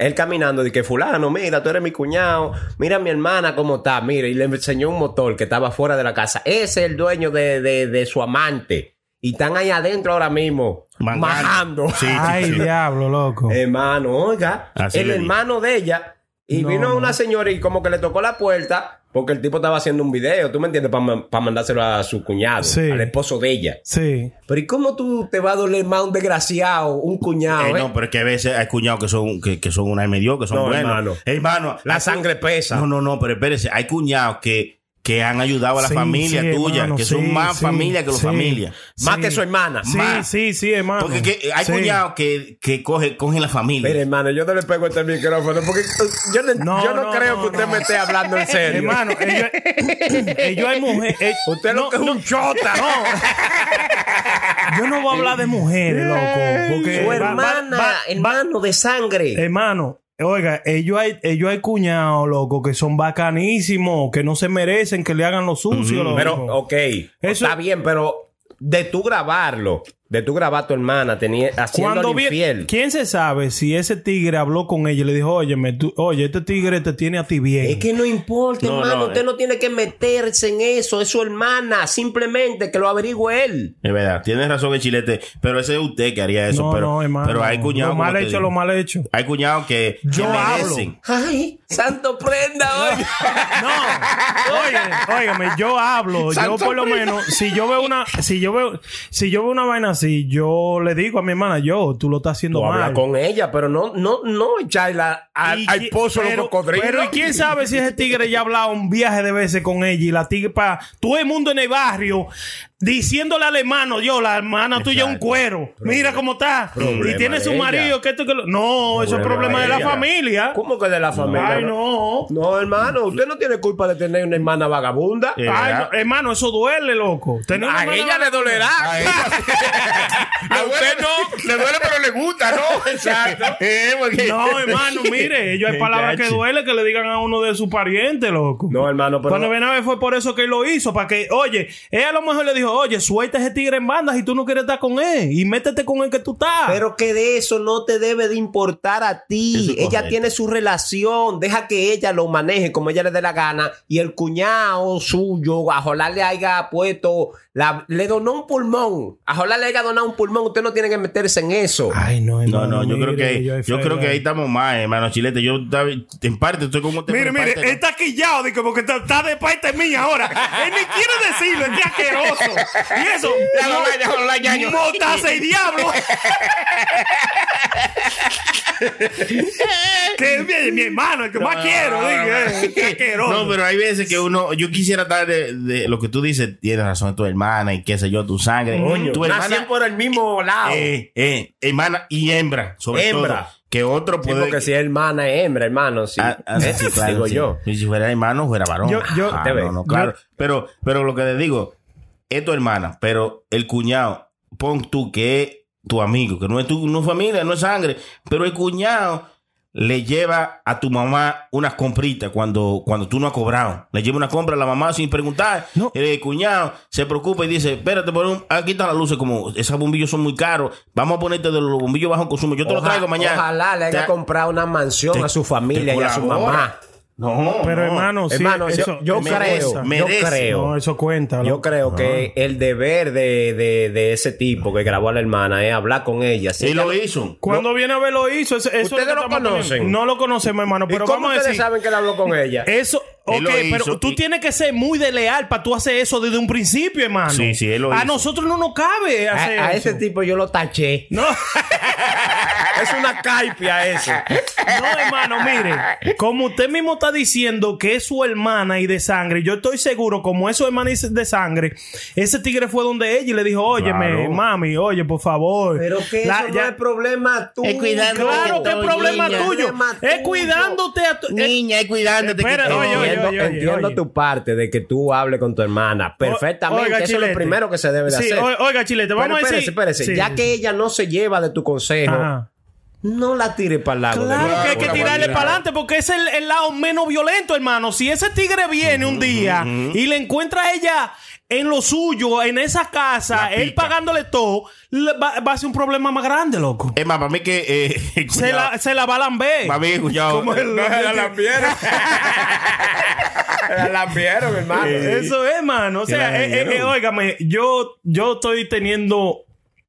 [SPEAKER 8] Él caminando, de que fulano, mira, tú eres mi cuñado, mira mi hermana cómo está, mira, y le enseñó un motor que estaba fuera de la casa. Ese es el dueño de, de- de su amante. Y están ahí adentro ahora mismo, majando.
[SPEAKER 6] Ay,
[SPEAKER 7] Eh,
[SPEAKER 6] diablo, loco.
[SPEAKER 8] Hermano, oiga,
[SPEAKER 6] Así
[SPEAKER 8] el
[SPEAKER 6] le di.
[SPEAKER 8] hermano de ella. Y
[SPEAKER 6] No,
[SPEAKER 8] vino
[SPEAKER 6] no.
[SPEAKER 8] una señora y como que le tocó la puerta porque el tipo estaba haciendo un video, ¿tú me entiendes? Para mandárselo a su cuñado,
[SPEAKER 6] Sí.
[SPEAKER 8] al esposo de ella.
[SPEAKER 6] Sí.
[SPEAKER 8] Pero ¿y cómo tú te va a doler más un desgraciado, un cuñado?
[SPEAKER 7] Eh,
[SPEAKER 8] eh?
[SPEAKER 7] No, pero es que a veces hay cuñados que son, que, que son una medio, que son
[SPEAKER 8] No,
[SPEAKER 7] buenos.
[SPEAKER 8] hermano.
[SPEAKER 7] Hermano,
[SPEAKER 8] La sangre pesa.
[SPEAKER 7] No, no, no, pero espérese, hay cuñados que, que han ayudado a la
[SPEAKER 6] Sí,
[SPEAKER 7] familia
[SPEAKER 6] sí,
[SPEAKER 7] tuya,
[SPEAKER 6] hermano,
[SPEAKER 7] que son
[SPEAKER 6] sí,
[SPEAKER 7] más
[SPEAKER 6] sí,
[SPEAKER 7] familia que los
[SPEAKER 6] sí,
[SPEAKER 7] familia.
[SPEAKER 8] Más que su hermana.
[SPEAKER 6] Sí,
[SPEAKER 8] Más.
[SPEAKER 6] sí, sí, hermano.
[SPEAKER 7] Porque que- eh, hay
[SPEAKER 6] Sí.
[SPEAKER 7] cuñados que, que coge, cogen la familia.
[SPEAKER 8] Mira, hermano, yo no le pego este micrófono porque eh, yo, no-
[SPEAKER 6] No,
[SPEAKER 8] yo no,
[SPEAKER 6] no,
[SPEAKER 8] creo
[SPEAKER 6] no,
[SPEAKER 8] que usted
[SPEAKER 6] no.
[SPEAKER 8] me esté hablando en serio.
[SPEAKER 6] Hermano, ellos, ellos hay mujeres. eh,
[SPEAKER 8] Usted lo que es un chota.
[SPEAKER 6] Yo no voy a hablar de mujeres, loco. Porque
[SPEAKER 8] Su
[SPEAKER 6] va- va-
[SPEAKER 8] hermana, hermano de sangre.
[SPEAKER 6] Hermano, oiga, ellos hay, ellos hay cuñados, loco, que son bacanísimos, que no se merecen que le hagan lo sucio, loco.
[SPEAKER 8] Pero, ok, está bien, pero de tú grabarlo, de tú grabar a tu hermana tenía, haciendo
[SPEAKER 6] Cuando vi-
[SPEAKER 8] infiel.
[SPEAKER 6] ¿Quién se sabe si ese tigre habló con ella y le dijo, oye, oye, este tigre te tiene a ti bien? Es
[SPEAKER 8] que no importa, hermano,
[SPEAKER 7] eh.
[SPEAKER 8] usted no tiene que meterse en eso, es su hermana, simplemente que lo averigüe él.
[SPEAKER 7] Es verdad, tienes razón el chilete, pero ese es usted que haría eso.
[SPEAKER 6] No,
[SPEAKER 7] pero,
[SPEAKER 6] no, hermano,
[SPEAKER 7] pero hay
[SPEAKER 6] no.
[SPEAKER 7] cuñados.
[SPEAKER 6] Lo mal
[SPEAKER 7] como te
[SPEAKER 6] hecho,
[SPEAKER 7] digo,
[SPEAKER 6] lo mal hecho.
[SPEAKER 7] Hay cuñados que, que
[SPEAKER 6] Yo hablo.
[SPEAKER 7] merecen.
[SPEAKER 8] Ay, santo prenda hoy.
[SPEAKER 6] Oye, óigame, yo hablo, yo
[SPEAKER 8] Santo
[SPEAKER 6] por lo
[SPEAKER 8] Cristo.
[SPEAKER 6] menos, si yo veo una, si yo veo, si yo veo una vaina así, yo le digo a mi hermana, yo, tú lo estás haciendo
[SPEAKER 8] Tú habla
[SPEAKER 6] mal.
[SPEAKER 8] con ella, pero no, no, no echarla a-
[SPEAKER 6] Y
[SPEAKER 8] al
[SPEAKER 6] qui-
[SPEAKER 8] pozo de los
[SPEAKER 6] pero-
[SPEAKER 8] cocodrilos.
[SPEAKER 6] Pero ¿y quién sabe si ese tigre ya ha hablado un viaje de veces con ella y la tigre para todo el mundo en el barrio diciéndole al hermano, yo, la hermana tuya es un cuero, mira cómo está.
[SPEAKER 8] Problema
[SPEAKER 6] Y tiene su
[SPEAKER 8] de ella.
[SPEAKER 6] marido, que esto que lo... No, eso es problema de la
[SPEAKER 8] ella.
[SPEAKER 6] familia.
[SPEAKER 8] ¿Cómo que de la familia?
[SPEAKER 6] Ay, no.
[SPEAKER 8] No, hermano, usted no tiene culpa de tener una hermana vagabunda.
[SPEAKER 6] Ay, no, hermano, eso duele, loco. Tener una
[SPEAKER 8] a
[SPEAKER 6] hermana
[SPEAKER 8] ella le dolerá.
[SPEAKER 14] A usted no, le duele, pero le gusta, ¿no? Exacto.
[SPEAKER 6] No, hermano, mire, ellos hay palabras que duele que le digan a uno de sus parientes, loco.
[SPEAKER 8] No, hermano, pero.
[SPEAKER 6] Cuando Benabe fue por eso que él lo hizo, para que, oye, él a lo mejor le dijo, oye, suelta ese tigre en bandas y tú no quieres estar con él y métete con el que tú estás.
[SPEAKER 8] Pero que de eso no te debe de importar a ti.
[SPEAKER 6] Eso es
[SPEAKER 8] ella
[SPEAKER 6] correcto.
[SPEAKER 8] tiene su relación. Deja que ella lo maneje como ella le dé la gana. Y el cuñado suyo, a Jolá le haya puesto, la- le donó un pulmón. A Jolá le haya donado un pulmón. Usted no tiene que meterse en eso.
[SPEAKER 6] Ay, no,
[SPEAKER 7] No, no, yo
[SPEAKER 6] mire,
[SPEAKER 7] creo que
[SPEAKER 6] yo hay
[SPEAKER 7] yo creo
[SPEAKER 6] fuera.
[SPEAKER 7] que ahí estamos más, hermano Chilete. Yo David, en parte estoy como usted.
[SPEAKER 14] Mire,
[SPEAKER 7] pero en
[SPEAKER 14] mire,
[SPEAKER 7] parte no.
[SPEAKER 14] está quillado, digo, porque está, está de parte mía ahora. Él ni quiere decirlo, es asqueroso.
[SPEAKER 8] ¿Eh?
[SPEAKER 14] Y eso,
[SPEAKER 7] Ya lo va, ya lo va, ñaño.
[SPEAKER 14] motaza y diablo. que es mi, mi hermano, el que más quiero,
[SPEAKER 7] no,
[SPEAKER 14] digo,
[SPEAKER 7] no,
[SPEAKER 14] eh, está asqueroso.
[SPEAKER 7] No, pero hay veces que uno, yo quisiera estar de, de lo que tú dices, tienes razón, tu hermana y qué sé yo, tu sangre,
[SPEAKER 8] Coño,
[SPEAKER 7] tu
[SPEAKER 8] nacen por el mismo lado.
[SPEAKER 7] eh, eh, hermana y hembra, sobre
[SPEAKER 8] Hembra.
[SPEAKER 7] todo, que otro
[SPEAKER 8] Sí,
[SPEAKER 7] puede
[SPEAKER 8] porque si es hermana es hembra, hermano. Sí.
[SPEAKER 7] Ah, ah, sí,
[SPEAKER 8] Eh,
[SPEAKER 7] sí, claro,
[SPEAKER 8] digo
[SPEAKER 7] sí.
[SPEAKER 8] yo.
[SPEAKER 7] Y si fuera hermano, fuera varón.
[SPEAKER 8] Yo- yo-
[SPEAKER 7] Ah,
[SPEAKER 8] te
[SPEAKER 7] no,
[SPEAKER 8] ves.
[SPEAKER 7] no, claro.
[SPEAKER 8] Yo-
[SPEAKER 7] pero, pero lo que le digo, es tu hermana, pero el cuñado, pon tú que es tu amigo, que no es tu no es familia, no es sangre, pero el cuñado le lleva a tu mamá unas compritas cuando, cuando tú no has cobrado. Le lleva una compra a la mamá sin preguntar. El cuñado se preocupa y dice, espérate, por un, aquí están las luces, como esos bombillos son muy caros, vamos a ponerte de los bombillos bajo consumo, yo te lo
[SPEAKER 8] Oja-
[SPEAKER 7] traigo mañana.
[SPEAKER 8] Ojalá le haya
[SPEAKER 7] Te-
[SPEAKER 8] comprado una mansión a su familia y a su
[SPEAKER 7] colabora.
[SPEAKER 8] mamá.
[SPEAKER 7] No, Pero, no. hermano, sí,
[SPEAKER 8] Hermano, yo-
[SPEAKER 7] eso
[SPEAKER 8] yo,
[SPEAKER 7] merece,
[SPEAKER 8] creo,
[SPEAKER 7] merece.
[SPEAKER 8] yo creo,
[SPEAKER 7] No,
[SPEAKER 6] eso cuenta.
[SPEAKER 8] Yo creo que el deber de, de, de ese tipo que grabó a la hermana es hablar con ella. Si
[SPEAKER 7] Y
[SPEAKER 8] ella-
[SPEAKER 7] lo hizo.
[SPEAKER 6] Cuando viene a ver lo hizo, eso, eso es
[SPEAKER 8] Ustedes
[SPEAKER 6] que
[SPEAKER 8] lo
[SPEAKER 6] estamos teniendo.
[SPEAKER 8] conocen.
[SPEAKER 6] No lo conocemos, hermano,
[SPEAKER 8] ¿Y
[SPEAKER 6] pero
[SPEAKER 8] cómo
[SPEAKER 6] vamos a
[SPEAKER 8] ustedes
[SPEAKER 6] decir.
[SPEAKER 8] saben que él habló con ella?
[SPEAKER 6] Eso,
[SPEAKER 8] Él
[SPEAKER 6] ok,
[SPEAKER 8] lo hizo
[SPEAKER 6] pero tú
[SPEAKER 8] y-
[SPEAKER 6] tienes que ser muy de leal para tú hacer eso desde un principio, hermano.
[SPEAKER 7] Sí, sí, él lo
[SPEAKER 6] A
[SPEAKER 7] hizo.
[SPEAKER 6] nosotros no nos cabe
[SPEAKER 8] A,
[SPEAKER 6] hacer
[SPEAKER 8] a
[SPEAKER 6] eso.
[SPEAKER 8] ese tipo yo lo taché.
[SPEAKER 6] No.
[SPEAKER 8] es una caipia eso.
[SPEAKER 6] No, hermano, mire, como usted mismo está diciendo que es su hermana y de sangre, yo estoy seguro, como es su hermana y de sangre, ese tigre fue donde ella y le dijo, óyeme,
[SPEAKER 8] Claro.
[SPEAKER 6] mami, oye, por favor.
[SPEAKER 8] Pero que
[SPEAKER 6] La-
[SPEAKER 8] eso
[SPEAKER 6] ya-
[SPEAKER 8] no es problema tuyo.
[SPEAKER 6] Claro que es problema tuyo. Es cuidándote a tu
[SPEAKER 15] Niña, es cuidándote.
[SPEAKER 6] Espera,
[SPEAKER 15] que te-
[SPEAKER 6] oye, oye,
[SPEAKER 8] Entiendo,
[SPEAKER 6] oye, oye,
[SPEAKER 8] entiendo
[SPEAKER 6] oye.
[SPEAKER 8] tu parte de que tú hables con tu hermana perfectamente.
[SPEAKER 6] Oiga,
[SPEAKER 8] eso es
[SPEAKER 6] Chilete.
[SPEAKER 8] lo primero que se debe de
[SPEAKER 6] Sí,
[SPEAKER 8] hacer.
[SPEAKER 6] o- oiga, Chilete, vamos
[SPEAKER 8] Pero
[SPEAKER 6] a decir-
[SPEAKER 8] espérese, espérese.
[SPEAKER 6] Sí.
[SPEAKER 8] Ya que ella no se lleva de tu consejo,
[SPEAKER 6] Ajá.
[SPEAKER 8] no la tires para el lado.
[SPEAKER 6] Claro que hay que tirarle para adelante porque es el, el lado menos violento, hermano. Si ese tigre viene un día y le encuentra a ella en lo suyo, en esa casa, él pagándole todo, le va, va a ser un problema más grande, loco.
[SPEAKER 7] Es más, para mí que. eh,
[SPEAKER 6] se, la, se la va a lamber.
[SPEAKER 7] Para mí, cuñado.
[SPEAKER 6] Como el-
[SPEAKER 8] La vieron, hermano.
[SPEAKER 6] Ah, Eso es, hermano. O sea,
[SPEAKER 8] La
[SPEAKER 6] eh, eh, eh,
[SPEAKER 8] vieron.
[SPEAKER 6] óigame, yo, yo estoy teniendo.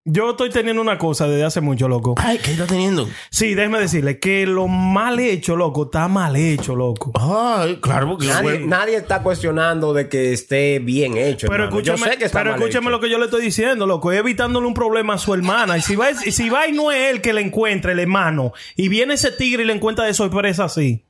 [SPEAKER 6] Yo estoy teniendo una cosa desde hace mucho, loco.
[SPEAKER 7] Ay, ¿qué está teniendo?
[SPEAKER 6] Sí, déjeme decirle que lo mal hecho, loco, está mal hecho, loco.
[SPEAKER 7] Ay, claro, porque
[SPEAKER 8] Nadie,
[SPEAKER 6] Bueno.
[SPEAKER 8] nadie está cuestionando de que esté bien hecho.
[SPEAKER 6] Pero
[SPEAKER 8] hermano.
[SPEAKER 6] escúchame,
[SPEAKER 8] Yo sé que está
[SPEAKER 6] pero
[SPEAKER 8] mal
[SPEAKER 6] escúchame
[SPEAKER 8] hecho.
[SPEAKER 6] lo que yo le estoy diciendo, loco. Es evitándole un problema a su hermana. Y si va, y si va y no es él que le encuentra, el hermano, y viene ese tigre y le encuentra de sorpresa así.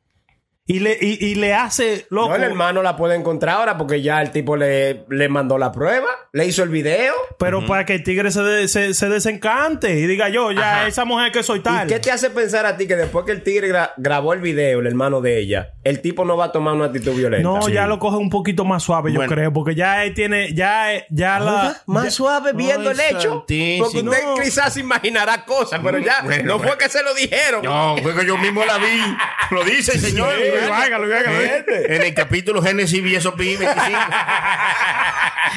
[SPEAKER 6] Y le, y, y le hace, loco.
[SPEAKER 8] No, el hermano la puede encontrar ahora porque ya el tipo le, le mandó la prueba, le hizo el video.
[SPEAKER 6] pero para que el tigre se, de- se, se desencante y diga yo, ya
[SPEAKER 8] Ajá.
[SPEAKER 6] esa mujer que soy
[SPEAKER 8] ¿Y
[SPEAKER 6] tal.
[SPEAKER 8] qué te hace pensar a ti que después que el tigre gra- grabó el video, el hermano de ella, el tipo no va a tomar una actitud violenta?
[SPEAKER 6] No, ya lo coge un poquito más suave, yo
[SPEAKER 8] Bueno.
[SPEAKER 6] creo, porque ya él tiene, ya, eh, ya la.
[SPEAKER 8] Más suave viendo
[SPEAKER 6] Ay,
[SPEAKER 8] el hecho.
[SPEAKER 6] santísimo.
[SPEAKER 8] Porque usted
[SPEAKER 6] No.
[SPEAKER 8] quizás se imaginará cosas, pero ya
[SPEAKER 7] Bueno,
[SPEAKER 8] no
[SPEAKER 7] bueno.
[SPEAKER 8] fue que se lo dijeron.
[SPEAKER 7] No, fue que yo mismo la vi. Lo dice el señor.
[SPEAKER 8] Sí, hágalo, hágalo.
[SPEAKER 7] ¿Eh? En el capítulo Génesis vi eso PI 25.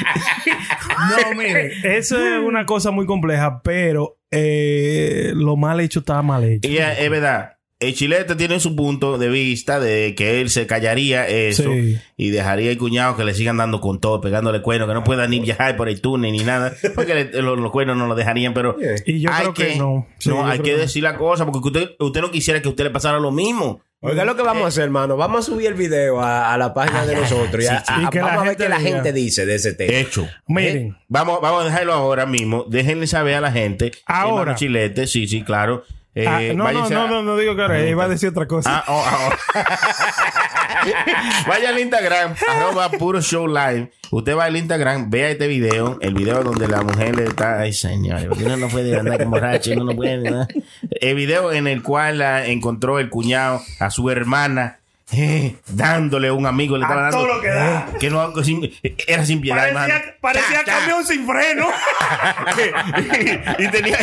[SPEAKER 6] No, mire, eso es
[SPEAKER 8] Mm.
[SPEAKER 6] una cosa muy compleja, pero eh, lo mal hecho está mal hecho.
[SPEAKER 7] Y es, es verdad. El chilete tiene su punto de vista de que él se callaría eso
[SPEAKER 6] Sí.
[SPEAKER 7] y dejaría al cuñado que le sigan dando con todo, pegándole cuernos, que no pueda ni viajar por el túnel ni nada, porque le- lo- los cuernos no lo dejarían, pero
[SPEAKER 6] Y yo creo que no. Sí, yo
[SPEAKER 7] hay
[SPEAKER 6] creo
[SPEAKER 7] que
[SPEAKER 6] que no.
[SPEAKER 7] decir la cosa, porque usted, usted no quisiera que a usted le pasara lo mismo.
[SPEAKER 8] Oiga lo que vamos a hacer, hermano. Vamos a subir el video a, a la página de nosotros. y a-
[SPEAKER 7] sí, sí.
[SPEAKER 8] a-
[SPEAKER 7] Y que la
[SPEAKER 8] vamos a ver
[SPEAKER 7] gente
[SPEAKER 8] qué la
[SPEAKER 7] diga. Eh,
[SPEAKER 8] gente dice de ese tema.
[SPEAKER 7] Hecho.
[SPEAKER 6] Miren.
[SPEAKER 7] Vamos, vamos a dejarlo ahora mismo. Déjenle saber a la gente.
[SPEAKER 6] Ahora.
[SPEAKER 7] Hermano Chilete, sí, sí, claro. Eh,
[SPEAKER 6] Ah, no, no,
[SPEAKER 7] váyanse a-
[SPEAKER 6] no, no, no digo que ahora,
[SPEAKER 7] Ah,
[SPEAKER 6] iba a decir otra cosa.
[SPEAKER 7] Ah, oh, ah, oh. Vaya al Instagram, arroba puro show live. Usted va al Instagram, vea este video, el video donde la mujer le está. Ay, señor, uno no puede andar con borracho, uno no puede. ¿verdad? El video en el cual ah, encontró el cuñado a su hermana. eh, dándole a un amigo, le
[SPEAKER 16] A
[SPEAKER 7] estaba
[SPEAKER 16] todo
[SPEAKER 7] dando- eh,
[SPEAKER 16] lo que da.
[SPEAKER 7] que no, que sin- era sin piedad, hermano.
[SPEAKER 16] Parecía, parecía camión sin freno.
[SPEAKER 7] y tenía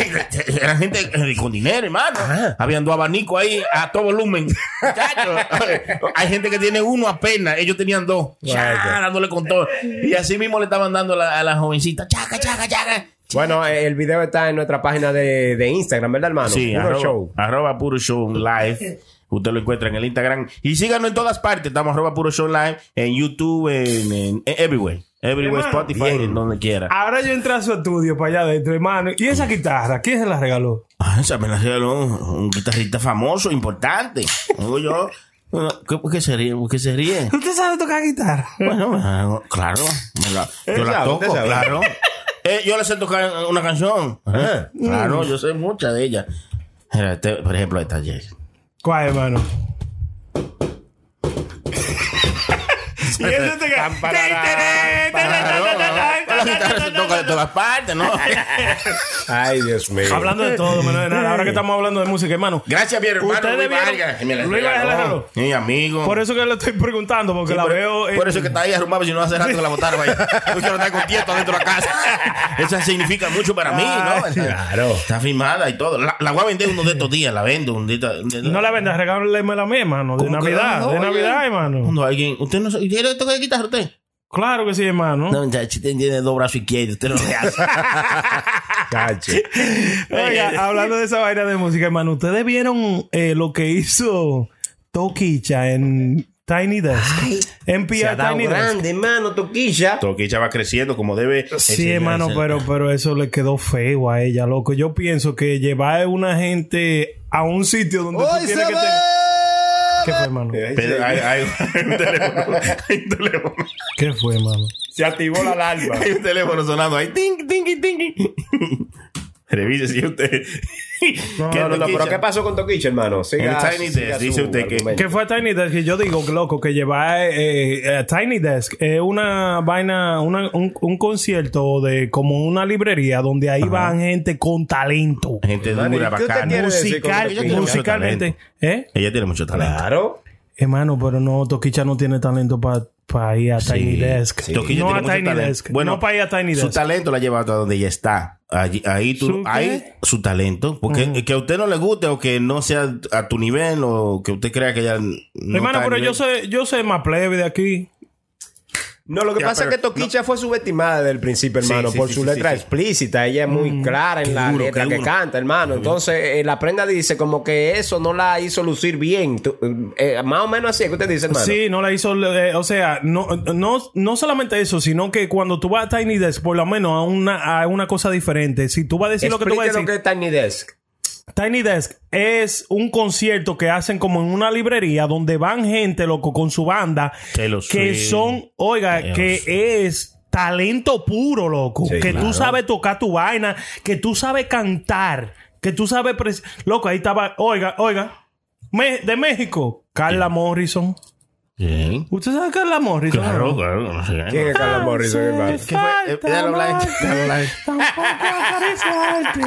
[SPEAKER 7] era gente eh, con dinero, hermano. Habiendo abanico ahí a todo volumen. Muchacho, Hay gente que tiene uno apenas. Ellos tenían dos. Ya, dándole con todo. Y así mismo le estaban dando la- a la jovencita. Chaca, chaca, chaca.
[SPEAKER 8] Bueno, eh, el video está en nuestra página de, de Instagram, ¿verdad, hermano?
[SPEAKER 7] Sí,
[SPEAKER 8] Puro
[SPEAKER 7] arroba,
[SPEAKER 8] show.
[SPEAKER 7] arroba Puro Show Live. Usted lo encuentra en el Instagram. Y síganos en todas partes. Estamos arroba Puro Show Live. En YouTube, en, en- en everywhere. Everywhere,
[SPEAKER 6] Hermano,
[SPEAKER 7] Spotify, en donde quiera.
[SPEAKER 6] Ahora yo entré a su estudio para allá adentro, hermano. ¿Y esa guitarra? ¿Quién se la regaló?
[SPEAKER 7] Ah, esa me la regaló un guitarrista famoso, importante. Digo yo. bueno, ¿Qué, ¿Por qué se ríe? ¿Por qué se ríe?
[SPEAKER 6] ¿Usted sabe tocar guitarra?
[SPEAKER 7] Bueno, ah, claro. me la- yo la
[SPEAKER 6] sabe,
[SPEAKER 7] toco,
[SPEAKER 6] usted sabe.
[SPEAKER 7] claro. Eh, yo le sé tocar una canción. Ajá. Claro, yo sé muchas de ellas. Mira, este, por ejemplo, esta Jay.
[SPEAKER 6] ¿Cuál, hermano?
[SPEAKER 16] y eso te cae.
[SPEAKER 7] Claro, claro, la guitarra se toca de todas todas partes, ¿no?
[SPEAKER 12] Ay, Dios mío.
[SPEAKER 6] Hablando de todo, menos de nada. Ahora que estamos hablando de música, hermano.
[SPEAKER 7] Gracias, mi hermano.
[SPEAKER 6] Ustedes
[SPEAKER 7] Luis
[SPEAKER 6] vieron.
[SPEAKER 7] Vargas, que me la
[SPEAKER 6] Luis Vargas,
[SPEAKER 7] regaló. Mi amigo.
[SPEAKER 6] Por eso que le estoy preguntando, porque
[SPEAKER 7] Sí,
[SPEAKER 6] la
[SPEAKER 7] por,
[SPEAKER 6] veo. en-
[SPEAKER 7] por eso que está ahí arrumado, si no hace rato que la botaron ahí. Yo quiero estar con tieto dentro de la casa. Eso significa mucho para mí, ¿no? Claro. Está firmada y todo. La, la voy a vender uno de estos días, la vendo. Un día, un día-
[SPEAKER 6] No la vendas, regálame a mí, hermano. De
[SPEAKER 7] ¿Cómo que
[SPEAKER 6] Navidad,
[SPEAKER 7] no?
[SPEAKER 6] de
[SPEAKER 7] Oye.
[SPEAKER 6] Navidad, hermano.
[SPEAKER 7] Cuando alguien. ¿Usted no sabe- ¿Quiere tocar guitarra usted?
[SPEAKER 6] Claro que sí, hermano.
[SPEAKER 7] No, ya, usted tiene dos brazos izquierdos, usted no le hace.
[SPEAKER 12] Cacho.
[SPEAKER 7] Eh,
[SPEAKER 6] Oiga, hablando de esa vaina de música, hermano, ¿ustedes vieron eh, lo que hizo Toquicha en Tiny Desk?
[SPEAKER 12] Se ha
[SPEAKER 6] NPR
[SPEAKER 12] dado
[SPEAKER 6] Tiny Desk.
[SPEAKER 12] grande, hermano, toquilla.
[SPEAKER 7] Toquicha va creciendo como debe.
[SPEAKER 6] Sí, hermano, pero, pero eso le quedó feo a ella, loco. Yo pienso que llevar a una gente a un sitio donde tú tienes que tener... ¿Qué fue, hermano?
[SPEAKER 7] Pero hay, hay un teléfono. Hay un teléfono.
[SPEAKER 6] ¿Qué fue, hermano?
[SPEAKER 7] Se activó la alarma. Hay un teléfono sonando ahí. Ting, ting, ting. Revise si usted.
[SPEAKER 12] No, no, no, pero ¿qué pasó con Toquicha, hermano? Siga,
[SPEAKER 7] En Tiny
[SPEAKER 12] siga
[SPEAKER 7] Desk,
[SPEAKER 12] su
[SPEAKER 7] dice usted que-
[SPEAKER 12] argumento.
[SPEAKER 6] ¿Qué fue a Tiny Desk? Y yo digo, loco, que llevar eh, a Tiny Desk es una vaina, una- un, un concierto de como una librería donde ahí van gente con talento.
[SPEAKER 7] Gente dura,
[SPEAKER 12] ¿y qué usted
[SPEAKER 7] bacana.
[SPEAKER 12] tiene?
[SPEAKER 6] Musical,
[SPEAKER 12] Ella tiene mucho
[SPEAKER 6] musicalmente. ¿Eh?
[SPEAKER 7] Ella tiene mucho talento.
[SPEAKER 12] Claro.
[SPEAKER 6] Hermano, pero no, Toquicha no tiene talento para ir a Tiny Desk.
[SPEAKER 7] Sí. Toquilla
[SPEAKER 6] No
[SPEAKER 7] tiene
[SPEAKER 6] a
[SPEAKER 7] mucho
[SPEAKER 6] Tiny
[SPEAKER 7] talento.
[SPEAKER 6] Desk.
[SPEAKER 7] Bueno,
[SPEAKER 6] no para ir a Tiny
[SPEAKER 7] Su
[SPEAKER 6] Desk.
[SPEAKER 7] talento la lleva hasta donde ella está. Allí- ahí tú,
[SPEAKER 6] ¿Su qué?
[SPEAKER 7] ahí su talento. Porque que a usted no le guste o que no sea a tu nivel o que usted crea que ella. No está
[SPEAKER 6] hermano,
[SPEAKER 7] a
[SPEAKER 6] pero
[SPEAKER 7] nivel.
[SPEAKER 6] yo soy, yo soy más plebe de aquí.
[SPEAKER 12] No, lo que
[SPEAKER 7] Ya,
[SPEAKER 12] pasa
[SPEAKER 7] pero-
[SPEAKER 12] es que Toquicha fue subestimada desde el principio, hermano,
[SPEAKER 7] Sí, sí,
[SPEAKER 12] por
[SPEAKER 7] sí,
[SPEAKER 12] su
[SPEAKER 7] sí,
[SPEAKER 12] letra
[SPEAKER 7] sí, sí.
[SPEAKER 12] explícita. Ella es muy clara en
[SPEAKER 7] qué
[SPEAKER 12] la
[SPEAKER 7] duro,
[SPEAKER 12] letra
[SPEAKER 7] qué
[SPEAKER 12] que
[SPEAKER 7] duro.
[SPEAKER 12] canta, hermano. Entonces, eh, la prenda dice como que eso no la hizo lucir bien. Tú- eh, más o menos así es que usted dice, hermano.
[SPEAKER 6] Sí, no la hizo. eh, o sea, no, no, no solamente eso, sino que cuando tú vas a Tiny Desk, por lo menos a una, a una cosa diferente. Si tú vas a decir lo que tú vas a
[SPEAKER 12] Explique
[SPEAKER 6] decir.
[SPEAKER 12] lo que es Tiny Desk.
[SPEAKER 6] Tiny Desk es un concierto que hacen como en una librería donde van gente, loco, con su banda.
[SPEAKER 7] Que lo
[SPEAKER 6] que
[SPEAKER 7] sé.
[SPEAKER 6] son, oiga,
[SPEAKER 7] Dios.
[SPEAKER 6] que es talento puro, loco.
[SPEAKER 12] Sí,
[SPEAKER 6] que
[SPEAKER 12] claro.
[SPEAKER 6] tú sabes tocar tu vaina, que tú sabes cantar, que tú sabes... pres- Loco, ahí estaba, oiga, oiga, Me- de México, Carla Morrison.
[SPEAKER 7] Sí.
[SPEAKER 6] ¿Usted sabe a Carla Morrison?
[SPEAKER 7] Claro,
[SPEAKER 6] no?
[SPEAKER 7] claro. no sé.
[SPEAKER 12] ¿Quién es Carlos Morrison, hermano?
[SPEAKER 7] ¿Qué fue? Eh, déjalo hablar. Déjalo hablar.
[SPEAKER 6] Tampoco acariciarte.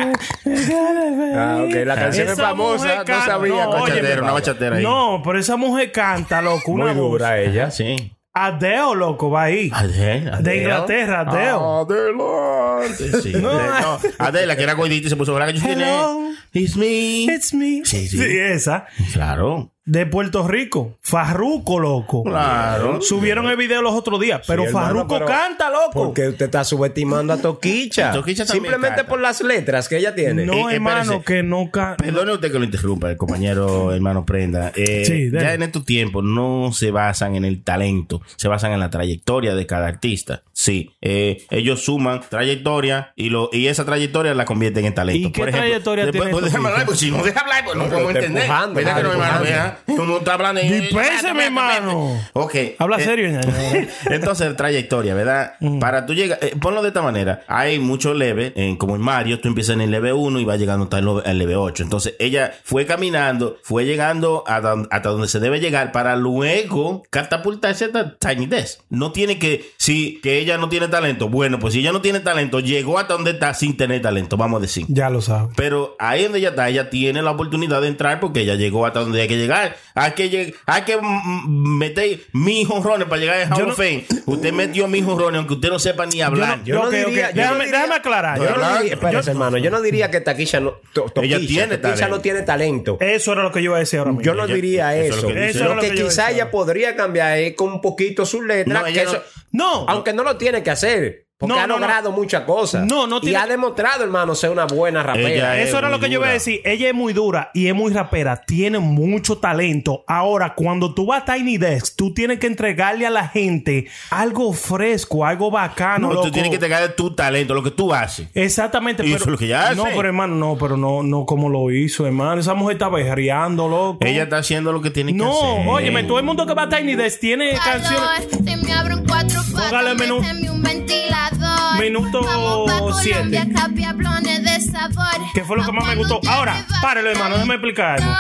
[SPEAKER 12] Ah, ok. La canción es
[SPEAKER 6] Esa
[SPEAKER 12] famosa.
[SPEAKER 6] mujer
[SPEAKER 12] No
[SPEAKER 6] canta-
[SPEAKER 12] sabía.
[SPEAKER 6] no,
[SPEAKER 12] coño,
[SPEAKER 6] óyeme,
[SPEAKER 12] hermano.
[SPEAKER 7] una bachatera ahí.
[SPEAKER 6] No, pero esa mujer canta, loco, una
[SPEAKER 12] Muy
[SPEAKER 6] voz.
[SPEAKER 12] dura ella.
[SPEAKER 7] Sí.
[SPEAKER 6] Adeo, loco, va ahí.
[SPEAKER 7] Adele,
[SPEAKER 6] De
[SPEAKER 7] Adele.
[SPEAKER 6] Inglaterra,
[SPEAKER 7] Ah,
[SPEAKER 6] Adeo.
[SPEAKER 12] Adelante.
[SPEAKER 7] Sí, Adele, no, Adela, que era gordita y se puso brava. Yo tiene-
[SPEAKER 6] Hello.
[SPEAKER 7] It's me.
[SPEAKER 6] It's me.
[SPEAKER 7] Sí, sí.
[SPEAKER 6] esa.
[SPEAKER 7] Claro.
[SPEAKER 6] De Puerto Rico. Farruco, loco.
[SPEAKER 7] Claro.
[SPEAKER 6] Subieron el video los otros días. Pero
[SPEAKER 12] hermano,
[SPEAKER 6] Farruco
[SPEAKER 12] pero-
[SPEAKER 6] canta, loco.
[SPEAKER 12] Porque usted está subestimando a Toquicha.
[SPEAKER 7] Toquicha también
[SPEAKER 12] Simplemente
[SPEAKER 7] canta.
[SPEAKER 12] por las letras que ella tiene.
[SPEAKER 6] No,
[SPEAKER 7] Eh, eh,
[SPEAKER 6] hermano,
[SPEAKER 7] espérese.
[SPEAKER 6] que no canta.
[SPEAKER 7] Perdone usted que lo interrumpa, el compañero hermano Prenda. Eh,
[SPEAKER 6] Sí, dale.
[SPEAKER 7] ya en estos tiempos no se basan en el talento, se basan en la trayectoria de cada artista. Sí, eh, ellos suman trayectoria y lo y esa trayectoria la convierten en talento.
[SPEAKER 6] ¿Y qué trayectoria
[SPEAKER 7] después-
[SPEAKER 6] tiene
[SPEAKER 7] pues,
[SPEAKER 6] esto,
[SPEAKER 7] déjame hablar,
[SPEAKER 6] Cristo?
[SPEAKER 7] pues si no deja hablar, pues no podemos
[SPEAKER 12] está
[SPEAKER 7] entender.
[SPEAKER 12] empujando,
[SPEAKER 7] ¿Verdad
[SPEAKER 12] está
[SPEAKER 7] que no, hermano?
[SPEAKER 12] empujando.
[SPEAKER 7] Vea, Tú no estás hablando. y-
[SPEAKER 6] Dispénseme,
[SPEAKER 7] Espérate, espérate,
[SPEAKER 6] hermano.
[SPEAKER 7] espérate. Ok.
[SPEAKER 6] Habla
[SPEAKER 7] Eh,
[SPEAKER 6] serio, Mm. ñaño.
[SPEAKER 7] entonces, trayectoria, ¿verdad? Para tú llegar, eh, ponlo de esta manera. Hay mucho leve, en- como en Mario, tú empiezas en el leve 1 y vas llegando hasta el lo- el leve 8. Entonces, ella fue caminando, fue llegando a don- hasta donde se debe llegar para luego catapultarse hasta Tiny Desk. No tiene que, si que ella no tiene talento, bueno, pues si ella no tiene talento, llegó hasta donde está sin tener talento, vamos a decir.
[SPEAKER 6] Ya lo sabes.
[SPEAKER 7] Pero ahí donde ella está, ella tiene la oportunidad de entrar porque ella llegó hasta donde hay que llegar. Hay que, lleg- hay que mm, meter mil jonrones para llegar a Hall
[SPEAKER 6] Yo
[SPEAKER 7] of
[SPEAKER 6] no-
[SPEAKER 7] Fame. Usted metió mil jonrones aunque usted no sepa ni hablar.
[SPEAKER 12] Yo no
[SPEAKER 6] Ok, ok.
[SPEAKER 12] diría- yo no
[SPEAKER 6] Déjame,
[SPEAKER 12] diría-
[SPEAKER 6] déjame aclarar.
[SPEAKER 12] Yo
[SPEAKER 6] Yo-
[SPEAKER 12] no diría, espérese,
[SPEAKER 6] yo-
[SPEAKER 12] hermano, yo no diría que Taquilla no, to-
[SPEAKER 7] Ella
[SPEAKER 12] Toquilla,
[SPEAKER 7] tiene
[SPEAKER 12] Toquilla
[SPEAKER 7] talento.
[SPEAKER 12] no tiene talento.
[SPEAKER 6] Eso era lo que yo iba a decir ahora mismo.
[SPEAKER 12] Yo no
[SPEAKER 7] Ella-
[SPEAKER 12] diría
[SPEAKER 7] eso es
[SPEAKER 12] eso.
[SPEAKER 7] lo
[SPEAKER 12] Lo
[SPEAKER 7] que
[SPEAKER 12] que,
[SPEAKER 7] dice.
[SPEAKER 6] Eh, Eso es lo que yo
[SPEAKER 12] quizá
[SPEAKER 6] decía.
[SPEAKER 12] ella podría cambiar es con un poquito sus letras.
[SPEAKER 7] No,
[SPEAKER 12] que
[SPEAKER 7] ella
[SPEAKER 12] eso-
[SPEAKER 6] No.
[SPEAKER 12] Aunque no lo tiene que hacer. Porque
[SPEAKER 6] No,
[SPEAKER 12] ha
[SPEAKER 6] no, no.
[SPEAKER 12] logrado muchas cosas.
[SPEAKER 6] No, no tiene
[SPEAKER 12] Y ha
[SPEAKER 6] que-
[SPEAKER 12] demostrado, hermano, ser una buena rapera.
[SPEAKER 7] Ella es
[SPEAKER 6] Eso era
[SPEAKER 7] muy
[SPEAKER 6] lo que yo iba a
[SPEAKER 7] dura.
[SPEAKER 6] decir. Ella es muy dura y es muy rapera. Tiene mucho talento. Ahora, cuando tú vas a Tiny Desk, tú tienes que entregarle a la gente algo fresco, algo bacano.
[SPEAKER 7] Ah, No,
[SPEAKER 6] loco.
[SPEAKER 7] tú tienes que entregar tu talento, lo que tú haces.
[SPEAKER 6] Exactamente.
[SPEAKER 7] Y
[SPEAKER 6] pero,
[SPEAKER 7] eso es lo que ella hace.
[SPEAKER 6] No, pero hermano, no, pero no, no como lo hizo, hermano. Esa mujer está berreando, loco.
[SPEAKER 7] Ella está haciendo lo que tiene que hacer.
[SPEAKER 6] No, óyeme, todo el mundo que va a Tiny Desk tiene canciones.
[SPEAKER 17] Se me abren cuatro
[SPEAKER 6] Póngale
[SPEAKER 17] patas,
[SPEAKER 6] menú.
[SPEAKER 17] méteme un ventilador.
[SPEAKER 6] Minuto
[SPEAKER 17] Vamos pa'
[SPEAKER 6] siete.
[SPEAKER 17] Colombia, capiablones de sabor.
[SPEAKER 6] Que fue lo que más me gustó. Ahora, párelo, hermano, déjame explicar algo.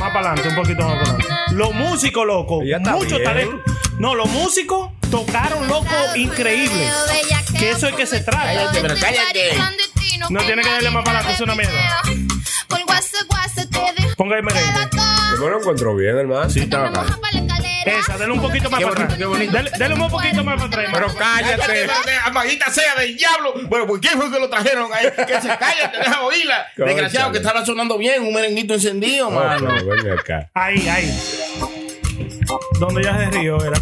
[SPEAKER 6] Más para adelante, un poquito más para adelante. Los músicos, loco.
[SPEAKER 12] Ella está
[SPEAKER 6] Mucho
[SPEAKER 12] bien.
[SPEAKER 6] talento. No, los músicos tocaron loco increíble. Que eso es que se trata.
[SPEAKER 17] Cállate, pero cállate.
[SPEAKER 6] No tiene que darle más para la es una mierda.
[SPEAKER 17] Por guaso, guaso, te dejo
[SPEAKER 6] Ponga el merengue.
[SPEAKER 12] Yo lo encontró bien, hermano.
[SPEAKER 6] Este
[SPEAKER 7] Sí, estaba acá.
[SPEAKER 6] Esa, dale un poquito más
[SPEAKER 7] Qué
[SPEAKER 6] para
[SPEAKER 7] bonito,
[SPEAKER 6] atrás.
[SPEAKER 7] qué bonito.
[SPEAKER 6] Dale, dale un poquito más Este para atrás. hermano.
[SPEAKER 12] cállate.
[SPEAKER 7] Amagita sea del diablo. Bueno, ¿por qué fue que lo trajeron ahí? Que se cállate, deja oírla.
[SPEAKER 12] Cónchale.
[SPEAKER 7] Desgraciado, que estaba sonando bien, un merenguito encendido, mano.
[SPEAKER 12] ven acá.
[SPEAKER 6] Ahí, ahí. Donde ya se río, era.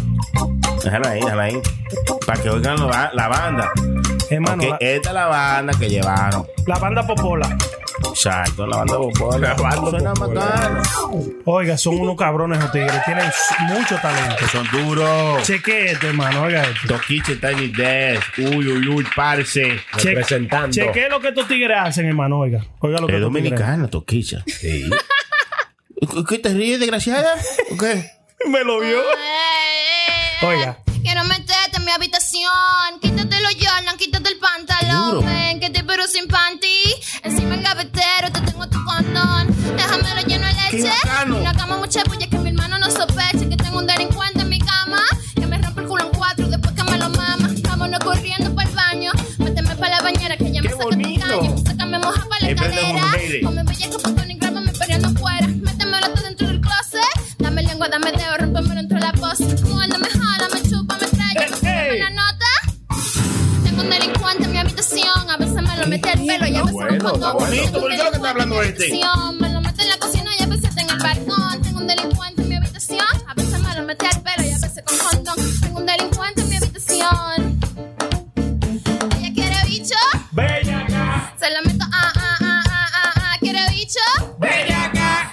[SPEAKER 7] Déjala ahí, déjala ahí. Para que oigan la, la banda.
[SPEAKER 6] Hermano,
[SPEAKER 7] Porque
[SPEAKER 6] la-
[SPEAKER 7] esta es la banda que llevaron.
[SPEAKER 6] La banda Popola.
[SPEAKER 7] Exacto, la banda Popola. Suena bacano.
[SPEAKER 6] Oiga, son unos cabrones los tigres. Tienen s- mucho talento.
[SPEAKER 7] Que son duros.
[SPEAKER 6] Cheque esto, hermano. Oiga esto.
[SPEAKER 7] Toquiche Tiny Desk. Uy, uy, uy, parce.
[SPEAKER 6] Che-
[SPEAKER 12] Representando.
[SPEAKER 6] Cheque lo que estos tigres hacen, hermano. Oiga. Oiga lo que
[SPEAKER 7] Es
[SPEAKER 6] estos tigres hacen.
[SPEAKER 7] dominicana, Toquicha. Sí. ¿Qué te ríes, desgraciada? ¿O qué?
[SPEAKER 6] Me lo vio. Oiga.
[SPEAKER 17] Quiero meterte en mi habitación. Quítate los Jordan, quítate el pantalón.
[SPEAKER 7] Duro.
[SPEAKER 17] Ven, que te pero sin panty. Encima el gavetero te tengo tu condón. Déjamelo lleno de
[SPEAKER 7] Qué
[SPEAKER 17] leche.
[SPEAKER 7] bacano.
[SPEAKER 17] Una cama mucha bulla que mi hermano no sospeche que tengo un delincuente en mi cama. Que me rompe el culo en cuatro después que me lo mama. Vámonos corriendo para el baño. Méteme para la bañera que ya me saca tu caño. Sácame moja para la
[SPEAKER 7] Eh, prende un
[SPEAKER 17] escalera.
[SPEAKER 7] aire.
[SPEAKER 17] Come bellaco pa' con y grábame peleando afuera. Métemelo todo dentro del closet. Dame lengua, dame dedo, rompémelo entre la pose. Muérdame, jala, me chupa, me estrella. Dame la nota. Tengo un delincuente en mi habitación. A veces me lo mete el pelo y a veces
[SPEAKER 7] Bueno,
[SPEAKER 17] no
[SPEAKER 7] está bonito, pero ¿qué es lo que está hablando este?
[SPEAKER 17] Me lo mete en la cocina y a veces en el balcón. Tengo un delincuente en mi habitación. A veces me lo mete al pelo y a veces con condón. Tengo un delincuente en mi habitación. Ella quiere bicho. Se lo meto ah, ah, ah, ah, ah, ah. ¿Quiere bicho?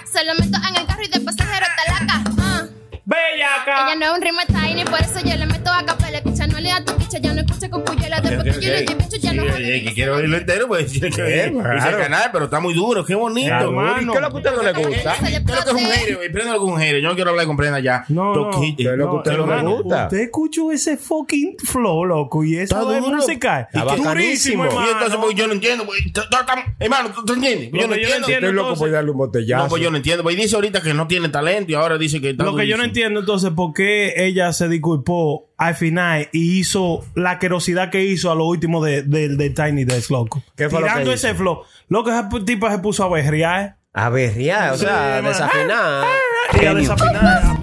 [SPEAKER 17] Se lo meto en el carro y de pasajero talaca. Ah. Ella no es un ritmo tiny, por eso yo le meto a capela. Picha no le da tu picha, ya no escucha cucuyela. Después que yo le di bicho, ya no
[SPEAKER 7] Sí,
[SPEAKER 17] jode.
[SPEAKER 7] oye, que quiero oírlo entero, pues tiene que
[SPEAKER 12] Eh,
[SPEAKER 7] ver. Dice
[SPEAKER 12] claro.
[SPEAKER 7] el canal, pero está muy duro, qué bonito.
[SPEAKER 6] Claro,
[SPEAKER 7] hermano.
[SPEAKER 12] ¿Qué es lo que a usted no le gusta?
[SPEAKER 17] Se le
[SPEAKER 7] Creo que es un
[SPEAKER 17] protege.
[SPEAKER 7] género, güey. Prenda algún género. Yo no quiero hablar con prenda ya.
[SPEAKER 6] No, no.
[SPEAKER 7] Toquilla.
[SPEAKER 12] ¿Qué es lo que a usted no le
[SPEAKER 6] Hermano,
[SPEAKER 12] gusta?
[SPEAKER 6] Usted escuchó ese fucking flow, loco. Y eso
[SPEAKER 7] Está
[SPEAKER 6] es
[SPEAKER 7] duro.
[SPEAKER 6] música.
[SPEAKER 12] Está
[SPEAKER 6] Durísimo,
[SPEAKER 12] bacanísimo.
[SPEAKER 7] Y
[SPEAKER 6] hermano.
[SPEAKER 7] entonces, pues, yo no entiendo. pues, ta- ta- ta- Hermano, ¿tú tú entiendes? Pues,
[SPEAKER 6] Lo
[SPEAKER 7] Yo no
[SPEAKER 6] que yo no
[SPEAKER 7] entiendo.
[SPEAKER 6] entiendo,
[SPEAKER 12] Estoy loco por
[SPEAKER 6] entonces-
[SPEAKER 12] darle un botellazo.
[SPEAKER 7] No, pues yo no entiendo. Pues dice ahorita que no tiene talento y ahora dice que está
[SPEAKER 6] Lo que yo
[SPEAKER 7] durísimo.
[SPEAKER 6] no entiendo entonces por qué ella se disculpó al final y hizo la asquerosidad que hizo a lo último de, de- de Tiny Desk, loco.
[SPEAKER 12] ¿Qué fue lo que
[SPEAKER 6] Tirando ese
[SPEAKER 12] hizo?
[SPEAKER 6] flow. Loco, esa pu- tipa se puso a berrear.
[SPEAKER 12] A ver, ya, o
[SPEAKER 6] Sí,
[SPEAKER 12] sea,
[SPEAKER 6] hermano.
[SPEAKER 12] desafinar.
[SPEAKER 6] Y a desafinar.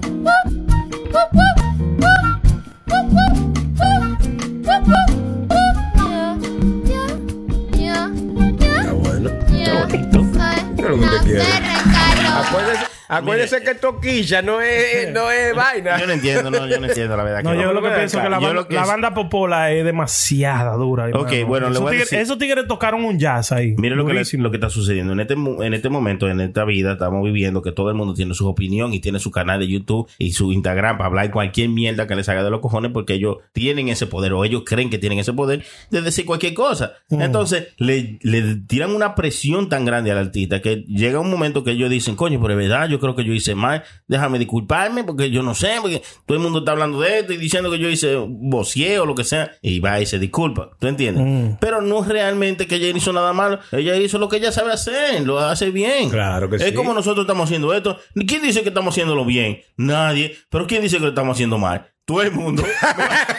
[SPEAKER 12] lo que usted quiere.
[SPEAKER 17] Acuérdate
[SPEAKER 12] Acuérdese, acuérdese que toquilla no es, no es vaina.
[SPEAKER 7] Yo no entiendo, no, yo no entiendo la verdad.
[SPEAKER 6] No,
[SPEAKER 7] que
[SPEAKER 6] yo lo que
[SPEAKER 12] Ven
[SPEAKER 6] pienso
[SPEAKER 7] acá,
[SPEAKER 6] que la,
[SPEAKER 7] yo
[SPEAKER 6] banda,
[SPEAKER 7] lo que
[SPEAKER 6] la
[SPEAKER 7] es-
[SPEAKER 6] banda Popola es demasiada dura. hermano.
[SPEAKER 7] Ok, bueno, le
[SPEAKER 6] esos
[SPEAKER 7] voy a
[SPEAKER 6] tigres,
[SPEAKER 7] decir-
[SPEAKER 6] esos tigres tocaron un jazz ahí.
[SPEAKER 7] Mire lo que, le-
[SPEAKER 6] Durísimo.
[SPEAKER 7] lo que está sucediendo. En este, mu- en este momento, en esta vida, estamos viviendo que todo el mundo tiene su opinión y tiene su canal de YouTube y su Instagram para hablar cualquier mierda que les haga de los cojones porque ellos tienen ese poder o ellos creen que tienen ese poder de decir cualquier cosa. Entonces, le, le tiran una presión tan grande al artista que llega un momento que ellos dicen, coño, pero es verdad, yo creo que yo hice mal, déjame disculparme porque yo no sé, porque todo el mundo está hablando de esto y diciendo que yo hice voceo o lo que sea y va y se disculpa. ¿Tú entiendes?
[SPEAKER 6] Mm.
[SPEAKER 7] Pero no realmente que ella hizo nada malo. Ella hizo lo que ella sabe hacer, lo hace bien.
[SPEAKER 12] Claro que
[SPEAKER 7] es
[SPEAKER 12] sí.
[SPEAKER 7] como nosotros estamos haciendo esto. ¿Quién dice que estamos haciéndolo bien? Nadie. Pero ¿quién dice que lo estamos haciendo mal? Todo el mundo.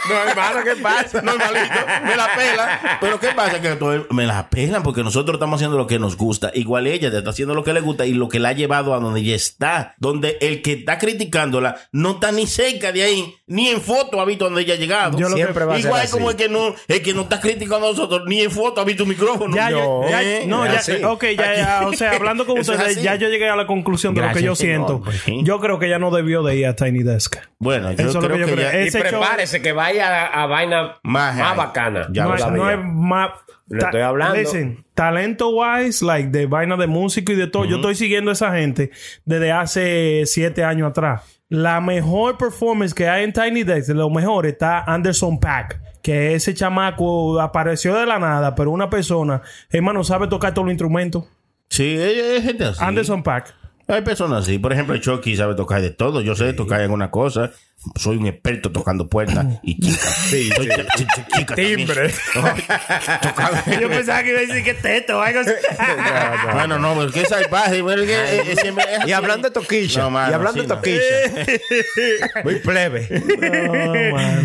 [SPEAKER 12] No, hermano, ¿qué pasa?
[SPEAKER 7] Normalito, me la pela. Pero ¿qué pasa? Que todo el- me la pelan porque nosotros estamos haciendo lo que nos gusta. Igual ella está haciendo lo que le gusta y lo que la ha llevado a donde ella está. Donde el que está criticándola no está ni cerca de ahí, ni en foto ha visto donde ella ha llegado.
[SPEAKER 6] Yo lo que-
[SPEAKER 12] Siempre va a ser
[SPEAKER 7] Igual es
[SPEAKER 12] así.
[SPEAKER 7] como el que no, el que no está criticando a nosotros, ni en foto ha visto un micrófono.
[SPEAKER 6] Ya,
[SPEAKER 12] No,
[SPEAKER 6] yo, ya,
[SPEAKER 7] ¿eh?
[SPEAKER 6] no,
[SPEAKER 12] es
[SPEAKER 6] ya,
[SPEAKER 12] así.
[SPEAKER 6] ok, ya, ya, o sea, hablando con
[SPEAKER 7] Eso es
[SPEAKER 6] ustedes,
[SPEAKER 7] así.
[SPEAKER 6] ya yo llegué a la conclusión de lo que yo
[SPEAKER 7] Gracias, señor,
[SPEAKER 6] siento.
[SPEAKER 7] pues, sí.
[SPEAKER 6] Yo creo que ya no debió de ir a Tiny Desk.
[SPEAKER 7] Bueno, yo
[SPEAKER 6] Eso es lo
[SPEAKER 7] creo
[SPEAKER 6] que yo
[SPEAKER 7] que,
[SPEAKER 6] creo.
[SPEAKER 7] ya-
[SPEAKER 12] Y
[SPEAKER 6] Ese show-
[SPEAKER 12] prepárese que vaya a, a vaina
[SPEAKER 7] Más
[SPEAKER 12] más,
[SPEAKER 7] ahí.
[SPEAKER 12] bacana.
[SPEAKER 7] Ya
[SPEAKER 6] no,
[SPEAKER 7] lo
[SPEAKER 6] es,
[SPEAKER 7] sabía.
[SPEAKER 6] no es más.
[SPEAKER 12] Le
[SPEAKER 6] ta-
[SPEAKER 12] estoy hablando.
[SPEAKER 6] Listen, talento wise, like de vaina de músico y de todo. Yo estoy siguiendo a esa gente desde hace siete años atrás. La mejor performance que hay en Tiny Desk, de lo mejor, está Anderson Pack. Que ese chamaco apareció de la nada, pero una persona, hermano, sabe tocar todos los instrumentos.
[SPEAKER 7] Sí, es es gente así.
[SPEAKER 6] Anderson Pack.
[SPEAKER 7] Hay personas así. Por ejemplo, Chucky sabe tocar de todo. Yo sé tocar alguna cosa. Soy un experto tocando puertas y chicas. Sí, soy ch- ch- ch- chica también.
[SPEAKER 13] Timbre. Yo pensaba que iba a decir que teto o algo así.
[SPEAKER 7] Bueno, no, pero qué salvaje. pero es que,
[SPEAKER 13] Ay.
[SPEAKER 7] eh, eh, siempre es así.
[SPEAKER 13] Y hablando de toquilla,
[SPEAKER 7] No, mano,
[SPEAKER 13] y hablando
[SPEAKER 7] sí,
[SPEAKER 13] de
[SPEAKER 7] no.
[SPEAKER 12] Muy plebe.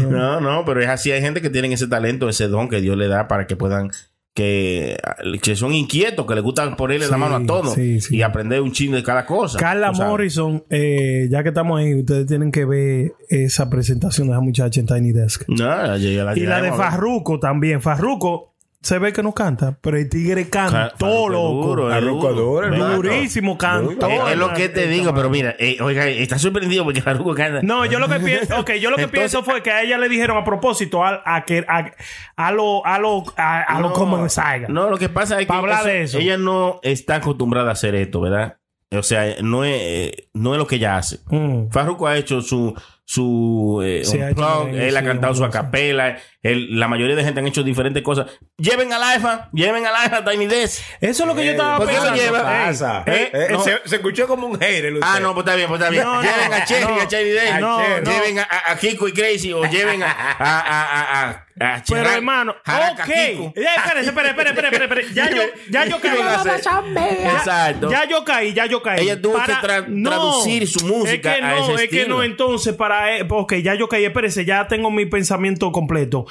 [SPEAKER 7] No, no, pero es así. Hay gente que tienen ese talento, ese don que Dios le da para que puedan. Que, que son inquietos, que les gusta ponerle la
[SPEAKER 6] Sí,
[SPEAKER 7] mano a todo
[SPEAKER 6] sí, sí.
[SPEAKER 7] y aprender un chingo de cada cosa.
[SPEAKER 6] Carla
[SPEAKER 7] tú sabes.
[SPEAKER 6] Morrison, eh, ya que estamos ahí, ustedes tienen que ver esa presentación de esa muchacha en Tiny Desk.
[SPEAKER 7] No, ya llegué a
[SPEAKER 6] y la de
[SPEAKER 7] llegaremos a ver.
[SPEAKER 6] Farruko también. Farruko se ve que no canta, pero el tigre
[SPEAKER 7] Ca-
[SPEAKER 6] cantó,
[SPEAKER 7] Farruko es
[SPEAKER 6] loco.
[SPEAKER 7] duro, es
[SPEAKER 6] Farruko
[SPEAKER 7] duro, hermano.
[SPEAKER 6] Durísimo cantó.
[SPEAKER 7] Eh, es lo que te digo, pero mira, eh, oiga, está sorprendido porque Farruko canta.
[SPEAKER 6] No, yo lo que pienso, okay, yo lo que pienso fue que a ella le dijeron a propósito a, a que a, a lo a lo a, a lo
[SPEAKER 7] No,
[SPEAKER 6] como salga.
[SPEAKER 7] No, lo que pasa es que
[SPEAKER 6] Para hablar
[SPEAKER 7] eso-
[SPEAKER 6] de eso.
[SPEAKER 7] ella no está acostumbrada a hacer esto, ¿verdad? O sea, no es, eh, no es lo que ella hace.
[SPEAKER 6] Mm.
[SPEAKER 7] Farruko ha hecho su su eh,
[SPEAKER 6] Sí, ha hecho
[SPEAKER 7] unplug,
[SPEAKER 6] merengue,
[SPEAKER 7] él ha
[SPEAKER 6] sí,
[SPEAKER 7] cantado su
[SPEAKER 6] una cosa.
[SPEAKER 7] acapela, él- la mayoría de gente han hecho diferentes cosas. Lleven a Alfa, lleven a Alfa Tiny Desk.
[SPEAKER 6] Eso es lo que yo estaba
[SPEAKER 7] ¿Por qué lo
[SPEAKER 6] pensando.
[SPEAKER 7] lleva?
[SPEAKER 6] Ey,
[SPEAKER 12] Pasa.
[SPEAKER 7] Eh,
[SPEAKER 12] Eh,
[SPEAKER 7] no.
[SPEAKER 12] se, se escuchó como un hater.
[SPEAKER 7] Ah,
[SPEAKER 12] usted.
[SPEAKER 7] no, pues está bien, pues está bien.
[SPEAKER 6] No,
[SPEAKER 7] lleven
[SPEAKER 6] no,
[SPEAKER 7] a Cherry,
[SPEAKER 6] no.
[SPEAKER 7] a Cherry Day.
[SPEAKER 6] No, no.
[SPEAKER 7] Lleven a, a- a Kiko y Crazy o lleven a. a, a, a, a, a
[SPEAKER 6] Pero
[SPEAKER 7] Chirag-
[SPEAKER 6] hermano,
[SPEAKER 7] Jaraca
[SPEAKER 6] ok.
[SPEAKER 7] Kiko.
[SPEAKER 6] Ya, espérate, espérate, espérate, espérate, espérate. Ya yo, ya yo caí.
[SPEAKER 7] Iban a hacer-
[SPEAKER 6] Ya-
[SPEAKER 7] Exacto.
[SPEAKER 6] Ya yo caí, ya yo caí.
[SPEAKER 7] Ella tuvo que tra- traducir su música
[SPEAKER 6] Es que no,
[SPEAKER 7] a ese
[SPEAKER 6] es que
[SPEAKER 7] estilo.
[SPEAKER 6] no. Entonces, para. eh, Ok, ya yo caí. Espérese, ya tengo mi pensamiento completo.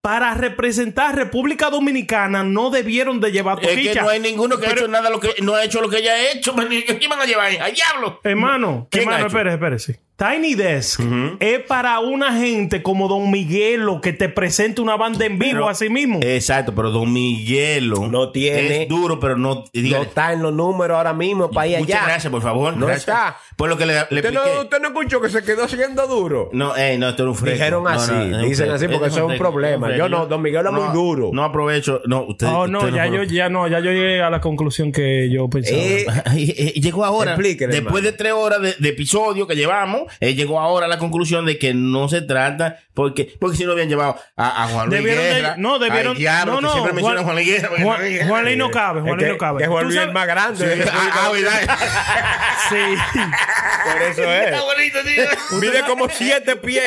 [SPEAKER 6] Para representar República Dominicana, no debieron de llevar
[SPEAKER 7] Es
[SPEAKER 6] toquicha.
[SPEAKER 7] que no hay ninguno que ha hecho nada lo que no ha hecho lo que ella ha hecho. man. ¿Qué iban a llevar? ¡Al diablo!
[SPEAKER 6] Hermano,
[SPEAKER 7] ¿Quién ha
[SPEAKER 6] hermano,
[SPEAKER 7] hecho?
[SPEAKER 6] espérese, espérese. Tiny Desk es para una gente como Don Miguelo que te presenta una banda en vivo
[SPEAKER 7] Pero-
[SPEAKER 6] a sí mismo.
[SPEAKER 7] Exacto, pero Don Miguelo
[SPEAKER 12] No tiene-
[SPEAKER 7] es duro, pero no.
[SPEAKER 12] No
[SPEAKER 7] dígale,
[SPEAKER 12] está en los números ahora mismo para ir allá.
[SPEAKER 7] Muchas gracias, por favor.
[SPEAKER 12] No
[SPEAKER 7] gracias.
[SPEAKER 12] está.
[SPEAKER 7] Por lo que le, le
[SPEAKER 12] ¿Usted, no,
[SPEAKER 7] expliqué.
[SPEAKER 12] usted no escuchó que se quedó siendo duro.
[SPEAKER 7] No, eh, no, esto era un fresco.
[SPEAKER 12] Dijeron
[SPEAKER 7] No, no,
[SPEAKER 12] así,
[SPEAKER 7] era
[SPEAKER 12] dicen
[SPEAKER 7] un fresco.
[SPEAKER 12] así porque
[SPEAKER 7] Era
[SPEAKER 12] eso es un
[SPEAKER 7] fresco,
[SPEAKER 12] problema.
[SPEAKER 7] fresco.
[SPEAKER 12] Yo no, Don Miguel era
[SPEAKER 7] no,
[SPEAKER 12] muy duro.
[SPEAKER 7] No aprovecho. No, usted.
[SPEAKER 6] Oh, no,
[SPEAKER 7] usted
[SPEAKER 6] ya
[SPEAKER 7] fue-
[SPEAKER 6] yo, ya no, ya yo llegué a la conclusión que yo pensaba.
[SPEAKER 12] Eh,
[SPEAKER 7] Eh, eh, llegó ahora,
[SPEAKER 12] Explíquele,
[SPEAKER 7] después
[SPEAKER 12] hermano.
[SPEAKER 7] de tres horas de, de episodio que llevamos, eh, llegó ahora a la conclusión de que no se trata, porque porque si no habían llevado a, a Juan Luis
[SPEAKER 6] Debieron de-
[SPEAKER 7] Guerra,
[SPEAKER 6] no, debieron-
[SPEAKER 7] al diablo,
[SPEAKER 6] no,
[SPEAKER 7] que
[SPEAKER 6] no,
[SPEAKER 7] siempre mencionan a Juan
[SPEAKER 6] Juan-
[SPEAKER 7] Luis Guerra. porque
[SPEAKER 6] Juan-
[SPEAKER 7] Juan Luis Guerra-
[SPEAKER 6] Juan Luis no cabe, Juan Luis no cabe.
[SPEAKER 12] Que Juan
[SPEAKER 6] Tú
[SPEAKER 12] Luis es
[SPEAKER 6] sabes-
[SPEAKER 12] el más grande. de
[SPEAKER 7] Ah,
[SPEAKER 12] República
[SPEAKER 7] ah, ¿verdad?
[SPEAKER 6] Sí.
[SPEAKER 12] Por eso es.
[SPEAKER 7] Está bonito, tío.
[SPEAKER 12] Mide como siete pies.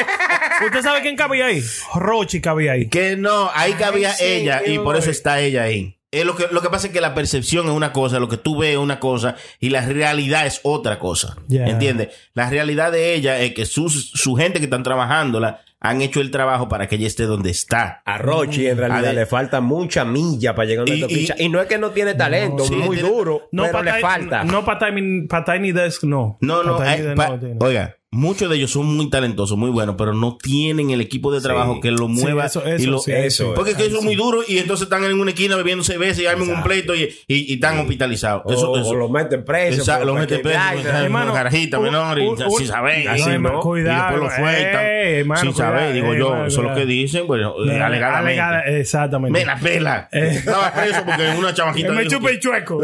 [SPEAKER 6] ¿Usted sabe quién cabía ahí? Rochi cabía ahí.
[SPEAKER 7] Que no, ahí cabía
[SPEAKER 12] sí,
[SPEAKER 7] ella y
[SPEAKER 12] yo
[SPEAKER 7] por eso
[SPEAKER 12] voy.
[SPEAKER 7] está ella ahí. Es lo, que, lo que pasa es que la percepción es una cosa, lo que tú ves es una cosa y la realidad es otra cosa.
[SPEAKER 6] Ya.
[SPEAKER 7] ¿Entiendes? La realidad de ella es que sus, su gente que están trabajándola han hecho el trabajo para que ella esté donde está.
[SPEAKER 12] A Rochi en realidad
[SPEAKER 7] A ver.
[SPEAKER 12] le falta mucha milla para llegar a
[SPEAKER 7] Y-
[SPEAKER 12] una toquicha.
[SPEAKER 7] y-
[SPEAKER 12] Y, no es que no tiene talento,
[SPEAKER 7] sí,
[SPEAKER 12] muy
[SPEAKER 7] tiene-
[SPEAKER 12] duro,
[SPEAKER 6] No,
[SPEAKER 12] pero
[SPEAKER 6] para,
[SPEAKER 12] le falta.
[SPEAKER 6] no para, Tiny, para Tiny Desk, no.
[SPEAKER 7] No, no,
[SPEAKER 6] Para
[SPEAKER 7] eh,
[SPEAKER 6] Tiny Desk
[SPEAKER 7] pa-
[SPEAKER 6] no tiene.
[SPEAKER 7] oiga, muchos de ellos son muy talentosos, muy buenos, pero no tienen el equipo de trabajo que lo
[SPEAKER 6] Sí,
[SPEAKER 7] mueva
[SPEAKER 6] eso-
[SPEAKER 7] y
[SPEAKER 6] eso
[SPEAKER 7] lo
[SPEAKER 6] sí,
[SPEAKER 12] eso
[SPEAKER 7] Porque es que eso es muy duro y entonces están en una esquina bebiendo cerveza y arman un pleito y, y- y están hospitalizados.
[SPEAKER 12] O,
[SPEAKER 7] Eso,
[SPEAKER 12] o
[SPEAKER 7] eso.
[SPEAKER 12] lo meten preso.
[SPEAKER 7] Exacto,
[SPEAKER 12] por
[SPEAKER 7] lo meten
[SPEAKER 12] cualquier
[SPEAKER 7] preso,
[SPEAKER 12] vaina.
[SPEAKER 7] exacto.
[SPEAKER 6] Hermano,
[SPEAKER 7] carajita
[SPEAKER 6] un-
[SPEAKER 7] menor y
[SPEAKER 6] un-
[SPEAKER 7] así
[SPEAKER 6] un-
[SPEAKER 7] saben,
[SPEAKER 6] así,
[SPEAKER 7] ¿no?
[SPEAKER 6] hermano,
[SPEAKER 7] y
[SPEAKER 6] Cuidado.
[SPEAKER 7] después lo sueltan
[SPEAKER 6] eh, hermano,
[SPEAKER 7] sin saber,
[SPEAKER 6] cuidado,
[SPEAKER 7] digo
[SPEAKER 6] eh,
[SPEAKER 7] yo,
[SPEAKER 6] hermano,
[SPEAKER 7] eso es lo
[SPEAKER 6] cuidado.
[SPEAKER 7] que dicen, bueno, eh, alegadamente.
[SPEAKER 6] Alegada- exactamente.
[SPEAKER 7] Me la pela. Estaba preso porque una chamaquita
[SPEAKER 6] Eh. me
[SPEAKER 7] dijo
[SPEAKER 6] chupa
[SPEAKER 7] que-
[SPEAKER 6] el chueco.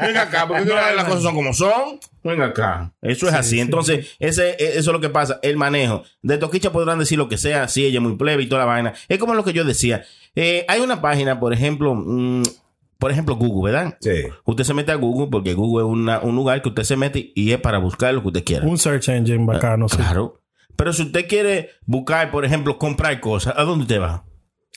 [SPEAKER 7] Venga acá, porque tú sabes, las cosas son como son. Venga acá. Eso es así. Entonces, ese, e- eso es lo que pasa. El manejo. De Toquicha podrán decir lo que sea. Sí, ella es muy plebe y toda la vaina. Es como lo que yo decía. Eh, hay una página, por ejemplo, mm, por ejemplo, Google, ¿verdad?
[SPEAKER 12] Sí.
[SPEAKER 7] Usted se mete a Google porque Google es una- un lugar que usted se mete y es para buscar lo que usted quiera.
[SPEAKER 6] Un search engine bacano, sí.
[SPEAKER 7] Claro. Pero si usted quiere buscar, por ejemplo, comprar cosas, ¿a dónde te va?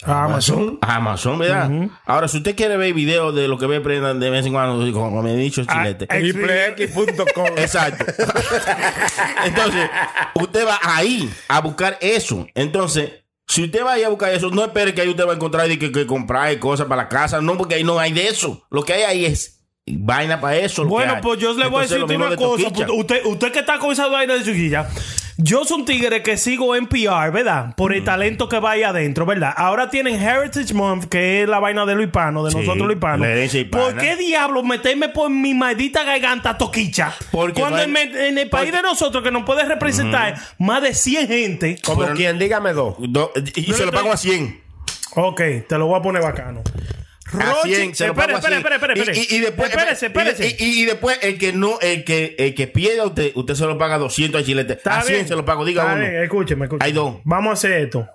[SPEAKER 6] Amazon.
[SPEAKER 7] A Ah, Amazon, ¿verdad? Ahora, si usted quiere ver videos de lo que ve prendan de vez en cuando, como me he dicho, chilete.
[SPEAKER 6] Ah,
[SPEAKER 12] triplex.com.
[SPEAKER 7] Exacto. Entonces, usted va ahí a buscar eso. Entonces, si usted va ahí a buscar eso, no espere que ahí usted va a encontrar de que, que comprar cosas para la casa. No, porque ahí no hay de eso. Lo que hay ahí es vaina para eso. lo que
[SPEAKER 6] Bueno,
[SPEAKER 7] hay.
[SPEAKER 6] pues yo le voy a
[SPEAKER 7] Entonces,
[SPEAKER 6] decir
[SPEAKER 7] lo mismo
[SPEAKER 6] una
[SPEAKER 7] de
[SPEAKER 6] cosa.
[SPEAKER 7] Toquicha.
[SPEAKER 6] pues, Usted, usted que está con esa vaina de chiquilla. Yo soy un tigre que sigo en PR, ¿verdad? Por
[SPEAKER 7] Mm.
[SPEAKER 6] el talento que va ahí adentro, ¿verdad? Ahora tienen Heritage Month, que es la vaina de lo hispano, de
[SPEAKER 7] Sí,
[SPEAKER 6] nosotros los hispanos.
[SPEAKER 7] la herencia hispana.
[SPEAKER 6] ¿Por qué diablos meterme por mi maldita garganta toquicha?
[SPEAKER 7] Porque
[SPEAKER 6] Cuando
[SPEAKER 7] no hay-
[SPEAKER 6] en, en el país de nosotros, que nos puede representar más de 100 gente.
[SPEAKER 12] Como
[SPEAKER 7] Pero-
[SPEAKER 12] quien, dígame dos.
[SPEAKER 7] Do- y se lo pago a 100.
[SPEAKER 6] Ok, te lo voy a poner bacano.
[SPEAKER 7] A
[SPEAKER 6] Rochi-
[SPEAKER 7] 100, se lo
[SPEAKER 6] espere,
[SPEAKER 7] pago a 100.
[SPEAKER 6] espere, espere, espere,
[SPEAKER 7] Y-
[SPEAKER 6] espere.
[SPEAKER 7] Y, y después,
[SPEAKER 6] Espérese, espérese.
[SPEAKER 7] Y, y- y después el que no, el que, el que pierda, usted, usted se lo paga 200 al chilete.
[SPEAKER 6] Está
[SPEAKER 7] a 100
[SPEAKER 6] bien.
[SPEAKER 7] se lo pago, diga
[SPEAKER 6] Está
[SPEAKER 7] uno.
[SPEAKER 6] bien, escúcheme, escúcheme.
[SPEAKER 7] Hay dos.
[SPEAKER 6] Vamos a hacer esto.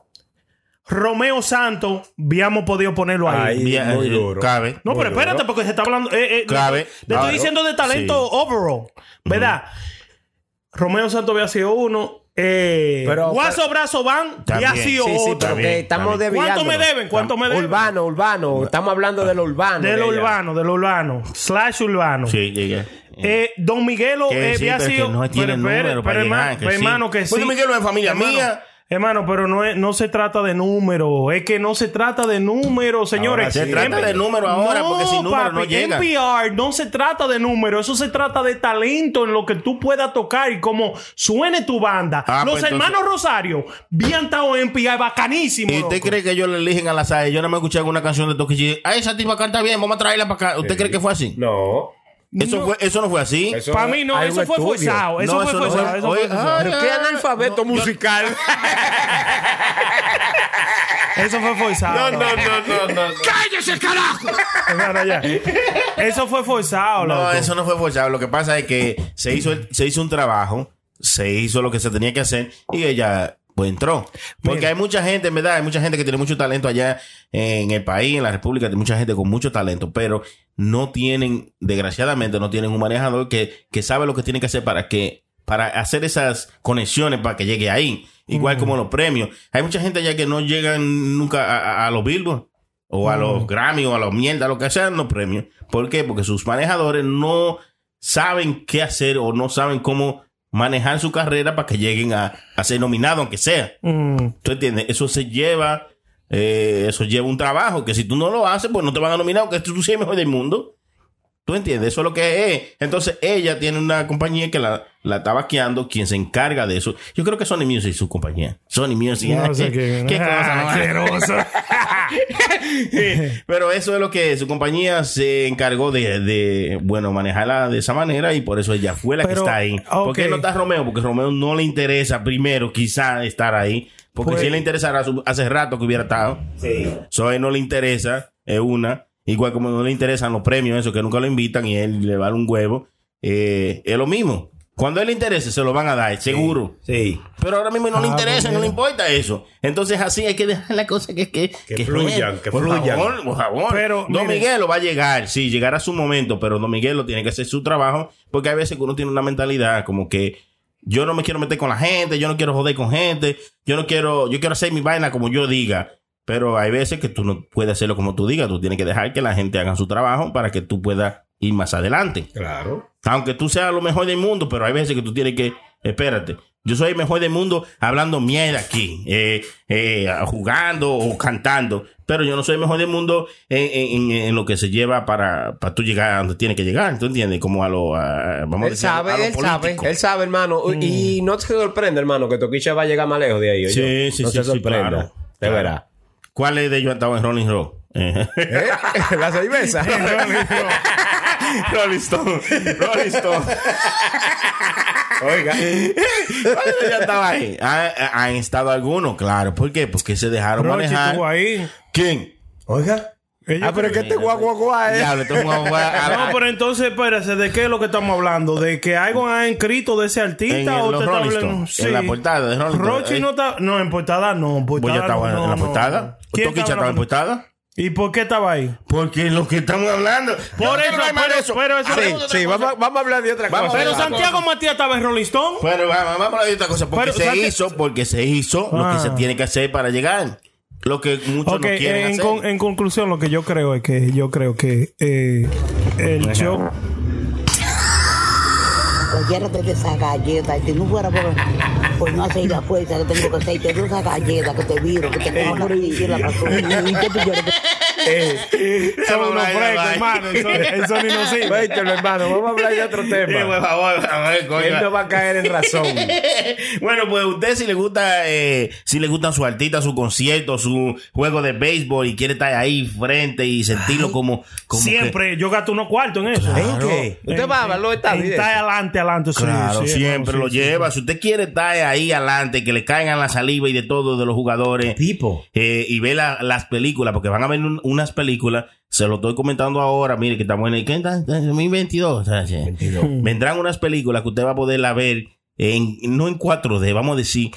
[SPEAKER 6] Romeo Santos, habíamos podido ponerlo ahí.
[SPEAKER 7] Ahí, Bien, muy duro. eh, cabe,
[SPEAKER 6] No,
[SPEAKER 7] muy
[SPEAKER 6] pero
[SPEAKER 7] duro.
[SPEAKER 6] espérate, porque se está hablando. eh, eh,
[SPEAKER 7] Cabe,
[SPEAKER 6] Te
[SPEAKER 7] claro.
[SPEAKER 6] estoy diciendo de talento
[SPEAKER 7] Sí.
[SPEAKER 6] overall, ¿verdad? Romeo Santos había sido uno. Eh,
[SPEAKER 8] Pero-
[SPEAKER 6] Guaso Brazo Van había
[SPEAKER 8] También.
[SPEAKER 6] sido
[SPEAKER 8] Sí, sí,
[SPEAKER 6] otro.
[SPEAKER 8] pero que estamos
[SPEAKER 6] ¿Cuánto me
[SPEAKER 8] desviándonos.
[SPEAKER 6] deben? ¿Cuánto me deben?
[SPEAKER 8] Urbano, urbano. Estamos hablando de lo urbano.
[SPEAKER 6] De
[SPEAKER 8] de
[SPEAKER 6] lo
[SPEAKER 8] ella.
[SPEAKER 6] urbano, de lo urbano. Slash urbano.
[SPEAKER 7] Sí, llegué.
[SPEAKER 6] Eh, Don Miguelo
[SPEAKER 7] Que
[SPEAKER 6] eh,
[SPEAKER 7] sí,
[SPEAKER 6] había
[SPEAKER 7] pero
[SPEAKER 6] sido.
[SPEAKER 7] que no tiene
[SPEAKER 6] pero, pero,
[SPEAKER 7] número
[SPEAKER 6] pero,
[SPEAKER 7] para
[SPEAKER 6] hermano,
[SPEAKER 7] llegar, que
[SPEAKER 6] pero,
[SPEAKER 7] sí.
[SPEAKER 6] hermano, que sí.
[SPEAKER 7] Bueno, Miguelo es familia
[SPEAKER 6] Hermano,
[SPEAKER 7] mía.
[SPEAKER 6] Hermano, pero no, es- no se trata de número. Es que no se trata de número, señores.
[SPEAKER 7] sí. Se trata de número ahora, porque sin número no
[SPEAKER 6] papi,
[SPEAKER 7] llega.
[SPEAKER 6] NPR no se trata de número. Eso se trata de talento en lo que tú puedas tocar y cómo suene tu banda.
[SPEAKER 7] Ah,
[SPEAKER 6] Los
[SPEAKER 7] pues entonces-
[SPEAKER 6] hermanos Rosario, bien estado en NPR, bacanísimo.
[SPEAKER 7] ¿Y usted
[SPEAKER 6] loco.
[SPEAKER 7] cree que ellos le eligen a la SAE? Yo no me escuché alguna canción de Tokichi. Ah, esa tipa canta bien, vamos a traerla para acá. ¿Usted cree que fue así?
[SPEAKER 12] No.
[SPEAKER 7] Eso, Fue, eso no fue así.
[SPEAKER 6] Para mí no, eso fue forzado. Eso
[SPEAKER 7] No,
[SPEAKER 6] fue
[SPEAKER 7] eso no
[SPEAKER 6] forzado.
[SPEAKER 7] fue-
[SPEAKER 6] eso fue
[SPEAKER 7] Oye,
[SPEAKER 6] forzado.
[SPEAKER 7] ay, ay,
[SPEAKER 8] analfabeto musical.
[SPEAKER 6] Eso fue forzado.
[SPEAKER 7] ah, no.
[SPEAKER 13] ¡Cállese, carajo!
[SPEAKER 6] Hermano, ya. Eso fue forzado,
[SPEAKER 7] No,
[SPEAKER 6] loco.
[SPEAKER 7] eso no fue forzado. Lo que pasa es que se hizo, el- se hizo un trabajo, se hizo lo que se tenía que hacer y ella pues entró. Porque hay mucha gente, en verdad, hay mucha gente que tiene mucho talento allá en el país, en la República, hay mucha gente con mucho talento, pero no tienen, desgraciadamente, no tienen un manejador que, que sabe lo que tiene que hacer para que para hacer esas conexiones para que llegue ahí. Igual como los premios. Hay mucha gente allá que no llegan nunca a, a- a los Billboard o a los Grammy o a los mierda, lo que sean los premios. ¿Por qué? Porque sus manejadores no saben qué hacer o no saben cómo manejar su carrera para que lleguen a, a ser nominados, aunque sea.
[SPEAKER 6] Mm.
[SPEAKER 7] ¿Tú entiendes? Eso se lleva, eh, eso lleva un trabajo que si tú no lo haces, pues no te van a nominar, aunque tú seas el mejor del mundo. ¿Tú entiendes? Eso es lo que es. Entonces ella tiene una compañía que la, la está vaqueando, quien se encarga de eso. Yo creo que Sony Music es su compañía. Sony Music.
[SPEAKER 6] No sé qué.
[SPEAKER 7] ¿Qué cosa más
[SPEAKER 6] Asqueroso.
[SPEAKER 7] Sí, Pero eso es lo que es. su compañía se encargó de, de, bueno, manejarla de esa manera y por eso ella fue la
[SPEAKER 6] Pero,
[SPEAKER 7] que está ahí. ¿Por qué
[SPEAKER 6] ok.
[SPEAKER 7] no está Romeo? Porque Romeo no le interesa primero quizá estar ahí. Porque
[SPEAKER 6] Pues-
[SPEAKER 7] si le interesara su- hace rato que hubiera estado. Sí. So, a él no le interesa, es una. Igual como no le interesan los premios, eso que nunca lo invitan y él le vale un huevo. Eh, es lo mismo. Cuando a él le interese, se lo van a dar, seguro.
[SPEAKER 12] Sí.
[SPEAKER 7] Pero ahora mismo no le
[SPEAKER 12] Ah,
[SPEAKER 7] interesa,
[SPEAKER 12] pues
[SPEAKER 7] no
[SPEAKER 12] mira.
[SPEAKER 7] le importa eso. Entonces así hay que dejar la cosa que, que,
[SPEAKER 12] Que fluyan,
[SPEAKER 7] fluya.
[SPEAKER 12] que
[SPEAKER 7] por
[SPEAKER 12] fluyan.
[SPEAKER 7] favor, por favor.
[SPEAKER 6] Pero,
[SPEAKER 7] Don
[SPEAKER 6] mire.
[SPEAKER 7] Miguelo va a llegar, sí, llegará su momento, pero Don Miguelo tiene que hacer su trabajo porque hay veces que uno tiene una mentalidad como que yo no me quiero meter con la gente, yo no quiero joder con gente, yo no quiero, yo quiero hacer mi vaina como yo diga. Pero hay veces que tú no puedes hacerlo como tú digas, tú tienes que dejar que la gente haga su trabajo para que tú puedas ir más adelante.
[SPEAKER 12] Claro.
[SPEAKER 7] Aunque tú seas lo mejor del mundo, pero hay veces que tú tienes que, espérate, yo soy el mejor del mundo hablando mierda aquí, eh, eh, jugando o cantando, pero yo no soy el mejor del mundo en, en- en- en lo que se lleva para, para tú llegar a donde tienes que llegar, ¿tú entiendes? Como a lo, a- vamos a
[SPEAKER 12] Él
[SPEAKER 7] decir, a lo
[SPEAKER 12] sabe, él sabe,
[SPEAKER 7] político.
[SPEAKER 12] él sabe, hermano. Y no te sorprende, hermano, que Toquicha va a llegar más lejos de ahí.
[SPEAKER 7] Sí,
[SPEAKER 12] oye.
[SPEAKER 7] sí,
[SPEAKER 12] no
[SPEAKER 7] sí,
[SPEAKER 12] se
[SPEAKER 7] sí,
[SPEAKER 12] sorprenda.
[SPEAKER 7] claro,
[SPEAKER 12] De
[SPEAKER 7] claro.
[SPEAKER 12] verdad.
[SPEAKER 7] ¿Cuál es de ellos ha estado en Rolling Rock?
[SPEAKER 12] La cerveza.
[SPEAKER 7] Rolling Stone. Rolling Stone. Oiga. ¿Cuándo ya estaba ahí? Ha- ha- Han estado algunos, claro. ¿Por qué? Porque se dejaron
[SPEAKER 6] Rochi
[SPEAKER 7] manejar.
[SPEAKER 6] estuvo ahí.
[SPEAKER 7] ¿Quién?
[SPEAKER 12] Oiga.
[SPEAKER 6] Ellos-
[SPEAKER 12] Ah, pero es que este guau guau guau eh.
[SPEAKER 7] Diablo, este guau, guau, a-
[SPEAKER 6] No, pero entonces, espérese, ¿de qué es lo que estamos hablando? ¿De que algo ha escrito de ese artista?
[SPEAKER 7] En el-
[SPEAKER 6] o
[SPEAKER 7] los
[SPEAKER 6] te está
[SPEAKER 7] Rolling
[SPEAKER 6] hablando?
[SPEAKER 7] Stones, en la portada de Rolling Stones,
[SPEAKER 6] Rochi
[SPEAKER 7] eh.
[SPEAKER 6] no está. No, en portada no. En
[SPEAKER 7] Pues
[SPEAKER 6] portada
[SPEAKER 7] yo estaba
[SPEAKER 6] no,
[SPEAKER 7] en la
[SPEAKER 6] no.
[SPEAKER 7] portada.
[SPEAKER 6] ¿Quién
[SPEAKER 7] Toquicha
[SPEAKER 6] estaba
[SPEAKER 7] estaba en portada.
[SPEAKER 6] ¿Y por qué estaba ahí?
[SPEAKER 7] Porque lo que estamos hablando.
[SPEAKER 6] Por eso, pero, pero eso.
[SPEAKER 12] Sí, sí, vamos, a- vamos a hablar de otra
[SPEAKER 7] Vamos
[SPEAKER 12] cosa.
[SPEAKER 7] a
[SPEAKER 6] pero
[SPEAKER 7] otra
[SPEAKER 6] Santiago Matías estaba en Rolling Stone.
[SPEAKER 7] Bueno, vamos, vamos a decir otra cosa. Porque
[SPEAKER 6] Pero,
[SPEAKER 7] se
[SPEAKER 6] Santi-
[SPEAKER 7] hizo, porque se hizo lo
[SPEAKER 6] Ah.
[SPEAKER 7] que se tiene que hacer para llegar. Lo que muchos
[SPEAKER 6] Ok,
[SPEAKER 7] no quieren
[SPEAKER 6] en,
[SPEAKER 7] hacer.
[SPEAKER 6] con- en conclusión, lo que yo creo es que yo creo que eh, el show.
[SPEAKER 3] Cualquiera de esa galleta, y si no fuera por, por no hacer la fuerza que tengo que hacer, y te doy esa galleta que te viro, que te pongo a morir y la razón. ¿Y qué tú quieres?
[SPEAKER 6] Son unos
[SPEAKER 7] Bye, bye,
[SPEAKER 6] frescos,
[SPEAKER 7] bye.
[SPEAKER 6] hermano. El Sony- el Sony no sirve.
[SPEAKER 12] Cuéntelo, hermano. Vamos a hablar de otro
[SPEAKER 6] eh,
[SPEAKER 7] Sí, Eh, por
[SPEAKER 12] tema.
[SPEAKER 7] favor, por favor, coño.
[SPEAKER 12] Él no va a caer en razón.
[SPEAKER 7] Bueno, pues usted si le gusta, eh, si le gustan su artista, su concierto, su juego de béisbol y quiere estar ahí frente y sentirlo como, como que-
[SPEAKER 6] Siempre, yo gasto unos cuartos en eso.
[SPEAKER 7] Claro. ¿En qué?
[SPEAKER 12] Usted va a hablar de esta vida.
[SPEAKER 6] Está adelante, adelante. sí,
[SPEAKER 7] Claro,
[SPEAKER 6] sí,
[SPEAKER 7] siempre
[SPEAKER 6] hermano,
[SPEAKER 7] lo
[SPEAKER 6] sí, sí.
[SPEAKER 7] lleva. Si usted quiere estar ahí adelante, que le caigan la saliva y de todo de los jugadores.
[SPEAKER 12] Tipo.
[SPEAKER 7] eh, y ve la- las películas, porque van a ver un- unas películas. Se lo estoy comentando ahora. Mire, que estamos en el ¿qué está? 2022. ¿sabes? Vendrán unas películas que usted va a poderla ver, en, no en 4D, vamos a decir.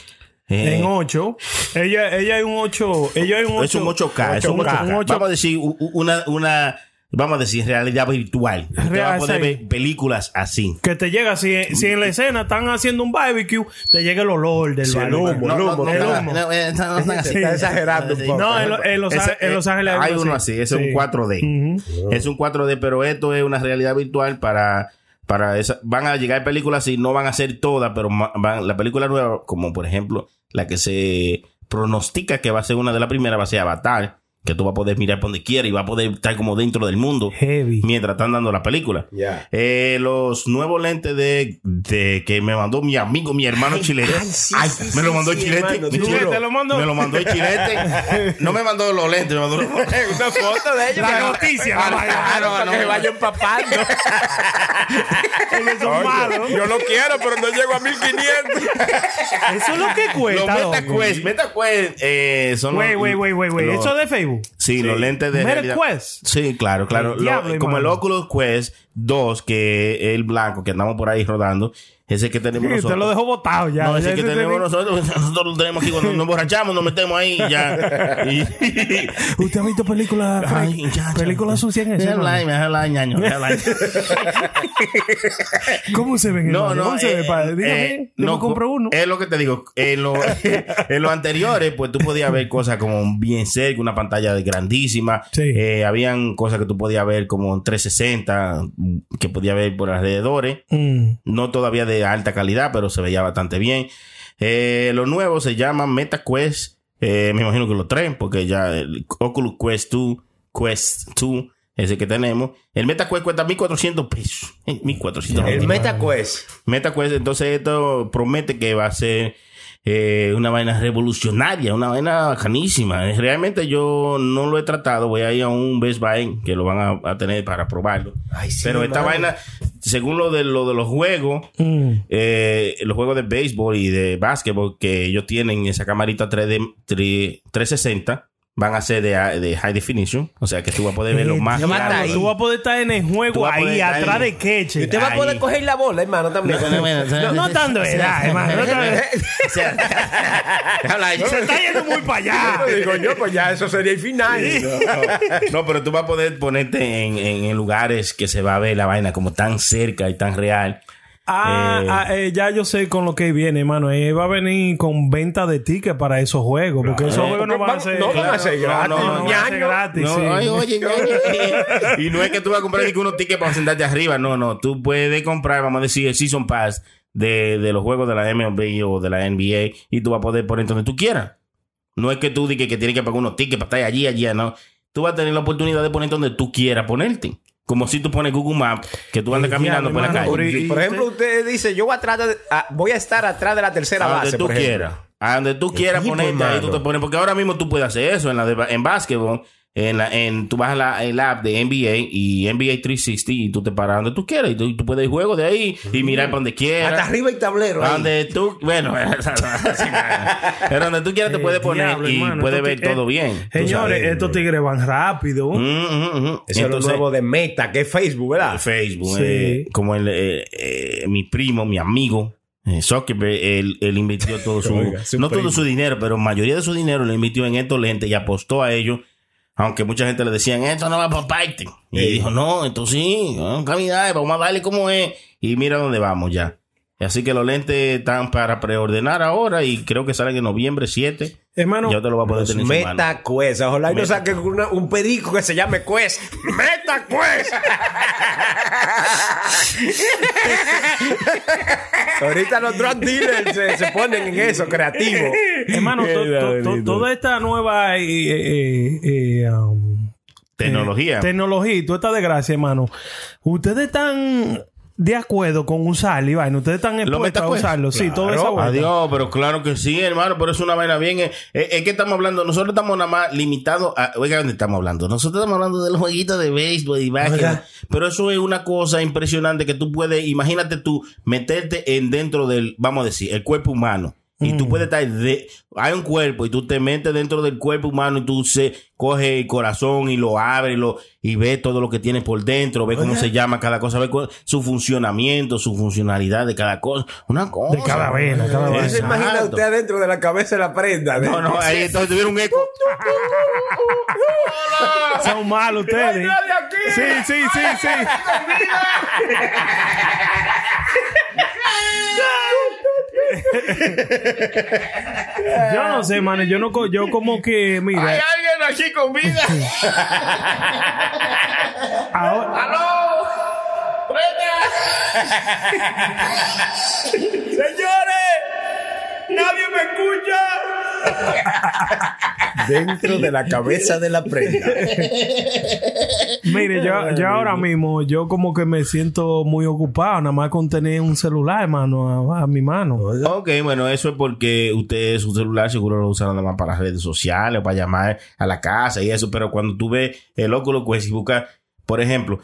[SPEAKER 7] eh,
[SPEAKER 6] En 8. Ella, ella hay un 8. Ella hay un 8.
[SPEAKER 7] Es un 8K. Es un 8K. Vamos a decir u- u- una, una, vamos a decir realidad virtual. Usted
[SPEAKER 6] Real,
[SPEAKER 7] va a poder
[SPEAKER 6] sí.
[SPEAKER 7] ver películas así.
[SPEAKER 6] Que te llega, si, si en la escena están haciendo un barbecue, te llega el olor del
[SPEAKER 7] Sí, el
[SPEAKER 6] barbecue.
[SPEAKER 7] humo, el
[SPEAKER 6] No,
[SPEAKER 7] humo,
[SPEAKER 6] no, el
[SPEAKER 7] no,
[SPEAKER 6] humo.
[SPEAKER 7] no, eh, no, no están así.
[SPEAKER 6] Sí.
[SPEAKER 7] Está exagerando un poco.
[SPEAKER 6] No, en, lo- en los,
[SPEAKER 7] Ese-
[SPEAKER 6] en Los Ángeles
[SPEAKER 7] hay uno así, ese es un 4D. Es un 4D, pero esto es una realidad virtual para. Para esa, van a llegar películas y no van a ser todas, pero ma- van, la película nueva, como por ejemplo la que se pronostica que va a ser una de las primeras, va a ser Avatar, que tú vas a poder mirar por donde quieras y vas a poder estar como dentro del mundo mientras están dando la película.
[SPEAKER 12] Ya.
[SPEAKER 7] Eh, los nuevos lentes de, de que me mandó mi amigo, mi hermano chilete. Ay, me lo mandó el chilete. Mi chilete
[SPEAKER 6] Chilete lo mandó.
[SPEAKER 7] Me lo mandó el chilete. No me mandó los lentes, me mandó los
[SPEAKER 12] Una foto de ellos.
[SPEAKER 7] La
[SPEAKER 12] para-
[SPEAKER 7] noticia,
[SPEAKER 12] para-
[SPEAKER 7] la vaina.
[SPEAKER 12] Claro,
[SPEAKER 7] No,
[SPEAKER 12] para
[SPEAKER 7] no,
[SPEAKER 12] que se
[SPEAKER 7] no.
[SPEAKER 12] vaya empapando.
[SPEAKER 6] Oye,
[SPEAKER 12] Yo lo quiero, pero no llego a 1500.
[SPEAKER 6] Eso es lo que cuesta.
[SPEAKER 7] Los MetaQuest, MetaQuest eh, son
[SPEAKER 6] Güey,
[SPEAKER 7] los-
[SPEAKER 6] güey, güey, güey, güey.
[SPEAKER 7] los-
[SPEAKER 6] Eso de Facebook.
[SPEAKER 7] Sí, los lentes de
[SPEAKER 6] Meta
[SPEAKER 7] realidad.
[SPEAKER 6] Quest.
[SPEAKER 7] Sí, claro, claro.
[SPEAKER 6] El
[SPEAKER 7] Lo-
[SPEAKER 6] diablo,
[SPEAKER 7] como el
[SPEAKER 6] hermano.
[SPEAKER 7] Oculus Quest 2, que es el blanco que andamos por ahí rodando, ese que tenemos
[SPEAKER 6] Sí,
[SPEAKER 7] nosotros.
[SPEAKER 6] usted lo dejó botado ya.
[SPEAKER 7] no, ese
[SPEAKER 6] Ya
[SPEAKER 7] que
[SPEAKER 6] ese
[SPEAKER 7] tenemos
[SPEAKER 6] tiene-
[SPEAKER 7] nosotros, nosotros lo tenemos aquí cuando nos borrachamos, nos metemos ahí y ya. Y-
[SPEAKER 6] Usted ha visto películas
[SPEAKER 7] Ay, ya,
[SPEAKER 6] películas sucias en
[SPEAKER 7] Deja
[SPEAKER 6] ese.
[SPEAKER 7] hablar, me deja hablar, ñaño, deja hablar.
[SPEAKER 6] ¿Cómo se ven?
[SPEAKER 7] No,
[SPEAKER 6] hermano?
[SPEAKER 7] no.
[SPEAKER 6] ¿Cómo se ve,
[SPEAKER 7] eh,
[SPEAKER 6] padre? Dígame,
[SPEAKER 7] eh,
[SPEAKER 6] yo
[SPEAKER 7] no,
[SPEAKER 6] me compro uno.
[SPEAKER 7] Es lo que te digo. En los en los anteriores, pues tú podías ver cosas como bien cerca, una pantalla grandísima. Eh, habían cosas que tú podías ver como en 360, que podías ver por alrededores. No todavía de alta calidad, pero se veía bastante bien. Eh, lo nuevo se llama MetaQuest. eh, me imagino que los tres, porque ya el Oculus Quest 2, Quest 2, ese que tenemos. El MetaQuest cuesta 1400 pesos. Eh, 1400
[SPEAKER 12] El MetaQuest.
[SPEAKER 7] MetaQuest, pues, entonces esto promete que va a ser eh, una vaina revolucionaria, una vaina bacanísima. Eh, Realmente yo no lo he tratado, voy a ir a un Best Buy que lo van a, a tener para probarlo. Pero esta
[SPEAKER 12] mano.
[SPEAKER 7] vaina, según lo de, lo de los juegos, eh, los juegos de béisbol y de básquetbol que ellos tienen esa camarita 3D, 3, 360, van a ser de, de high definition, o sea que tú vas a poder ver lo
[SPEAKER 12] Mm.
[SPEAKER 6] Eh,
[SPEAKER 7] más
[SPEAKER 6] tú vas a-
[SPEAKER 7] claro.
[SPEAKER 6] Tú vas a poder estar en el
[SPEAKER 7] Tú
[SPEAKER 6] juego
[SPEAKER 7] vas a poder
[SPEAKER 6] ahí,
[SPEAKER 7] estar
[SPEAKER 6] atrás
[SPEAKER 7] ahí.
[SPEAKER 6] de Queche.
[SPEAKER 7] Y usted va a poder
[SPEAKER 6] Ahí.
[SPEAKER 12] Coger la bola, hermano, también.
[SPEAKER 6] No, no tanto edad, hermano. no tanto edad.
[SPEAKER 7] Se
[SPEAKER 6] está yendo muy para allá.
[SPEAKER 12] Digo yo, pues ya eso sería el final.
[SPEAKER 7] No, pero tú vas a poder ponerte en, en- en lugares que se va a ver la vaina como tan cerca y tan real.
[SPEAKER 6] Ah, ah, eh, ya yo sé con lo que viene, hermano. Eh, va a venir con venta de tickets para esos juegos, porque esos juegos no van a ser,
[SPEAKER 12] No van a ser gratis.
[SPEAKER 6] Claro, no, no van a ser
[SPEAKER 12] ñaño.
[SPEAKER 6] gratis.
[SPEAKER 7] No,
[SPEAKER 6] sí.
[SPEAKER 7] ay, oye, ñaño. y no es que tú vas a comprar ni que unos tickets para sentarte arriba. No, no. Tú puedes comprar, vamos a decir, el Season Pass de, de los juegos de la MLB o de la NBA y tú vas a poder poner donde tú quieras. No es que tú digas que tienes que pagar unos tickets para estar allí, allí, no. Tú vas a tener la oportunidad de ponerte donde tú quieras ponerte. Como si tú pones Google Maps, que tú andas caminando por la calle.
[SPEAKER 12] Por ejemplo, usted dice, yo voy, atrás de- ah, voy a estar atrás de la tercera
[SPEAKER 7] a donde
[SPEAKER 12] base.
[SPEAKER 7] tú
[SPEAKER 12] por ejemplo.
[SPEAKER 7] quieras. A donde tú quieras
[SPEAKER 12] tipo,
[SPEAKER 7] ponerte, ahí tú
[SPEAKER 12] hermano.
[SPEAKER 7] te pones. Porque ahora mismo tú puedes hacer eso en la de ba- en básquetbol. En la, en, tú vas a la el app de NBA y NBA 360 y tú te paras donde tú quieras. Y tú, tú puedes ir juego de ahí y mirar para donde quieras.
[SPEAKER 12] Mm. Hasta arriba el tablero.
[SPEAKER 7] A
[SPEAKER 12] ahí.
[SPEAKER 7] Donde tú, bueno, pero donde tú
[SPEAKER 12] Eh,
[SPEAKER 7] quieras te puedes poner
[SPEAKER 6] Eh, Diablo,
[SPEAKER 7] y
[SPEAKER 6] hermano,
[SPEAKER 7] puedes
[SPEAKER 6] estos
[SPEAKER 7] ver
[SPEAKER 6] ti- eh,
[SPEAKER 7] todo bien. tú
[SPEAKER 6] Señores,
[SPEAKER 7] sabes. Mm,
[SPEAKER 6] estos tigres van rápido.
[SPEAKER 12] Eso
[SPEAKER 7] Entonces-
[SPEAKER 12] es lo nuevo de Meta, que es Facebook, ¿verdad?
[SPEAKER 7] Facebook,
[SPEAKER 12] Sí.
[SPEAKER 7] eh, como el, eh, eh, mi primo, mi amigo. eh, Zuckerberg, él, él invirtió todo su,
[SPEAKER 12] Oiga, su
[SPEAKER 7] no
[SPEAKER 12] primo.
[SPEAKER 7] todo su dinero, pero mayoría de su dinero lo invirtió en estos lentes y apostó a ellos, aunque mucha gente le decían, esto no va para parte. Y él dijo, no, esto sí, vamos a caminar, vamos a darle como es. Y mira dónde vamos ya. Así que los lentes están para preordenar ahora y creo que salen en noviembre 7.
[SPEAKER 6] Hermano,
[SPEAKER 7] ya te lo va a poder
[SPEAKER 12] Los
[SPEAKER 7] tener en su mano.
[SPEAKER 12] Pues Meta Quest. Ojalá y no
[SPEAKER 7] Meta.
[SPEAKER 12] saquen una- un pedico que se llame Quest. ¡Meta Quest! Ahorita los drug dealers se, se ponen en eso, creativos.
[SPEAKER 6] Hermano, to- to- to- toda esta nueva eh, eh, eh, eh, um,
[SPEAKER 7] Tecnología.
[SPEAKER 6] eh, tecnología y toda esta desgracia, hermano. Ustedes están de acuerdo con usarlo, Iván. Ustedes están expuestos a
[SPEAKER 7] MetaQuest?
[SPEAKER 6] usarlo. Sí, todo
[SPEAKER 7] pues. Claro,
[SPEAKER 6] eso.
[SPEAKER 7] Adiós, pero claro que sí, hermano, pero es una vaina bien. eh, eh, Es, que estamos hablando, nosotros estamos nada más limitados a. Oiga, ¿dónde estamos hablando? Nosotros estamos hablando del jueguito de béisbol y básquet.
[SPEAKER 12] Oiga.
[SPEAKER 7] Pero eso es una cosa impresionante que tú puedes, imagínate tú, meterte en dentro del, vamos a decir, el cuerpo humano. Y tú puedes estar. De, hay un cuerpo y tú te metes dentro del cuerpo humano y tú se, coges el corazón y lo abres y lo, y ves todo lo que tiene por dentro, ves cómo
[SPEAKER 6] Oye.
[SPEAKER 7] se llama cada cosa, ves cuál- su funcionamiento, su funcionalidad de cada cosa. Una cosa. De
[SPEAKER 6] cada vena, cada vena.
[SPEAKER 12] ¿Se imagina usted adentro de la cabeza de la prenda?
[SPEAKER 7] No, no, ahí entonces tuviera un eco.
[SPEAKER 6] Son malos ustedes. Sí, sí, sí, sí. Yo no sé, mano. Yo no, co- yo como que,
[SPEAKER 13] ¿Hay
[SPEAKER 6] mira,
[SPEAKER 13] alguien aquí con vida?
[SPEAKER 6] ahora-
[SPEAKER 13] ¡Aló! ¡Señores! ¡Nadie me
[SPEAKER 12] Dentro de la cabeza de la prenda.
[SPEAKER 6] mire, yo, yo ahora mismo, yo como que me siento muy ocupado, nada más con tener un celular, mano, a, a mi mano.
[SPEAKER 7] Ok, bueno, eso es porque usted su celular seguro lo usan nada más para redes sociales o para llamar a la casa y eso, pero cuando tú ves el óculo, pues si buscas, por ejemplo,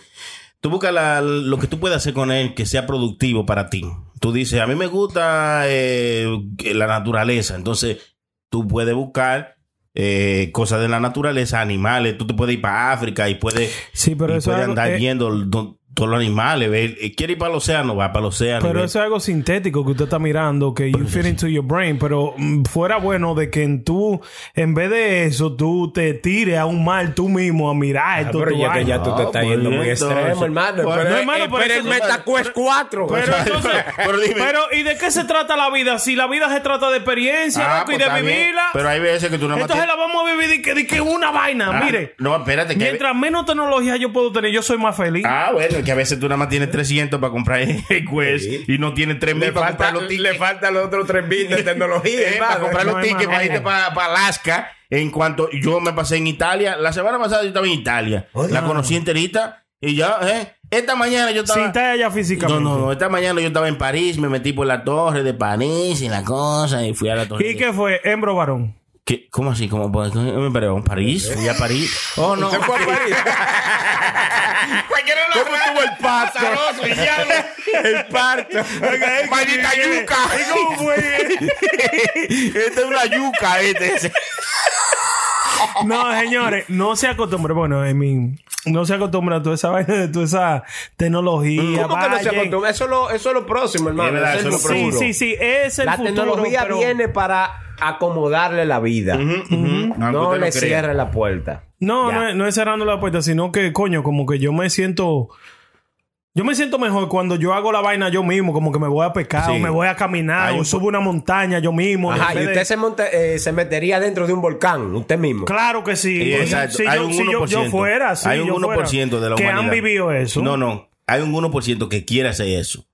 [SPEAKER 7] tú buscas la- lo que tú puedes hacer con él que sea productivo para ti. Tú dices, a mí me gusta eh, la naturaleza, entonces tú puedes buscar eh, cosas de la naturaleza, animales, tú te puedes ir para África y puedes,
[SPEAKER 6] Sí, pero
[SPEAKER 7] y
[SPEAKER 6] eso
[SPEAKER 7] puedes
[SPEAKER 6] es algo-
[SPEAKER 7] andar
[SPEAKER 6] eh,
[SPEAKER 7] viendo do- todos los animales, ver, eh, quiere ir para el océano, va para el océano.
[SPEAKER 6] Pero
[SPEAKER 7] ve.
[SPEAKER 6] eso es algo sintético que usted está mirando, que you fit into your brain. Pero mm, fuera bueno de que en tú, en vez de eso, tú te tires a un mal tú mismo a mirar.
[SPEAKER 12] Ah,
[SPEAKER 6] todo
[SPEAKER 12] pero
[SPEAKER 6] tu
[SPEAKER 12] ya, que
[SPEAKER 6] vaina.
[SPEAKER 12] ya tú te estás yendo muy
[SPEAKER 7] entonces.
[SPEAKER 12] extremo, hermano.
[SPEAKER 6] Bueno,
[SPEAKER 12] pero,
[SPEAKER 6] hermano,
[SPEAKER 12] eh,
[SPEAKER 6] pero
[SPEAKER 12] pero
[SPEAKER 6] eso
[SPEAKER 12] el
[SPEAKER 6] no-
[SPEAKER 12] MetaQuest 4.
[SPEAKER 6] Pero entonces, pero, ¿y de qué se trata la vida? Si la vida se trata de experiencia,
[SPEAKER 7] Ah,
[SPEAKER 6] loco, y
[SPEAKER 7] pues
[SPEAKER 6] de
[SPEAKER 7] está bien.
[SPEAKER 6] vivirla.
[SPEAKER 7] Pero hay veces que tú nada más
[SPEAKER 6] Entonces
[SPEAKER 7] te-
[SPEAKER 6] la vamos a vivir de que, de que una vaina,
[SPEAKER 7] Ah,
[SPEAKER 6] mire.
[SPEAKER 7] No, espérate. Que
[SPEAKER 6] Mientras menos tecnología yo puedo tener, yo soy más feliz.
[SPEAKER 7] Ah, bueno, que a veces tú nada más tienes 300 para comprar el Quest y no tienes 3000
[SPEAKER 12] Le
[SPEAKER 7] para
[SPEAKER 12] falta,
[SPEAKER 7] comprar los tickets.
[SPEAKER 12] le falta los otros tres bits de tecnología.
[SPEAKER 7] Eh, para
[SPEAKER 12] hermano.
[SPEAKER 7] comprar los
[SPEAKER 12] No hay
[SPEAKER 7] tickets para
[SPEAKER 12] manera.
[SPEAKER 7] irte para, para Alaska. En cuanto yo me pasé en Italia, la semana pasada yo estaba en Italia.
[SPEAKER 6] Oh,
[SPEAKER 7] la conocí enterita y ya, ¿eh? Esta mañana yo estaba.
[SPEAKER 6] Sin estar allá
[SPEAKER 7] no,
[SPEAKER 6] físicamente.
[SPEAKER 7] no, no. Esta mañana yo estaba en París, me metí por la torre de París y la cosa y fui a la torre.
[SPEAKER 6] ¿Y qué fue? Hembro varón.
[SPEAKER 7] ¿Qué? ¿Cómo así? ¿Cómo? ¿Pero en París? Fui a París. Oh, no.
[SPEAKER 13] ¿Usted fue a París?
[SPEAKER 7] ¿Cómo estuvo el paso?
[SPEAKER 13] El parto.
[SPEAKER 7] Maldita yuca.
[SPEAKER 13] ¿Cómo fue?
[SPEAKER 7] Esta es una yuca, este.
[SPEAKER 6] No, señores, no se acostumbra. Bueno, I mean, no se acostumbra a toda esa vaina de toda esa tecnología.
[SPEAKER 12] ¿Cómo que no se
[SPEAKER 6] vayan.
[SPEAKER 12] acostumbra? Eso es lo, eso es lo próximo, hermano.
[SPEAKER 7] Es verdad,
[SPEAKER 12] Eso es
[SPEAKER 7] eso es lo
[SPEAKER 12] futuro.
[SPEAKER 7] próximo.
[SPEAKER 6] Sí, sí, es el
[SPEAKER 12] la
[SPEAKER 6] futuro.
[SPEAKER 12] tecnología
[SPEAKER 6] pero-
[SPEAKER 12] viene para acomodarle la vida.
[SPEAKER 7] Aunque
[SPEAKER 12] No
[SPEAKER 7] usted no
[SPEAKER 12] le
[SPEAKER 7] crea.
[SPEAKER 12] cierre la puerta.
[SPEAKER 6] No,
[SPEAKER 12] Ya.
[SPEAKER 6] no es, no es cerrando la puerta, sino que, coño, como que yo me siento. Yo me siento mejor cuando yo hago la vaina yo mismo, como que me voy a pescar,
[SPEAKER 7] Sí.
[SPEAKER 6] o me voy a caminar,
[SPEAKER 7] Hay
[SPEAKER 6] o
[SPEAKER 7] un-
[SPEAKER 6] subo una montaña yo mismo.
[SPEAKER 12] Ajá,
[SPEAKER 6] en
[SPEAKER 12] y
[SPEAKER 6] vez de-
[SPEAKER 12] usted se, monta- eh, se metería dentro de un volcán, usted mismo.
[SPEAKER 6] Claro que sí.
[SPEAKER 7] Sí,
[SPEAKER 6] Coño,
[SPEAKER 7] exacto.
[SPEAKER 6] Si,
[SPEAKER 7] hay
[SPEAKER 6] yo,
[SPEAKER 7] un
[SPEAKER 6] si yo- yo
[SPEAKER 7] 1%.
[SPEAKER 6] fuera, si
[SPEAKER 7] hay un
[SPEAKER 6] yo fuera,
[SPEAKER 7] 1% de la
[SPEAKER 6] que
[SPEAKER 7] humanidad.
[SPEAKER 6] han vivido eso.
[SPEAKER 7] No, no. Hay un 1% que quiere hacer eso.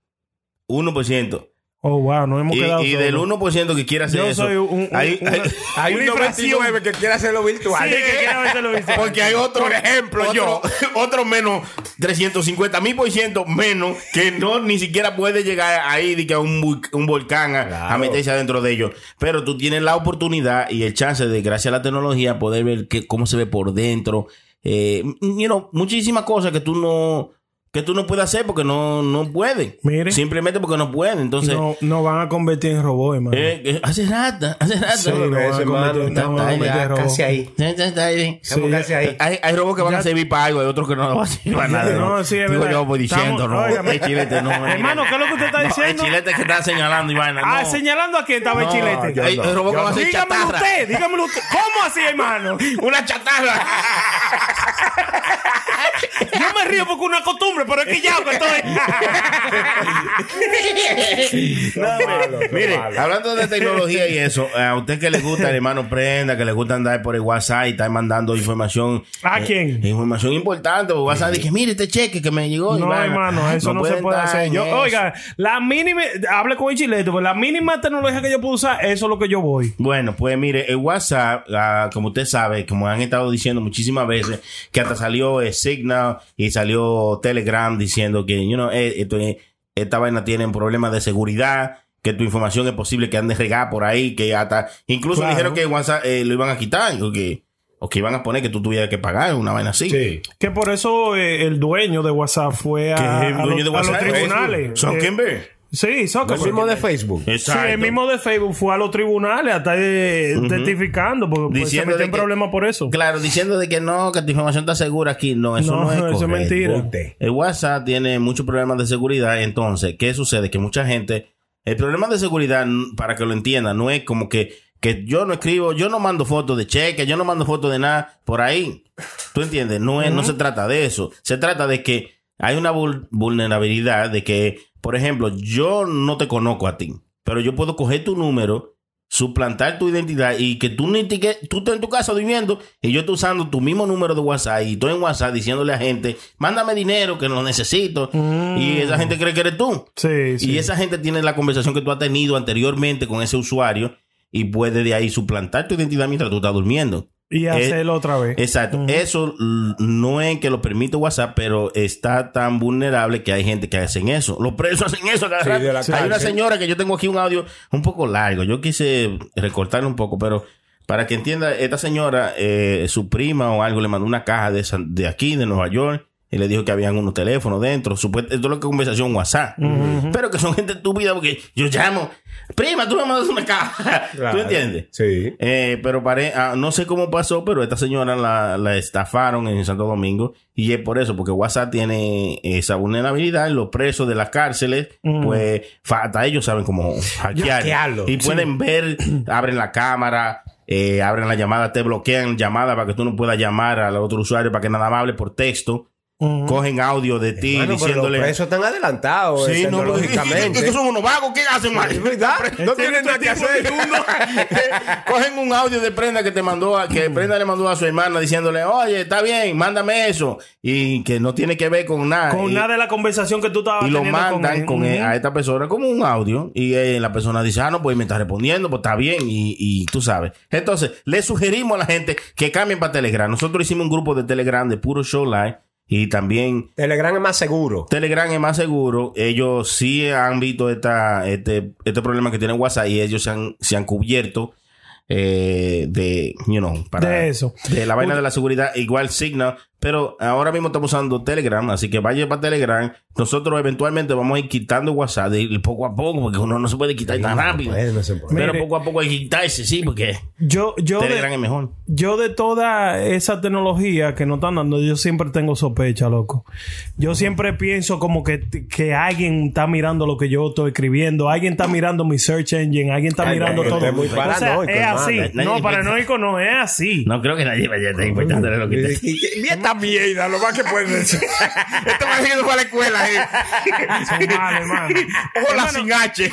[SPEAKER 7] 1%.
[SPEAKER 6] Oh, wow, nos hemos
[SPEAKER 7] Y,
[SPEAKER 6] quedado.
[SPEAKER 7] y del
[SPEAKER 6] solos.
[SPEAKER 7] 1% que quiere hacer
[SPEAKER 6] Yo
[SPEAKER 7] eso.
[SPEAKER 6] soy un- un-
[SPEAKER 7] hay,
[SPEAKER 6] una-
[SPEAKER 7] hay-
[SPEAKER 12] Hay un
[SPEAKER 6] Una infracción.
[SPEAKER 12] 99 que quiere hacerlo virtual.
[SPEAKER 6] Sí, que quiera ver televisión.
[SPEAKER 7] porque hay otro,
[SPEAKER 12] Por
[SPEAKER 7] ejemplo, yo, otro menos 350 mil por ciento menos que no ni siquiera puede llegar ahí de que a un, vul- un volcán a, a meterse adentro de ellos. Pero tú tienes la oportunidad y el chance de, gracias a la tecnología, poder ver que, cómo se ve por dentro. Eh, you know, muchísimas cosas que tú no que tú no puedes hacer porque no, no puedes.
[SPEAKER 6] Mire.
[SPEAKER 7] Simplemente porque no puedes. Entonces,
[SPEAKER 6] no, no van a convertir en robots, hermano.
[SPEAKER 7] eh, eh, hace rata, hace rata.
[SPEAKER 6] Sí, no,
[SPEAKER 12] Eso,
[SPEAKER 6] no,
[SPEAKER 12] hermano,
[SPEAKER 6] no,
[SPEAKER 12] estamos
[SPEAKER 6] no, no,
[SPEAKER 12] ya
[SPEAKER 6] no,
[SPEAKER 12] casi
[SPEAKER 6] no.
[SPEAKER 12] ahí. Estamos
[SPEAKER 6] Sí,
[SPEAKER 12] casi ahí.
[SPEAKER 7] Hay, hay robots que van a servir para algo, hay otros que no van a servir para nada.
[SPEAKER 6] No, sí, es
[SPEAKER 7] Digo,
[SPEAKER 6] verdad.
[SPEAKER 7] yo voy diciendo,
[SPEAKER 6] Estamos-
[SPEAKER 7] no.
[SPEAKER 6] óigame.
[SPEAKER 7] el chilete, no. mira.
[SPEAKER 6] Hermano, ¿qué es lo que usted está
[SPEAKER 7] No,
[SPEAKER 6] diciendo?
[SPEAKER 7] El chilete que está señalando, Ivana. No.
[SPEAKER 6] Ah, señalando a quién estaba el
[SPEAKER 7] No,
[SPEAKER 6] chilete.
[SPEAKER 7] yo Ay, no, el robot yo que va a no. hacer
[SPEAKER 6] dígamelo
[SPEAKER 7] chatarra.
[SPEAKER 6] usted, dígamelo usted. ¿Cómo así, hermano?
[SPEAKER 7] Una chatarra.
[SPEAKER 6] Yo me río porque es una costumbre, pero es que ya, que estoy.
[SPEAKER 7] Mire, hablando de tecnología y eso, a usted que le gusta, el hermano prenda, que le gusta andar por el WhatsApp y estar mandando información.
[SPEAKER 6] ¿A
[SPEAKER 7] eh,
[SPEAKER 6] quién?
[SPEAKER 7] información importante. Por WhatsApp, dije, mire este cheque que me llegó.
[SPEAKER 6] No,
[SPEAKER 7] Ivana.
[SPEAKER 6] hermano, eso no, se
[SPEAKER 7] pueden
[SPEAKER 6] puede
[SPEAKER 7] dar
[SPEAKER 6] hacer.
[SPEAKER 7] en
[SPEAKER 6] Yo,
[SPEAKER 7] eso.
[SPEAKER 6] oiga, la mínima, hable con el chilete, pues la mínima tecnología que yo puedo usar, eso es lo que yo voy.
[SPEAKER 7] Bueno, pues mire, el WhatsApp, ah, como usted sabe, como han estado diciendo muchísimas veces, que hasta salió eh, Signal y salió Telegram diciendo que, you know, eh, esto es- esta vaina tiene problemas de seguridad, que tu información es posible que ande regada por ahí, que hasta, incluso
[SPEAKER 6] Claro.
[SPEAKER 7] dijeron que WhatsApp eh, lo iban a quitar, o que, o que iban a poner que tú tuvieras que pagar una vaina así.
[SPEAKER 6] Que por eso eh, el dueño de WhatsApp fue a,
[SPEAKER 7] Que
[SPEAKER 6] a
[SPEAKER 7] el dueño
[SPEAKER 6] los-
[SPEAKER 7] de
[SPEAKER 6] a los
[SPEAKER 7] WhatsApp es
[SPEAKER 6] tribunales.
[SPEAKER 7] Zuckerberg.
[SPEAKER 6] Eh, Sí, Zuckerberg.
[SPEAKER 8] El mismo de Facebook.
[SPEAKER 6] Sí, el mismo de Facebook fue a los tribunales a estar eh,
[SPEAKER 7] Ujú.
[SPEAKER 6] testificando porque pues, se
[SPEAKER 7] Diciendo
[SPEAKER 6] metió
[SPEAKER 7] de
[SPEAKER 6] en
[SPEAKER 7] que-
[SPEAKER 6] problemas por eso.
[SPEAKER 7] Claro, diciendo de que no, que tu información está segura aquí. No, eso
[SPEAKER 6] No,
[SPEAKER 7] no, es
[SPEAKER 6] eso es
[SPEAKER 7] correcto.
[SPEAKER 6] mentira.
[SPEAKER 7] El WhatsApp tiene muchos problemas de seguridad. Entonces, ¿qué sucede? Que mucha gente. El problema de seguridad, n- para que lo entiendan, no es como que, que yo no escribo, yo no mando fotos de cheques, yo no mando fotos de nada por ahí. ¿Tú entiendes? No, es, no se trata de eso. Se trata de que hay una vul- vulnerabilidad de que, por ejemplo, yo no te conozco a ti, pero yo puedo coger tu número suplantar tu identidad y que tú ni te que- tú estás en tu casa viviendo y yo estoy usando tu mismo número de WhatsApp y estoy en WhatsApp diciéndole a gente, mándame dinero que lo necesito y esa gente cree que eres tú. Y esa gente tiene la conversación que tú has tenido anteriormente con ese usuario y puede de ahí suplantar tu identidad mientras tú estás durmiendo.
[SPEAKER 6] Y
[SPEAKER 7] Eh,
[SPEAKER 6] hacerlo otra vez.
[SPEAKER 7] Exacto. Eso l- no es que lo permite WhatsApp, pero está tan vulnerable que hay gente que hacen eso. Los presos hacen eso. cada
[SPEAKER 8] Sí,
[SPEAKER 7] rato.
[SPEAKER 8] de la
[SPEAKER 7] hay una
[SPEAKER 8] cárcel.
[SPEAKER 7] señora que yo tengo aquí un audio un poco largo. Yo quise recortarlo un poco, pero para que entienda, esta señora, eh, su prima o algo, le mandó una caja de, San- de aquí, de Nueva York. Y le dijo que habían unos teléfonos dentro. Supuest esto es lo que es conversación WhatsApp. Pero que son gente estúpida porque yo llamo. Prima, tú me mandas una caja.
[SPEAKER 8] Claro.
[SPEAKER 7] ¿Tú entiendes?
[SPEAKER 8] Sí.
[SPEAKER 7] Eh, pero pare- ah, no sé cómo pasó, pero esta señora la, la estafaron en Santo Domingo y es por eso, porque WhatsApp tiene esa vulnerabilidad. Los presos de las cárceles,
[SPEAKER 8] Mm.
[SPEAKER 7] pues fa- hasta ellos saben cómo hackear.
[SPEAKER 8] Hackearlo,
[SPEAKER 7] Y
[SPEAKER 8] sí.
[SPEAKER 7] pueden ver, abren la cámara. eh, abren la llamada, te bloquean llamada para que tú no puedas llamar al otro usuario para que nada más hable por texto. Cogen audio de ti
[SPEAKER 8] Bueno, Mm. pero los
[SPEAKER 7] diciéndole.
[SPEAKER 8] presos están adelantados
[SPEAKER 7] Sí,
[SPEAKER 8] eh,
[SPEAKER 7] no, pero-
[SPEAKER 8] tecnológicamente.
[SPEAKER 7] Estos son unos vagos, ¿qué hacen mal?
[SPEAKER 8] No tienen nada que hacer.
[SPEAKER 7] Cogen un audio de Prenda que te mandó, a- que Prenda le mandó a su hermana diciéndole, oye, está bien, mándame eso. Y que no tiene que ver con nada.
[SPEAKER 6] Con
[SPEAKER 7] y,
[SPEAKER 6] nada de la conversación que tú estabas
[SPEAKER 7] y lo
[SPEAKER 6] teniendo con
[SPEAKER 7] mandan
[SPEAKER 6] él.
[SPEAKER 7] con él
[SPEAKER 6] Ujú.
[SPEAKER 7] a esta persona como un audio. Y eh, la persona dice, ah, no, pues me está respondiendo, pues está bien. Y, y tú sabes. Entonces, le sugerimos a la gente que cambien para Telegram. Nosotros hicimos un grupo de Telegram de puro show live. Y también
[SPEAKER 8] Telegram es más seguro.
[SPEAKER 7] Telegram es más seguro. Ellos sí han visto esta, este, este problema que tiene WhatsApp y ellos se han, se han cubierto eh, de, you know,
[SPEAKER 6] De eso.
[SPEAKER 7] de la vaina de la seguridad, igual Signal. Pero ahora mismo estamos usando Telegram, así que vaya para Telegram. Nosotros eventualmente vamos a ir quitando WhatsApp de, de poco a poco, porque uno no se puede quitar tan rápido. Pero
[SPEAKER 6] Mire.
[SPEAKER 7] poco a poco hay que quitarse, sí, porque
[SPEAKER 6] Yo, yo
[SPEAKER 7] Telegram
[SPEAKER 6] de,
[SPEAKER 7] es mejor.
[SPEAKER 6] Yo de toda esa tecnología que no están dando, yo siempre tengo sospecha, loco. Yo siempre pienso como que, que alguien está mirando lo que yo estoy escribiendo, alguien está mirando mi search engine, alguien está
[SPEAKER 7] Ay,
[SPEAKER 6] mirando
[SPEAKER 7] no,
[SPEAKER 6] todo.
[SPEAKER 7] es muy
[SPEAKER 6] O sea,
[SPEAKER 7] paranoico,
[SPEAKER 6] es
[SPEAKER 7] hermano.
[SPEAKER 6] así.
[SPEAKER 7] Nadie-
[SPEAKER 6] no, paranoico no es así.
[SPEAKER 7] No creo que nadie vaya a estar importándole lo que te
[SPEAKER 13] Y esta mierda, lo más que puede decir. Esto parece que no fue a la escuela, eh.
[SPEAKER 6] Son malos, hermano.
[SPEAKER 13] Hola sin H.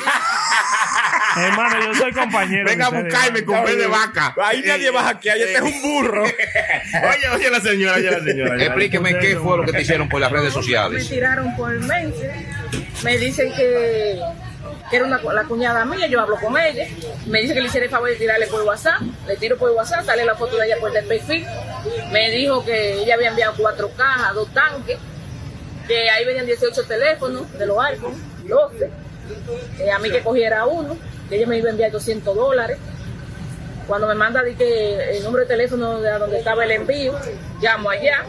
[SPEAKER 6] Hermano, yo soy compañero.
[SPEAKER 13] Venga a
[SPEAKER 6] de ustedes,
[SPEAKER 13] buscarme con
[SPEAKER 6] hermano.
[SPEAKER 13] pez de vaca.
[SPEAKER 12] Ahí nadie va a hackear, este es un burro.
[SPEAKER 7] Oye, oye la señora, oye la señora.
[SPEAKER 18] Explíqueme qué fue lo que te hicieron por las redes
[SPEAKER 19] Me
[SPEAKER 18] sociales.
[SPEAKER 19] tiraron por el mensaje. Me dicen que, que era una, cu- la cuñada mía, yo hablo con ella. Me dice que le hiciera el favor de tirarle por WhatsApp. Le tiro por WhatsApp, sale la foto de ella por el perfil. Me dijo que ella había enviado cuatro cajas, dos tanques, que ahí venían 18 teléfonos de los iPhone, 12. Eh, a mí que cogiera uno, que ella me iba a enviar 200 dólares. Cuando me manda di que el número de teléfono de a donde estaba el envío, llamo allá.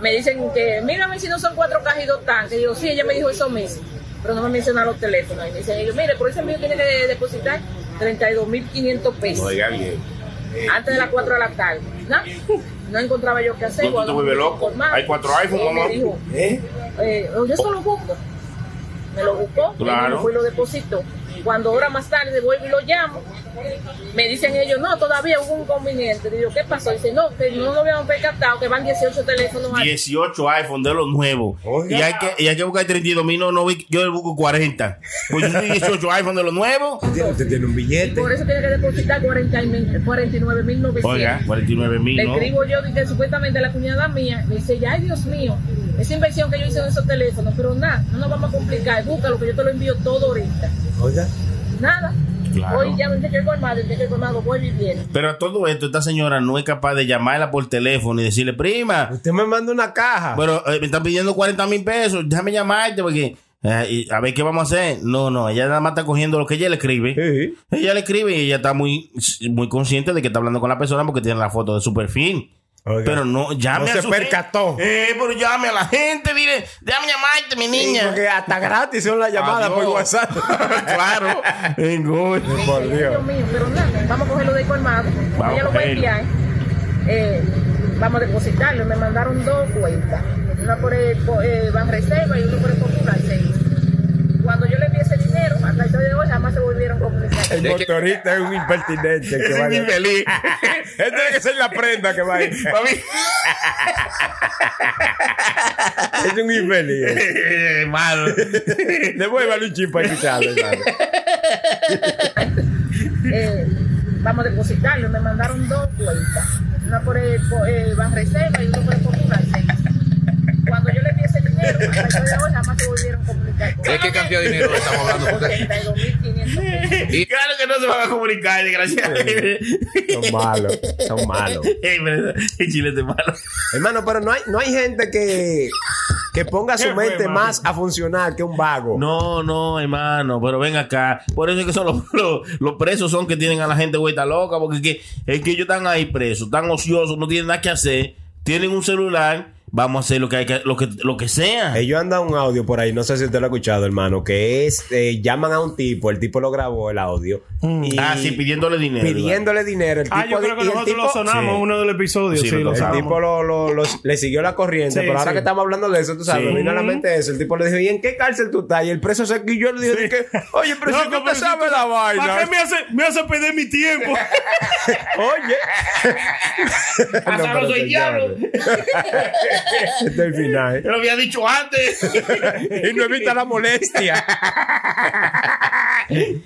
[SPEAKER 19] Me dicen que, mírame si no son cuatro cajas y dos tanques. Y yo, sí, ella me dijo eso mismo, pero no me mencionaron los teléfonos. Y me dicen ellos, mire, por ese envío tiene que depositar 32.500 pesos.
[SPEAKER 7] Oiga bien.
[SPEAKER 19] Antes de las 4 de la tarde. ¿no? No encontraba yo qué hacer.
[SPEAKER 7] No, tú te
[SPEAKER 19] Cuando
[SPEAKER 7] vuelves
[SPEAKER 19] me
[SPEAKER 7] loco.
[SPEAKER 19] informaron,
[SPEAKER 7] Hay cuatro iPhone,
[SPEAKER 19] él
[SPEAKER 7] mamá.
[SPEAKER 19] me dijo, eh, yo solo busco. Me lo buscó,
[SPEAKER 7] Claro.
[SPEAKER 19] y me fui y lo depositó. Cuando hora más tarde vuelvo y lo llamo, me dicen ellos, no, todavía hubo un inconveniente. Digo, ¿qué pasó? Dice, no, que no lo habíamos percatado, que van 18 teléfonos ahí.
[SPEAKER 7] 18 iPhone de los nuevos. Y hay, que, y hay que buscar 32 mil, no, no, yo le busco 40. Pues yo tengo 18 iPhone de los nuevos.
[SPEAKER 19] Pues
[SPEAKER 8] Usted tiene un billete.
[SPEAKER 19] Por eso tiene que depositar 40 y mil- 49.900.
[SPEAKER 7] Oiga, 49
[SPEAKER 19] Le
[SPEAKER 7] mil, ¿no?
[SPEAKER 19] escribo yo, dije, supuestamente la cuñada mía, me dice, ya, ay Dios mío, esa inversión que yo hice en esos teléfonos, pero nada, no nos vamos a complicar, búscalo, que yo te lo envío todo ahorita.
[SPEAKER 8] Oiga.
[SPEAKER 19] Nada.
[SPEAKER 7] Claro.
[SPEAKER 19] Hoy ya me dice que el colmado, el que el colmado, voy viviendo.
[SPEAKER 7] Pero a todo esto, esta señora no es capaz de llamarla por teléfono y decirle, prima.
[SPEAKER 8] Usted me manda una caja.
[SPEAKER 7] Pero eh, me están pidiendo 40 mil pesos, déjame llamarte porque. eh, y a ver qué vamos a hacer. No, no, ella nada más está cogiendo lo que ella le escribe. Ella le escribe y ella está muy, muy consciente de que está hablando con la persona porque tiene la foto de su perfil. Pero no, ya
[SPEAKER 20] No
[SPEAKER 7] me
[SPEAKER 20] se
[SPEAKER 7] asusté.
[SPEAKER 20] percató.
[SPEAKER 7] Eh, pero llame a la gente, dile, déjame llamarte, mi niña.
[SPEAKER 8] porque hasta gratis son las llamadas por
[SPEAKER 7] Adiós.
[SPEAKER 8] WhatsApp.
[SPEAKER 7] claro.
[SPEAKER 8] Por Dios.
[SPEAKER 21] Dios mío, pero nada, vamos a cogerlo de colmado.
[SPEAKER 8] Vamos
[SPEAKER 21] Ella lo va
[SPEAKER 8] a
[SPEAKER 21] a
[SPEAKER 8] cogerlo.
[SPEAKER 21] enviar. Eh, vamos a depositarlo. Me mandaron dos cuentas. Una por el po- eh, Banreserva y una por el Popular. Savings. Cuando yo le envié ese dinero, hasta el día de hoy jamás se volvieron a comunicar.
[SPEAKER 8] El motorista es un impertinente. que
[SPEAKER 20] Es
[SPEAKER 8] va
[SPEAKER 20] un
[SPEAKER 8] de-
[SPEAKER 20] infeliz.
[SPEAKER 8] Él tiene que ser la prenda que va a ir. es un infeliz.
[SPEAKER 7] Malo.
[SPEAKER 8] Devuélvale un chip para escucharlo. hermano.
[SPEAKER 21] Eh, vamos a depositarlo. Me mandaron dos cuentas. Una por el po- eh, Banreserva y una por el Popular. Savings. Cuando yo le envié ese dinero, hasta el día de hoy jamás se volvieron a comunicar. con
[SPEAKER 5] ¿De qué cantidad de dinero estamos hablando? Porque-
[SPEAKER 21] 82.500 pesos.
[SPEAKER 7] Y claro que no se van a comunicar, desgraciadamente.
[SPEAKER 8] Son malos. Son malos.
[SPEAKER 7] Ey, pero el chilete es malo.
[SPEAKER 8] Hermano, pero no hay, no hay gente que, que ponga
[SPEAKER 7] ¿Qué
[SPEAKER 8] su
[SPEAKER 7] fue,
[SPEAKER 8] mente
[SPEAKER 7] mano?
[SPEAKER 8] más a funcionar que un vago.
[SPEAKER 7] No, no, hermano, pero ven acá. Por eso es que son los, los- los presos son que tienen a la gente vuelta loca, porque es que, es que ellos están ahí presos, están ociosos, no tienen nada que hacer, tienen un celular, vamos a hacer lo que hay que, lo que, lo que sea.
[SPEAKER 8] Ellos andan un audio por ahí, no sé si usted lo ha escuchado, hermano, que es, eh, llaman a un tipo, el tipo lo grabó el audio. y
[SPEAKER 7] Ah, sí, pidiéndole dinero.
[SPEAKER 8] pidiéndole dinero. El tipo
[SPEAKER 6] Mm. Ah, yo creo que
[SPEAKER 8] y el
[SPEAKER 6] nosotros
[SPEAKER 8] tipo-
[SPEAKER 6] lo sonamos en
[SPEAKER 8] Sí.
[SPEAKER 6] uno del episodio. Sí,
[SPEAKER 7] Sí, lo
[SPEAKER 6] lo
[SPEAKER 8] el
[SPEAKER 6] sonamos.
[SPEAKER 8] tipo lo- lo- lo- le siguió la corriente,
[SPEAKER 6] Sí,
[SPEAKER 8] pero ahora
[SPEAKER 6] sí.
[SPEAKER 8] que estamos hablando de eso, tú sabes,
[SPEAKER 7] Sí.
[SPEAKER 8] me vino a la mente eso. El tipo le dijo, ¿y en qué cárcel tú estás? Y el preso se quilló, le dijo, de que, oye, pero
[SPEAKER 20] Loco,
[SPEAKER 8] si tú
[SPEAKER 20] pero
[SPEAKER 8] te
[SPEAKER 20] si
[SPEAKER 8] sabes
[SPEAKER 20] tú-
[SPEAKER 8] la vaina.
[SPEAKER 20] ¿Para qué me hace, me hace perder mi tiempo?
[SPEAKER 8] Oye.
[SPEAKER 7] Azaroso
[SPEAKER 8] pero
[SPEAKER 7] y diablo.
[SPEAKER 8] señores. Este es el final.
[SPEAKER 7] Yo lo había dicho antes.
[SPEAKER 8] y no evita la molestia.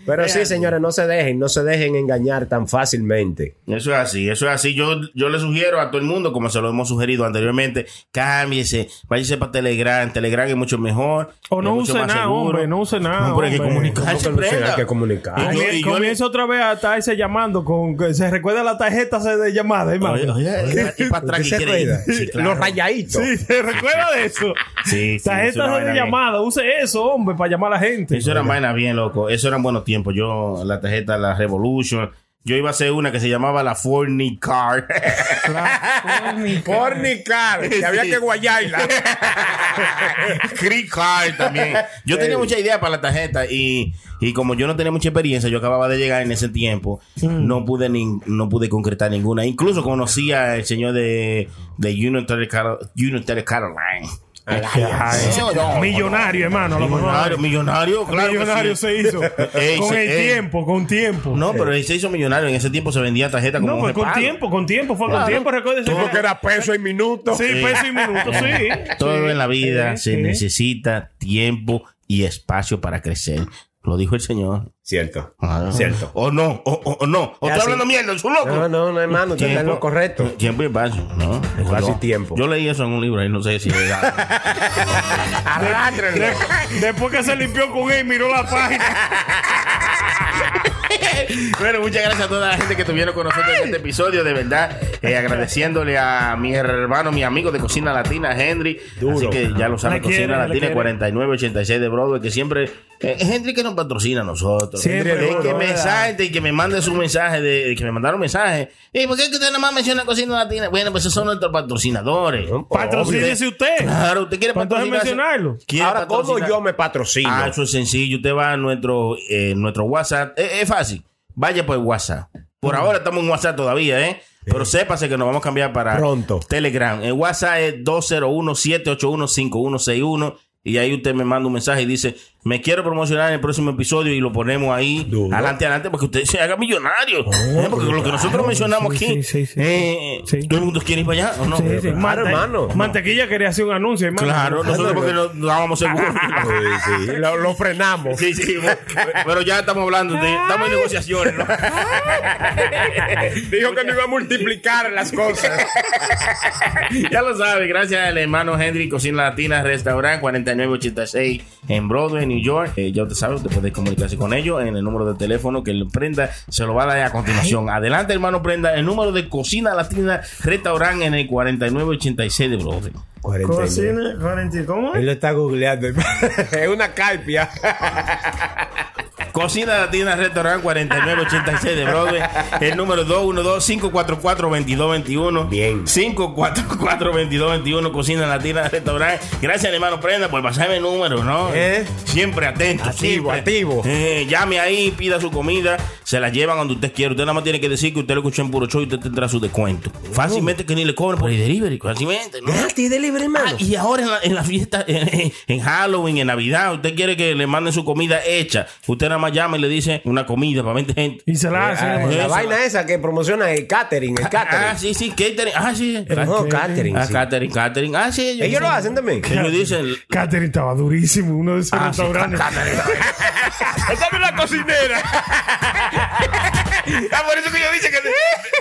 [SPEAKER 8] Pero sí, señores, no se dejen, no se dejen engañar tan fácilmente.
[SPEAKER 7] Eso es así, eso es así. Yo, yo le sugiero a todo el mundo, como se lo hemos sugerido anteriormente, cámbiese, váyase para Telegram. Telegram es mucho mejor.
[SPEAKER 6] O no
[SPEAKER 7] es mucho
[SPEAKER 6] use
[SPEAKER 7] más
[SPEAKER 6] nada,
[SPEAKER 7] seguro.
[SPEAKER 6] hombre, no use nada.
[SPEAKER 7] No, pero hay que
[SPEAKER 6] hombre.
[SPEAKER 7] comunicarse,
[SPEAKER 8] ¿Cómo que no se-
[SPEAKER 7] prenda.
[SPEAKER 8] hay que comunicar?
[SPEAKER 7] Y yo-
[SPEAKER 6] Comie-
[SPEAKER 7] y yo-
[SPEAKER 6] comienza otra vez a estarse llamando con que se recuerda la tarjeta se de llamada, hermano.
[SPEAKER 7] Oye, oye, oye, y para atrás que
[SPEAKER 8] ¿Usted se
[SPEAKER 7] quiere ir.
[SPEAKER 8] acuerda?
[SPEAKER 7] Sí, claro.
[SPEAKER 8] Los rayaditos.
[SPEAKER 6] Sí, se recuerda de eso.
[SPEAKER 7] Sí, sí, eso era
[SPEAKER 6] tarjeta
[SPEAKER 7] vaina
[SPEAKER 6] de
[SPEAKER 7] bien.
[SPEAKER 6] llamada, use eso, hombre, para llamar a la gente.
[SPEAKER 7] Eso eran vainas bien, loco. Eso eran buenos tiempos. Yo, la tarjeta, la Revolution. Yo iba a hacer una que se llamaba la Fornicar.
[SPEAKER 8] Fornicar, que había que guayarla.
[SPEAKER 7] Cree Card también. Yo tenía mucha idea para la tarjeta y, y como yo no tenía mucha experiencia, yo acababa de llegar en ese tiempo, no pude ni, no pude concretar ninguna. Incluso conocía al señor de, de Union Telecaro- Union Telecaroline.
[SPEAKER 6] Ah, Ay, millonario, hermano. lo
[SPEAKER 7] Millonario,
[SPEAKER 6] mejor.
[SPEAKER 7] millonario, claro. que
[SPEAKER 6] Millonario
[SPEAKER 7] sí.
[SPEAKER 6] se hizo.
[SPEAKER 7] Ey,
[SPEAKER 6] con
[SPEAKER 7] se-
[SPEAKER 6] el
[SPEAKER 7] ey.
[SPEAKER 6] tiempo, con tiempo.
[SPEAKER 7] No, pero él se hizo millonario. En ese tiempo se vendía tarjeta como
[SPEAKER 6] No,
[SPEAKER 7] un
[SPEAKER 6] pues con
[SPEAKER 7] reparo.
[SPEAKER 6] tiempo, con tiempo, fue
[SPEAKER 7] Claro.
[SPEAKER 6] con tiempo, recuérdese.
[SPEAKER 8] Todo que era peso y minuto.
[SPEAKER 6] Sí, peso y minutos, sí.
[SPEAKER 7] Todo
[SPEAKER 6] Sí.
[SPEAKER 7] en la vida
[SPEAKER 6] Sí,
[SPEAKER 7] se
[SPEAKER 6] sí.
[SPEAKER 7] necesita tiempo y espacio para crecer. Lo dijo el señor.
[SPEAKER 8] Cierto.
[SPEAKER 7] Ah.
[SPEAKER 8] Cierto.
[SPEAKER 7] O no, o, o- o no. O
[SPEAKER 8] Es
[SPEAKER 7] está
[SPEAKER 8] así.
[SPEAKER 7] hablando mierda, es un loco.
[SPEAKER 8] No, no, no, hermano, usted está en lo correcto.
[SPEAKER 7] Tiempo y espacio, ¿no?
[SPEAKER 8] Espacio y
[SPEAKER 7] Yo-
[SPEAKER 8] tiempo.
[SPEAKER 7] Yo leí eso en un libro ahí, no sé si es verdad.
[SPEAKER 8] Arrátrenlo.
[SPEAKER 6] Después que se limpió con él, miró la página.
[SPEAKER 7] Bueno, muchas gracias a toda la gente que estuvieron con nosotros en este episodio, de verdad. Eh, agradeciéndole a mi hermano, mi amigo de Cocina Latina, Henry.
[SPEAKER 8] Duro.
[SPEAKER 7] Así que ya lo saben,
[SPEAKER 6] Le
[SPEAKER 7] Cocina
[SPEAKER 6] quiere, le
[SPEAKER 7] Latina
[SPEAKER 6] quiere.
[SPEAKER 7] 4986 de Broadway, que siempre. eh, Henry que nos patrocina a nosotros.
[SPEAKER 6] Siempre,
[SPEAKER 7] Eh, que
[SPEAKER 6] bro,
[SPEAKER 7] me
[SPEAKER 6] ¿verdad?
[SPEAKER 7] salte y que me mande su mensaje, de, de que me mandaron mensaje. ¿Y por qué es que usted nada más menciona Cocina Latina? Bueno, pues esos son nuestros patrocinadores.
[SPEAKER 6] Patrocínese usted.
[SPEAKER 7] Claro, usted quiere
[SPEAKER 6] Pues entonces
[SPEAKER 7] patrocinarse.
[SPEAKER 6] mencionarlo.
[SPEAKER 7] ¿Quiere
[SPEAKER 8] Ahora, ¿cómo
[SPEAKER 7] patrocinar?
[SPEAKER 8] yo me patrocino?
[SPEAKER 7] Ah, eso es sencillo. Usted va a nuestro, eh, nuestro WhatsApp. Eh, Es, fácil. Vaya por WhatsApp. Por ahora estamos en WhatsApp todavía, ¿eh? Pero sépase que nos vamos a cambiar para
[SPEAKER 8] Pronto.
[SPEAKER 7] Telegram. El WhatsApp es 201-781-5161. Y ahí usted me manda un mensaje y dice, me quiero promocionar en el próximo episodio y lo ponemos ahí,
[SPEAKER 8] Duro.
[SPEAKER 7] adelante, adelante, porque usted se haga millonario. ¿eh? Porque lo que nosotros mencionamos
[SPEAKER 6] Oh, Sí,
[SPEAKER 7] aquí,
[SPEAKER 6] sí, sí, sí.
[SPEAKER 7] eh,
[SPEAKER 6] Sí.
[SPEAKER 7] todo el mundo quiere ir para allá, ¿o no?
[SPEAKER 6] Sí, sí. Mante-
[SPEAKER 8] hermano.
[SPEAKER 6] Mantequilla quería hacer un anuncio, hermano.
[SPEAKER 7] Ah, Claro, nosotros porque no dábamos seguro.
[SPEAKER 8] Sí, sí, lo, lo frenamos.
[SPEAKER 7] Sí, sí, bueno, pero ya estamos hablando, de, estamos en negociaciones, ¿no?
[SPEAKER 8] Dijo que no iba a multiplicar las cosas.
[SPEAKER 7] ya lo sabe, gracias al hermano Henry Cocina Latina Restaurant 4986 en Broadway, New York. Eh, ya usted sabe, usted puede comunicarse con ellos en el número de teléfono que el Prenda se lo va a dar a continuación. Adelante, hermano Prenda, el número de Cocina Latina Restaurant en el 4986 de Broadway.
[SPEAKER 8] 49.
[SPEAKER 6] Cocina, 40, ¿cómo?
[SPEAKER 8] Él lo está googleando. es una calpia.
[SPEAKER 7] Cocina Latina Restaurant 4986 de Broadway. El número 212-544-2221. Bien. 544-2221. Cocina Latina Restaurant. Gracias, hermano Prenda, por pasarme el número, ¿no? Siempre atento.
[SPEAKER 8] ¿Eh? Activo,
[SPEAKER 7] siempre.
[SPEAKER 8] activo.
[SPEAKER 7] Eh, llame ahí, pida su comida. Se la llevan donde usted quiera. Usted nada más tiene que decir que usted lo escuchó en Puro Show y usted tendrá su descuento. Fácilmente que ni le cobren por el delivery. Fácilmente. ¿no?
[SPEAKER 12] Gratis delivery,
[SPEAKER 8] Ah,
[SPEAKER 12] hermano.
[SPEAKER 7] Ah, Y ahora en la, en la fiesta, en, en Halloween, en Navidad, usted quiere que le manden su comida hecha. Usted nada más llama y le dice una comida para 20 gente.
[SPEAKER 6] Y se la hace,
[SPEAKER 7] Ah,
[SPEAKER 6] hermano.
[SPEAKER 7] sí,
[SPEAKER 12] La
[SPEAKER 7] se la-
[SPEAKER 12] vaina esa que promociona el catering, el catering.
[SPEAKER 7] Ah, sí, sí, catering. Ah, sí.
[SPEAKER 12] No, catering,
[SPEAKER 7] Ah,
[SPEAKER 12] sí.
[SPEAKER 7] catering, catering. Ah, sí.
[SPEAKER 12] Ellos lo hacen también.
[SPEAKER 7] Ellos dicen.
[SPEAKER 6] Catherine estaba durísimo, uno de esos
[SPEAKER 7] Ah, sí,
[SPEAKER 6] restaurantes.
[SPEAKER 13] Dame la cocinera. ah, por eso que yo dije que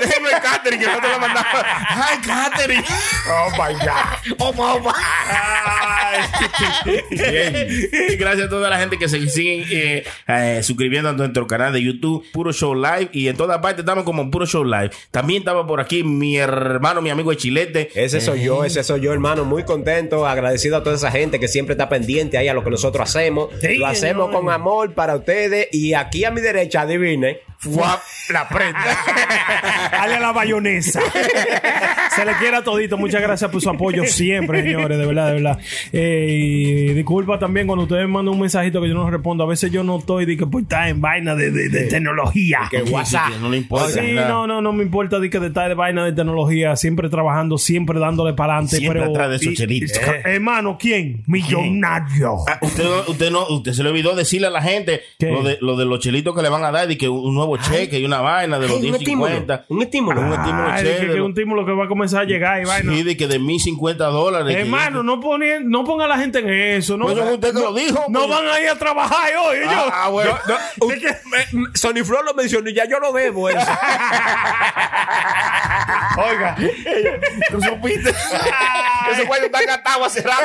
[SPEAKER 13] déjeme el catering, que no te lo mandaba.
[SPEAKER 7] ¡Ay, catering!
[SPEAKER 13] Oh my God. Oh, my
[SPEAKER 7] Bien. Gracias a toda la gente que se siguen eh, eh, suscribiendo a nuestro canal de YouTube, Puro Show Live. Y en todas partes estamos como Puro Show Live. También estaba por aquí mi hermano, mi amigo de Chilete.
[SPEAKER 13] Eh,
[SPEAKER 12] Ese soy yo, ese soy yo, hermano. Muy contento, agradecido a toda esa gente que siempre está pendiente ahí a lo que nosotros hacemos.
[SPEAKER 6] Sí,
[SPEAKER 12] lo hacemos
[SPEAKER 6] señor.
[SPEAKER 12] con amor para ustedes. Y aquí a mi derecha, adivine.
[SPEAKER 13] Guap, la prenda.
[SPEAKER 6] Dale a la bayonesa. Se le quiera todito. Muchas gracias por su apoyo siempre, señores. De verdad, de verdad. Eh, y disculpa también cuando ustedes me mandan un mensajito que yo no respondo. A veces yo no estoy de que pues está en vaina de, de- de tecnología.
[SPEAKER 12] Que WhatsApp.
[SPEAKER 7] No le importa.
[SPEAKER 6] Sí,
[SPEAKER 7] nada.
[SPEAKER 6] no, no, no me importa de que detalle de vaina de tecnología, siempre trabajando, siempre dándole para adelante.
[SPEAKER 7] Siempre
[SPEAKER 6] pero,
[SPEAKER 7] atrás de ¿eh? esos
[SPEAKER 6] y-
[SPEAKER 7] chelitos.
[SPEAKER 6] y- Hermano, ¿quién? Millonario.
[SPEAKER 7] Ah, usted, no- usted no, usted se le olvidó decirle a la gente
[SPEAKER 6] ¿Qué?
[SPEAKER 7] lo de, lo de los chelitos que le van a dar y que un nuevo cheque y Ah. una vaina de los
[SPEAKER 12] Ay, un
[SPEAKER 7] 1050.
[SPEAKER 12] estímulo, un estímulo.
[SPEAKER 7] Un estímulo
[SPEAKER 6] Ay, de que,
[SPEAKER 7] chévere.
[SPEAKER 6] que un tímulo que va a comenzar a llegar y vaina.
[SPEAKER 7] Sí, de que de 1050 dólares. que-
[SPEAKER 6] Hermano, no, pone, no ponga a la gente en eso. No,
[SPEAKER 7] Pues eso usted que
[SPEAKER 6] no-
[SPEAKER 7] lo dijo,
[SPEAKER 6] no
[SPEAKER 7] pues.
[SPEAKER 6] van a ir a trabajar hoy. ellos.
[SPEAKER 7] Ah, ah, bueno.
[SPEAKER 12] Sony Flor lo mencionó y ya yo lo debo. ¿eh? eso.
[SPEAKER 13] Oiga, tú supiste. Ese güey está encantado hace rato.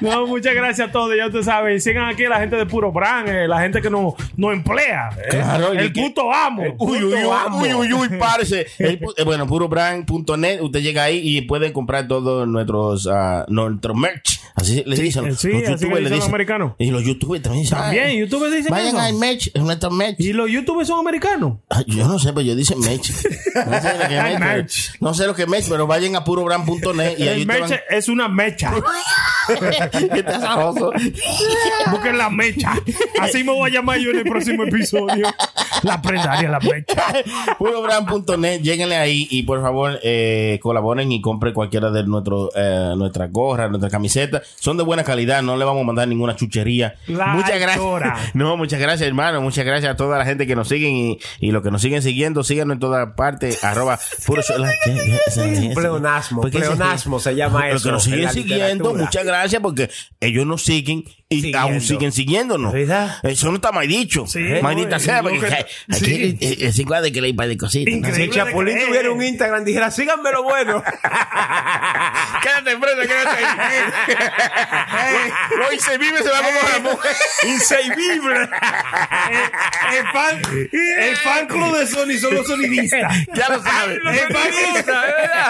[SPEAKER 6] No, muchas gracias a todos. Ya ustedes saben. Sigan aquí la gente de Puro Brand, eh, la gente que nos no emplea. eh.
[SPEAKER 7] Claro, y
[SPEAKER 6] el
[SPEAKER 7] que-
[SPEAKER 6] puto amo.
[SPEAKER 7] Uy, uy, uy,
[SPEAKER 12] Puto amo.
[SPEAKER 7] uy, uy, uy, parce. El pu- eh, bueno, purobrand.net, usted llega ahí y puede comprar todos nuestros ah, nuestro merch. Así le dicen.
[SPEAKER 6] sí, así que dicen los americanos.
[SPEAKER 7] Y los youtubers también saben.
[SPEAKER 6] Bien, YouTube dicen
[SPEAKER 7] Vayan
[SPEAKER 6] eso.
[SPEAKER 7] al merch, es nuestro merch.
[SPEAKER 6] Y los youtubers son americanos.
[SPEAKER 7] Ah, Yo no sé, pero yo dicen merch. No sé lo que
[SPEAKER 6] Ay,
[SPEAKER 7] merch. pero-
[SPEAKER 6] merch.
[SPEAKER 7] No sé lo que es merch, pero vayan a purobrand.net y ahí
[SPEAKER 6] El
[SPEAKER 7] te
[SPEAKER 6] mecha
[SPEAKER 7] van-
[SPEAKER 6] es una mecha.
[SPEAKER 7] Qué tazajoso.
[SPEAKER 6] Busquen la mecha. Así me voy a llamar yo en el próximo episodio. La prendaria, la mecha.
[SPEAKER 7] Purobrand.net, lléguenle ahí y por favor eh, colaboren y compren cualquiera de nuestro, eh, nuestras gorras, nuestras camisetas. Son de buena calidad, no le vamos a mandar ninguna chuchería.
[SPEAKER 6] La
[SPEAKER 7] muchas
[SPEAKER 6] llora.
[SPEAKER 7] gracias. No, muchas gracias, hermano. Muchas gracias a toda la gente que nos siguen y, y los que nos siguen siguiendo, síganos en todas partes. Arroba puro show. La-
[SPEAKER 12] Pleonasmo,
[SPEAKER 7] ¿Por qué se-
[SPEAKER 12] pleonasmo se llama
[SPEAKER 7] Los
[SPEAKER 12] eso
[SPEAKER 7] que nos
[SPEAKER 12] en
[SPEAKER 7] siguen
[SPEAKER 12] la
[SPEAKER 7] siguiendo,
[SPEAKER 12] literatura.
[SPEAKER 7] muchas gracias porque ellos nos siguen y
[SPEAKER 12] Siguiendo.
[SPEAKER 7] aún siguen siguiéndonos.
[SPEAKER 12] ¿Verdad?
[SPEAKER 7] Eso no está mal dicho.
[SPEAKER 6] Sí,
[SPEAKER 7] Maldita
[SPEAKER 6] no,
[SPEAKER 7] sea,
[SPEAKER 6] es lo
[SPEAKER 7] porque
[SPEAKER 6] que-
[SPEAKER 7] aquí
[SPEAKER 6] sí.
[SPEAKER 7] es- es igual Eh, de que le iba de cositas. ¿no?
[SPEAKER 12] Si
[SPEAKER 6] Increíble
[SPEAKER 12] Chapulín
[SPEAKER 6] de creer.
[SPEAKER 12] tuviera un Instagram, dijera, síganme lo bueno.
[SPEAKER 13] Quédate, prenda, quédate ahí. Lo inservible se va como Ramón.
[SPEAKER 6] Inservible. El, fan, el fan club de Sony son los sonidistas.
[SPEAKER 7] Ya lo sabes.
[SPEAKER 6] El fan club,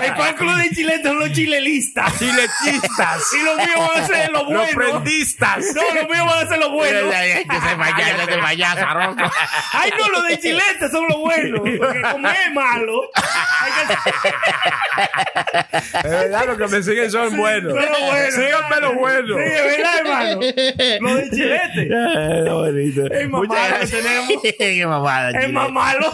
[SPEAKER 6] el fan club de Chile son los chilelistas.
[SPEAKER 12] Chilechistas.
[SPEAKER 6] Y los míos van a ser los
[SPEAKER 12] Los
[SPEAKER 6] buenos.
[SPEAKER 12] prendistas.
[SPEAKER 6] No, los míos van a ser los buenos. Ay, no, los de Chilete son los buenos. Porque como es malo, hay que
[SPEAKER 12] Es verdad, los que me siguen son buenos.
[SPEAKER 6] son los buenos.
[SPEAKER 12] Síganme lo bueno.
[SPEAKER 6] Sí, es verdad, hermano. Los de Chilete. Es más
[SPEAKER 7] Muchas
[SPEAKER 6] malo que
[SPEAKER 7] gracias.
[SPEAKER 6] tenemos.
[SPEAKER 7] Qué mamada,
[SPEAKER 6] Es
[SPEAKER 7] Chile.
[SPEAKER 6] más malo.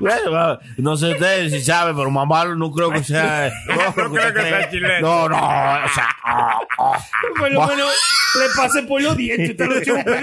[SPEAKER 7] Bueno, va, no sé ustedes si saben, pero mamalo no creo que sea. No
[SPEAKER 12] creo que sea
[SPEAKER 7] creo.
[SPEAKER 12] chileno.
[SPEAKER 7] No, no, o sea. ah, ah.
[SPEAKER 6] Por lo menos le pase por los dientes. Te lo chupan.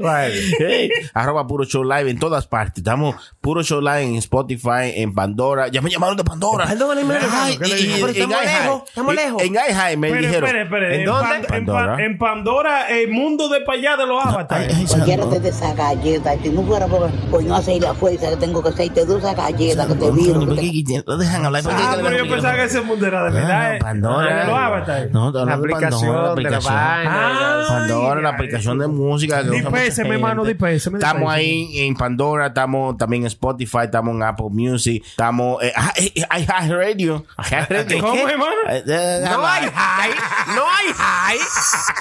[SPEAKER 12] Bueno.
[SPEAKER 7] Hey, arroba Puro Show Live en todas partes. Estamos Puro Show Live en Spotify, en Pandora. Ya me llamaron de Pandora.
[SPEAKER 12] Perdón, hermano,
[SPEAKER 7] Ay,
[SPEAKER 12] ¿qué le
[SPEAKER 7] y-
[SPEAKER 12] dijo?
[SPEAKER 7] y-
[SPEAKER 12] Pero
[SPEAKER 7] en
[SPEAKER 12] estamos
[SPEAKER 7] iHeart.
[SPEAKER 12] lejos, estamos
[SPEAKER 7] Y-
[SPEAKER 12] lejos.
[SPEAKER 7] En iHeart me
[SPEAKER 6] Espere,
[SPEAKER 7] dijeron.
[SPEAKER 6] espere, espere.
[SPEAKER 7] ¿En
[SPEAKER 6] En
[SPEAKER 7] dónde?
[SPEAKER 6] Pan- en Pan- En Pandora, el mundo de para allá de los
[SPEAKER 7] Ay,
[SPEAKER 6] avatares.
[SPEAKER 7] ay, santo.
[SPEAKER 3] Cualquiera de esa
[SPEAKER 22] galletas. Si no fuera por, por no hacer la fuerza que tengo que hacer, te doy esa galleta que te viro. que te-
[SPEAKER 23] No dejan hablar. ¿por qué?
[SPEAKER 6] Ah, pero yo pensaba que ese mundo era de verdad. eh.
[SPEAKER 23] Pandora.
[SPEAKER 6] Lo avatar. Ah,
[SPEAKER 23] No, no, no,
[SPEAKER 6] La
[SPEAKER 23] Pandora,
[SPEAKER 6] aplicación de la
[SPEAKER 23] aplicación.
[SPEAKER 6] vaina.
[SPEAKER 23] Pandora, la
[SPEAKER 7] aplicación de música. que usa mucha
[SPEAKER 6] Dipéseme,
[SPEAKER 7] gente.
[SPEAKER 6] mano, dipéseme,
[SPEAKER 7] Estamos
[SPEAKER 6] dipéseme.
[SPEAKER 7] ahí en Pandora, estamos también en Spotify, estamos en Apple Music, estamos eh, ah, en iHeartRadio. iHeartRadio.
[SPEAKER 2] ¿Cómo, hermano?
[SPEAKER 7] Eh, eh,
[SPEAKER 2] No hay
[SPEAKER 7] high,
[SPEAKER 8] no hay high,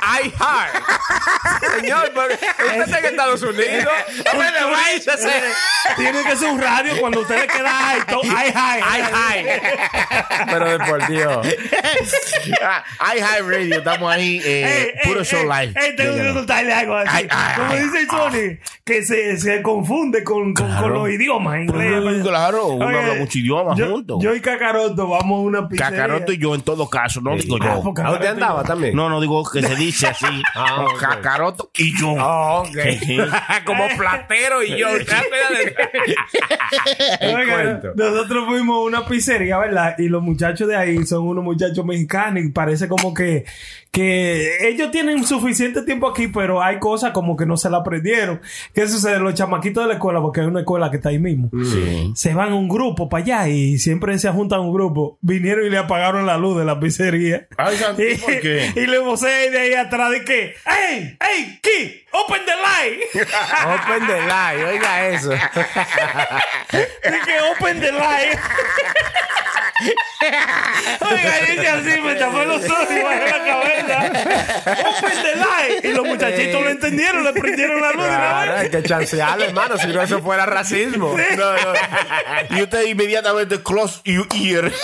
[SPEAKER 8] hay hard. Señor, pero usted está en Estados Unidos. Bueno, vais a hacer.
[SPEAKER 6] Tiene que ser un radio cuando usted le queda alto. Ay, ay,
[SPEAKER 8] ay,
[SPEAKER 7] Pero de por Dios. Ah, iHeartRadio, estamos ahí. eh, puro show live.
[SPEAKER 6] Ey, tengo que contarle algo así. Como dice Sony, que se, se confunde con, con, con los idiomas
[SPEAKER 7] Pues,
[SPEAKER 6] inglés.
[SPEAKER 7] Claro, uno
[SPEAKER 6] Oye,
[SPEAKER 7] habla muchos idiomas
[SPEAKER 6] yo-
[SPEAKER 7] juntos.
[SPEAKER 6] Yo y Cacaroto vamos a una pizzería.
[SPEAKER 7] Cacaroto y yo en todo caso, no digo yo.
[SPEAKER 6] Ah, pues, Cacaroto ¿A usted andaba y yo. también?
[SPEAKER 7] No, no digo que se dice así.
[SPEAKER 2] Ah,
[SPEAKER 7] Con
[SPEAKER 2] ok.
[SPEAKER 7] Cacaroto y yo. Que sí.
[SPEAKER 2] Como platero y yo.
[SPEAKER 6] Oiga, nosotros fuimos a una pizzería, ¿verdad? Y los muchachos de ahí son unos muchachos mexicanos y parece como que, que ellos tienen suficiente tiempo aquí, pero hay cosas como que no se la aprendieron. ¿Qué sucede? Los chamaquitos de la escuela, porque hay una escuela que está ahí mismo,
[SPEAKER 2] Mm.
[SPEAKER 6] se van un grupo para allá y siempre se juntan un grupo. Vinieron y le apagaron la luz de la pizzería. y,
[SPEAKER 2] ¿por qué?
[SPEAKER 6] y le vocé de ahí atrás de que, ¡Ey! ¡Ey! ¡Key! ¡Open the light!
[SPEAKER 8] Open the line, oiga eso.
[SPEAKER 6] Dije, open the light. Oiga, dice así, me tapó los ojos y bajé la cabeza. Open the light. Y los muchachitos lo entendieron, le prendieron la luz.
[SPEAKER 8] Claro, hay que chancearle, hermano, si no eso fuera racismo. No, no.
[SPEAKER 7] Y usted inmediatamente close your ear.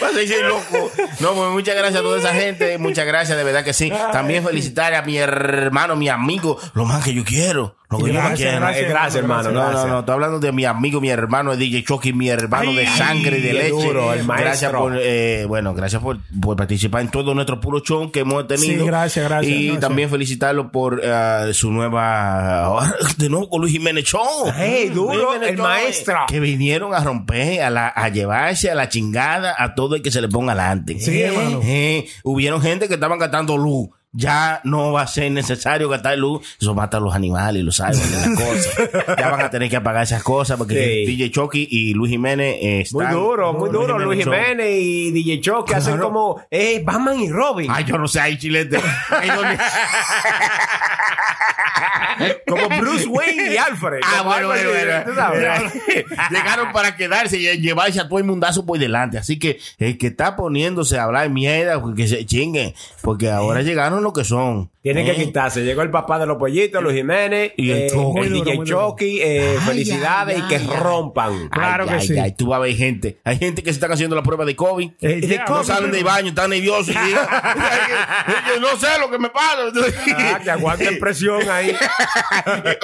[SPEAKER 7] Vas a decir, loco. No, pues muchas gracias a toda esa gente. Muchas gracias, de verdad que sí. También felicitar a mi hermano, mi amigo, lo más que yo quiero. Lo que yo más
[SPEAKER 8] Gracias,
[SPEAKER 7] quiero.
[SPEAKER 8] gracias,
[SPEAKER 7] Eh,
[SPEAKER 8] gracias, hermano,
[SPEAKER 7] No, no,
[SPEAKER 8] gracias.
[SPEAKER 7] no. Estoy hablando de mi amigo, mi hermano de DJ Chucky, mi hermano de
[SPEAKER 8] Ay,
[SPEAKER 7] sangre y de
[SPEAKER 8] qué
[SPEAKER 7] leche.
[SPEAKER 8] duro, el maestro.
[SPEAKER 7] gracias por, eh, bueno, gracias por, por participar en todo nuestro puro show que hemos tenido.
[SPEAKER 6] Sí, gracias, gracias,
[SPEAKER 7] Y
[SPEAKER 6] gracias.
[SPEAKER 7] también felicitarlo por eh, su nueva. De nuevo con Luis Jiménez Show.
[SPEAKER 8] Hey, duro,
[SPEAKER 7] Luis Jiménez
[SPEAKER 8] el
[SPEAKER 7] Show, eh,
[SPEAKER 8] maestro.
[SPEAKER 7] Que vinieron a romper, a, la, a llevarse a la chingada a todo el que se le ponga adelante.
[SPEAKER 6] Sí, hermano.
[SPEAKER 7] Eh, hubieron gente que estaban gastando luz. Ya no va a ser necesario gastar luz. Eso mata a los animales, los árboles, las cosas. Ya van a tener que apagar esas cosas porque
[SPEAKER 8] Sí.
[SPEAKER 7] DJ Chucky y Luis Jiménez eh,
[SPEAKER 8] Muy
[SPEAKER 7] están-
[SPEAKER 8] duro, muy duro. Luis
[SPEAKER 7] Show.
[SPEAKER 8] Jiménez y DJ Cho que hacen como eh, Batman y Robin.
[SPEAKER 7] Ay, yo no sé, ahí chilete. Ay, no, ni-
[SPEAKER 8] Como Bruce Wayne y Alfred.
[SPEAKER 7] Ah,
[SPEAKER 8] Como
[SPEAKER 7] bueno,
[SPEAKER 8] algo
[SPEAKER 7] bueno,
[SPEAKER 8] así,
[SPEAKER 7] bueno.
[SPEAKER 8] tú sabes.
[SPEAKER 7] Llegaron para quedarse y llevarse a todo el mundazo por delante. Así que el que está poniéndose a hablar mierda, pues, que se chinguen. Porque ahora llegaron lo que son.
[SPEAKER 8] Tienen
[SPEAKER 7] ¿Eh?
[SPEAKER 8] que quitarse. Llegó el papá de los pollitos, Luis Jiménez,
[SPEAKER 7] Y el
[SPEAKER 8] eh,
[SPEAKER 7] Chucky.
[SPEAKER 8] el
[SPEAKER 7] Muy duro,
[SPEAKER 8] DJ
[SPEAKER 7] muy duro.
[SPEAKER 8] Chucky. eh, felicidades
[SPEAKER 7] ay,
[SPEAKER 8] y que
[SPEAKER 7] ay.
[SPEAKER 8] rompan.
[SPEAKER 7] Claro que sí. tú vas a ver gente. Hay gente que se están haciendo la prueba de COVID.
[SPEAKER 8] Eh, de
[SPEAKER 7] no
[SPEAKER 8] COVID,
[SPEAKER 7] salen
[SPEAKER 8] pero-
[SPEAKER 7] del baño, están nerviosos. y- yo no sé lo que me pasa.
[SPEAKER 8] Ah, que aguanten presión ahí.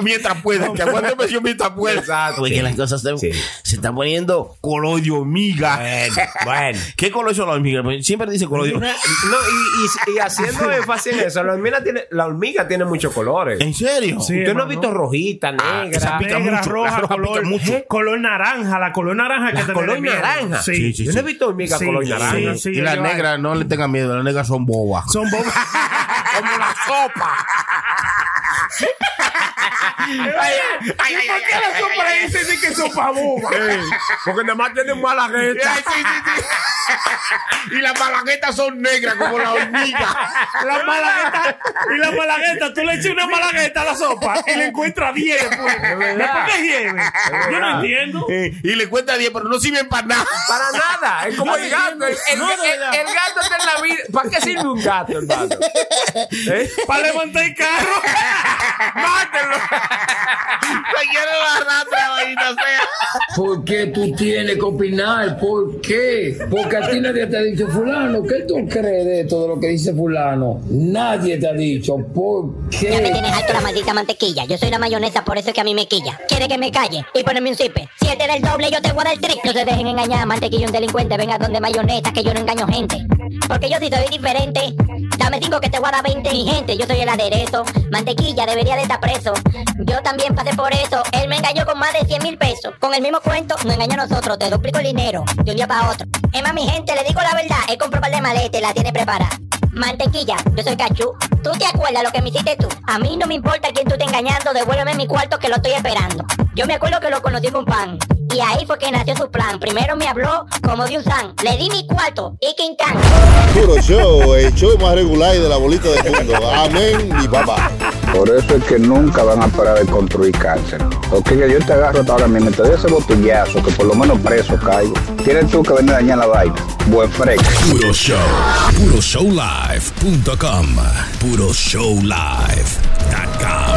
[SPEAKER 7] mientras pueda, que aguante presión mientras pueda. Exacto. Porque las cosas se, se están poniendo color de hormiga.
[SPEAKER 8] Bueno.
[SPEAKER 7] ¿Qué color son las hormigas? Porque Siempre dice color de
[SPEAKER 8] No,
[SPEAKER 7] hormiga.
[SPEAKER 8] y, y- y haciendo énfasis en eso, la hormiga tiene, la hormiga tiene muchos colores.
[SPEAKER 7] ¿En serio?
[SPEAKER 6] Sí,
[SPEAKER 8] Usted no ha
[SPEAKER 6] hermano.
[SPEAKER 8] visto rojita,
[SPEAKER 7] Ah,
[SPEAKER 8] negra.
[SPEAKER 6] Negra, negra, roja, color,
[SPEAKER 8] pica mucho.
[SPEAKER 6] ¿eh? color naranja, la color naranja que
[SPEAKER 8] La
[SPEAKER 6] tenemos.
[SPEAKER 8] color naranja.
[SPEAKER 6] Sí.
[SPEAKER 8] Yo no he visto hormiga
[SPEAKER 6] Sí,
[SPEAKER 8] color
[SPEAKER 6] sí,
[SPEAKER 8] naranja.
[SPEAKER 6] sí,
[SPEAKER 7] y las
[SPEAKER 6] ellos-
[SPEAKER 7] negras, no le tengan miedo, las negras son bobas.
[SPEAKER 6] Son bobas.
[SPEAKER 7] Como la sopa.
[SPEAKER 2] ay,
[SPEAKER 6] ¿Y por qué la sopa le dicen de que sopa boba?
[SPEAKER 8] Porque nada más tienen mala gente.
[SPEAKER 7] Y las malaguetas son negras como la hormiga.
[SPEAKER 6] La malagueta, y la malagueta, tú le echas una malagueta a la sopa y le encuentras 10 después. ¿No por qué 10? Yo no entiendo.
[SPEAKER 7] Y le cuenta 10, pero no sirven para nada.
[SPEAKER 8] Para nada. Es como el gato. El, el-
[SPEAKER 6] No, de
[SPEAKER 8] el-
[SPEAKER 6] verdad.
[SPEAKER 8] el gato está en la vida. ¿Para qué sirve un gato, hermano?
[SPEAKER 6] Para levantar el carro.
[SPEAKER 8] ¡Mátenlo!
[SPEAKER 2] Me quiero la rata, maldita sea.
[SPEAKER 5] ¿Por qué tú tienes que opinar? ¿Por qué? Porque a ti nadie te ha dicho, fulano, ¿qué tú crees de todo lo que dice fulano? Nadie te ha dicho, ¿por qué?
[SPEAKER 21] Ya me tienes harto la maldita mantequilla. Yo soy la mayonesa, por eso es que a mí me quilla. Quiere que me calle y ponerme un cipe. Siete del doble, yo te voy a dar tres. No se dejen engañar, mantequilla, un delincuente. Venga donde mayonesa, que yo no engaño gente. Porque yo sí soy diferente. Dame cinco que te voy a dar veinte. Mi gente, yo soy el aderezo. Mantequilla debería de estar preso. Yo también pasé por eso. Él me engañó con más de 100 mil pesos. Con el mismo cuento, nos engañó a nosotros. Te duplico el dinero de un día para otro. Es más, mi gente, le digo la verdad. Él compró un par de maletes, la tiene preparada. Mantequilla, yo soy cachú. ¿Tú te acuerdas lo que me hiciste tú? A mí no me importa quién tú estés engañando, devuélveme mi cuarto que lo estoy esperando. Yo me acuerdo que lo conocí con pan. Y ahí fue que nació su plan. Primero me habló como de un san. Le di mi cuarto y quincan.
[SPEAKER 1] Puro show, el show más regular y de la bolita del mundo. Amén, mi papá.
[SPEAKER 5] Por eso es que nunca van a parar de construir cárcel. Porque yo te agarro hasta ahora mismo, te doy ese botellazo que por lo menos preso caigo. Tienes tú que venir a dañar la vaina. Buen fresco.
[SPEAKER 24] Puro show. PuroShowLive.com. PuroShowLive.com.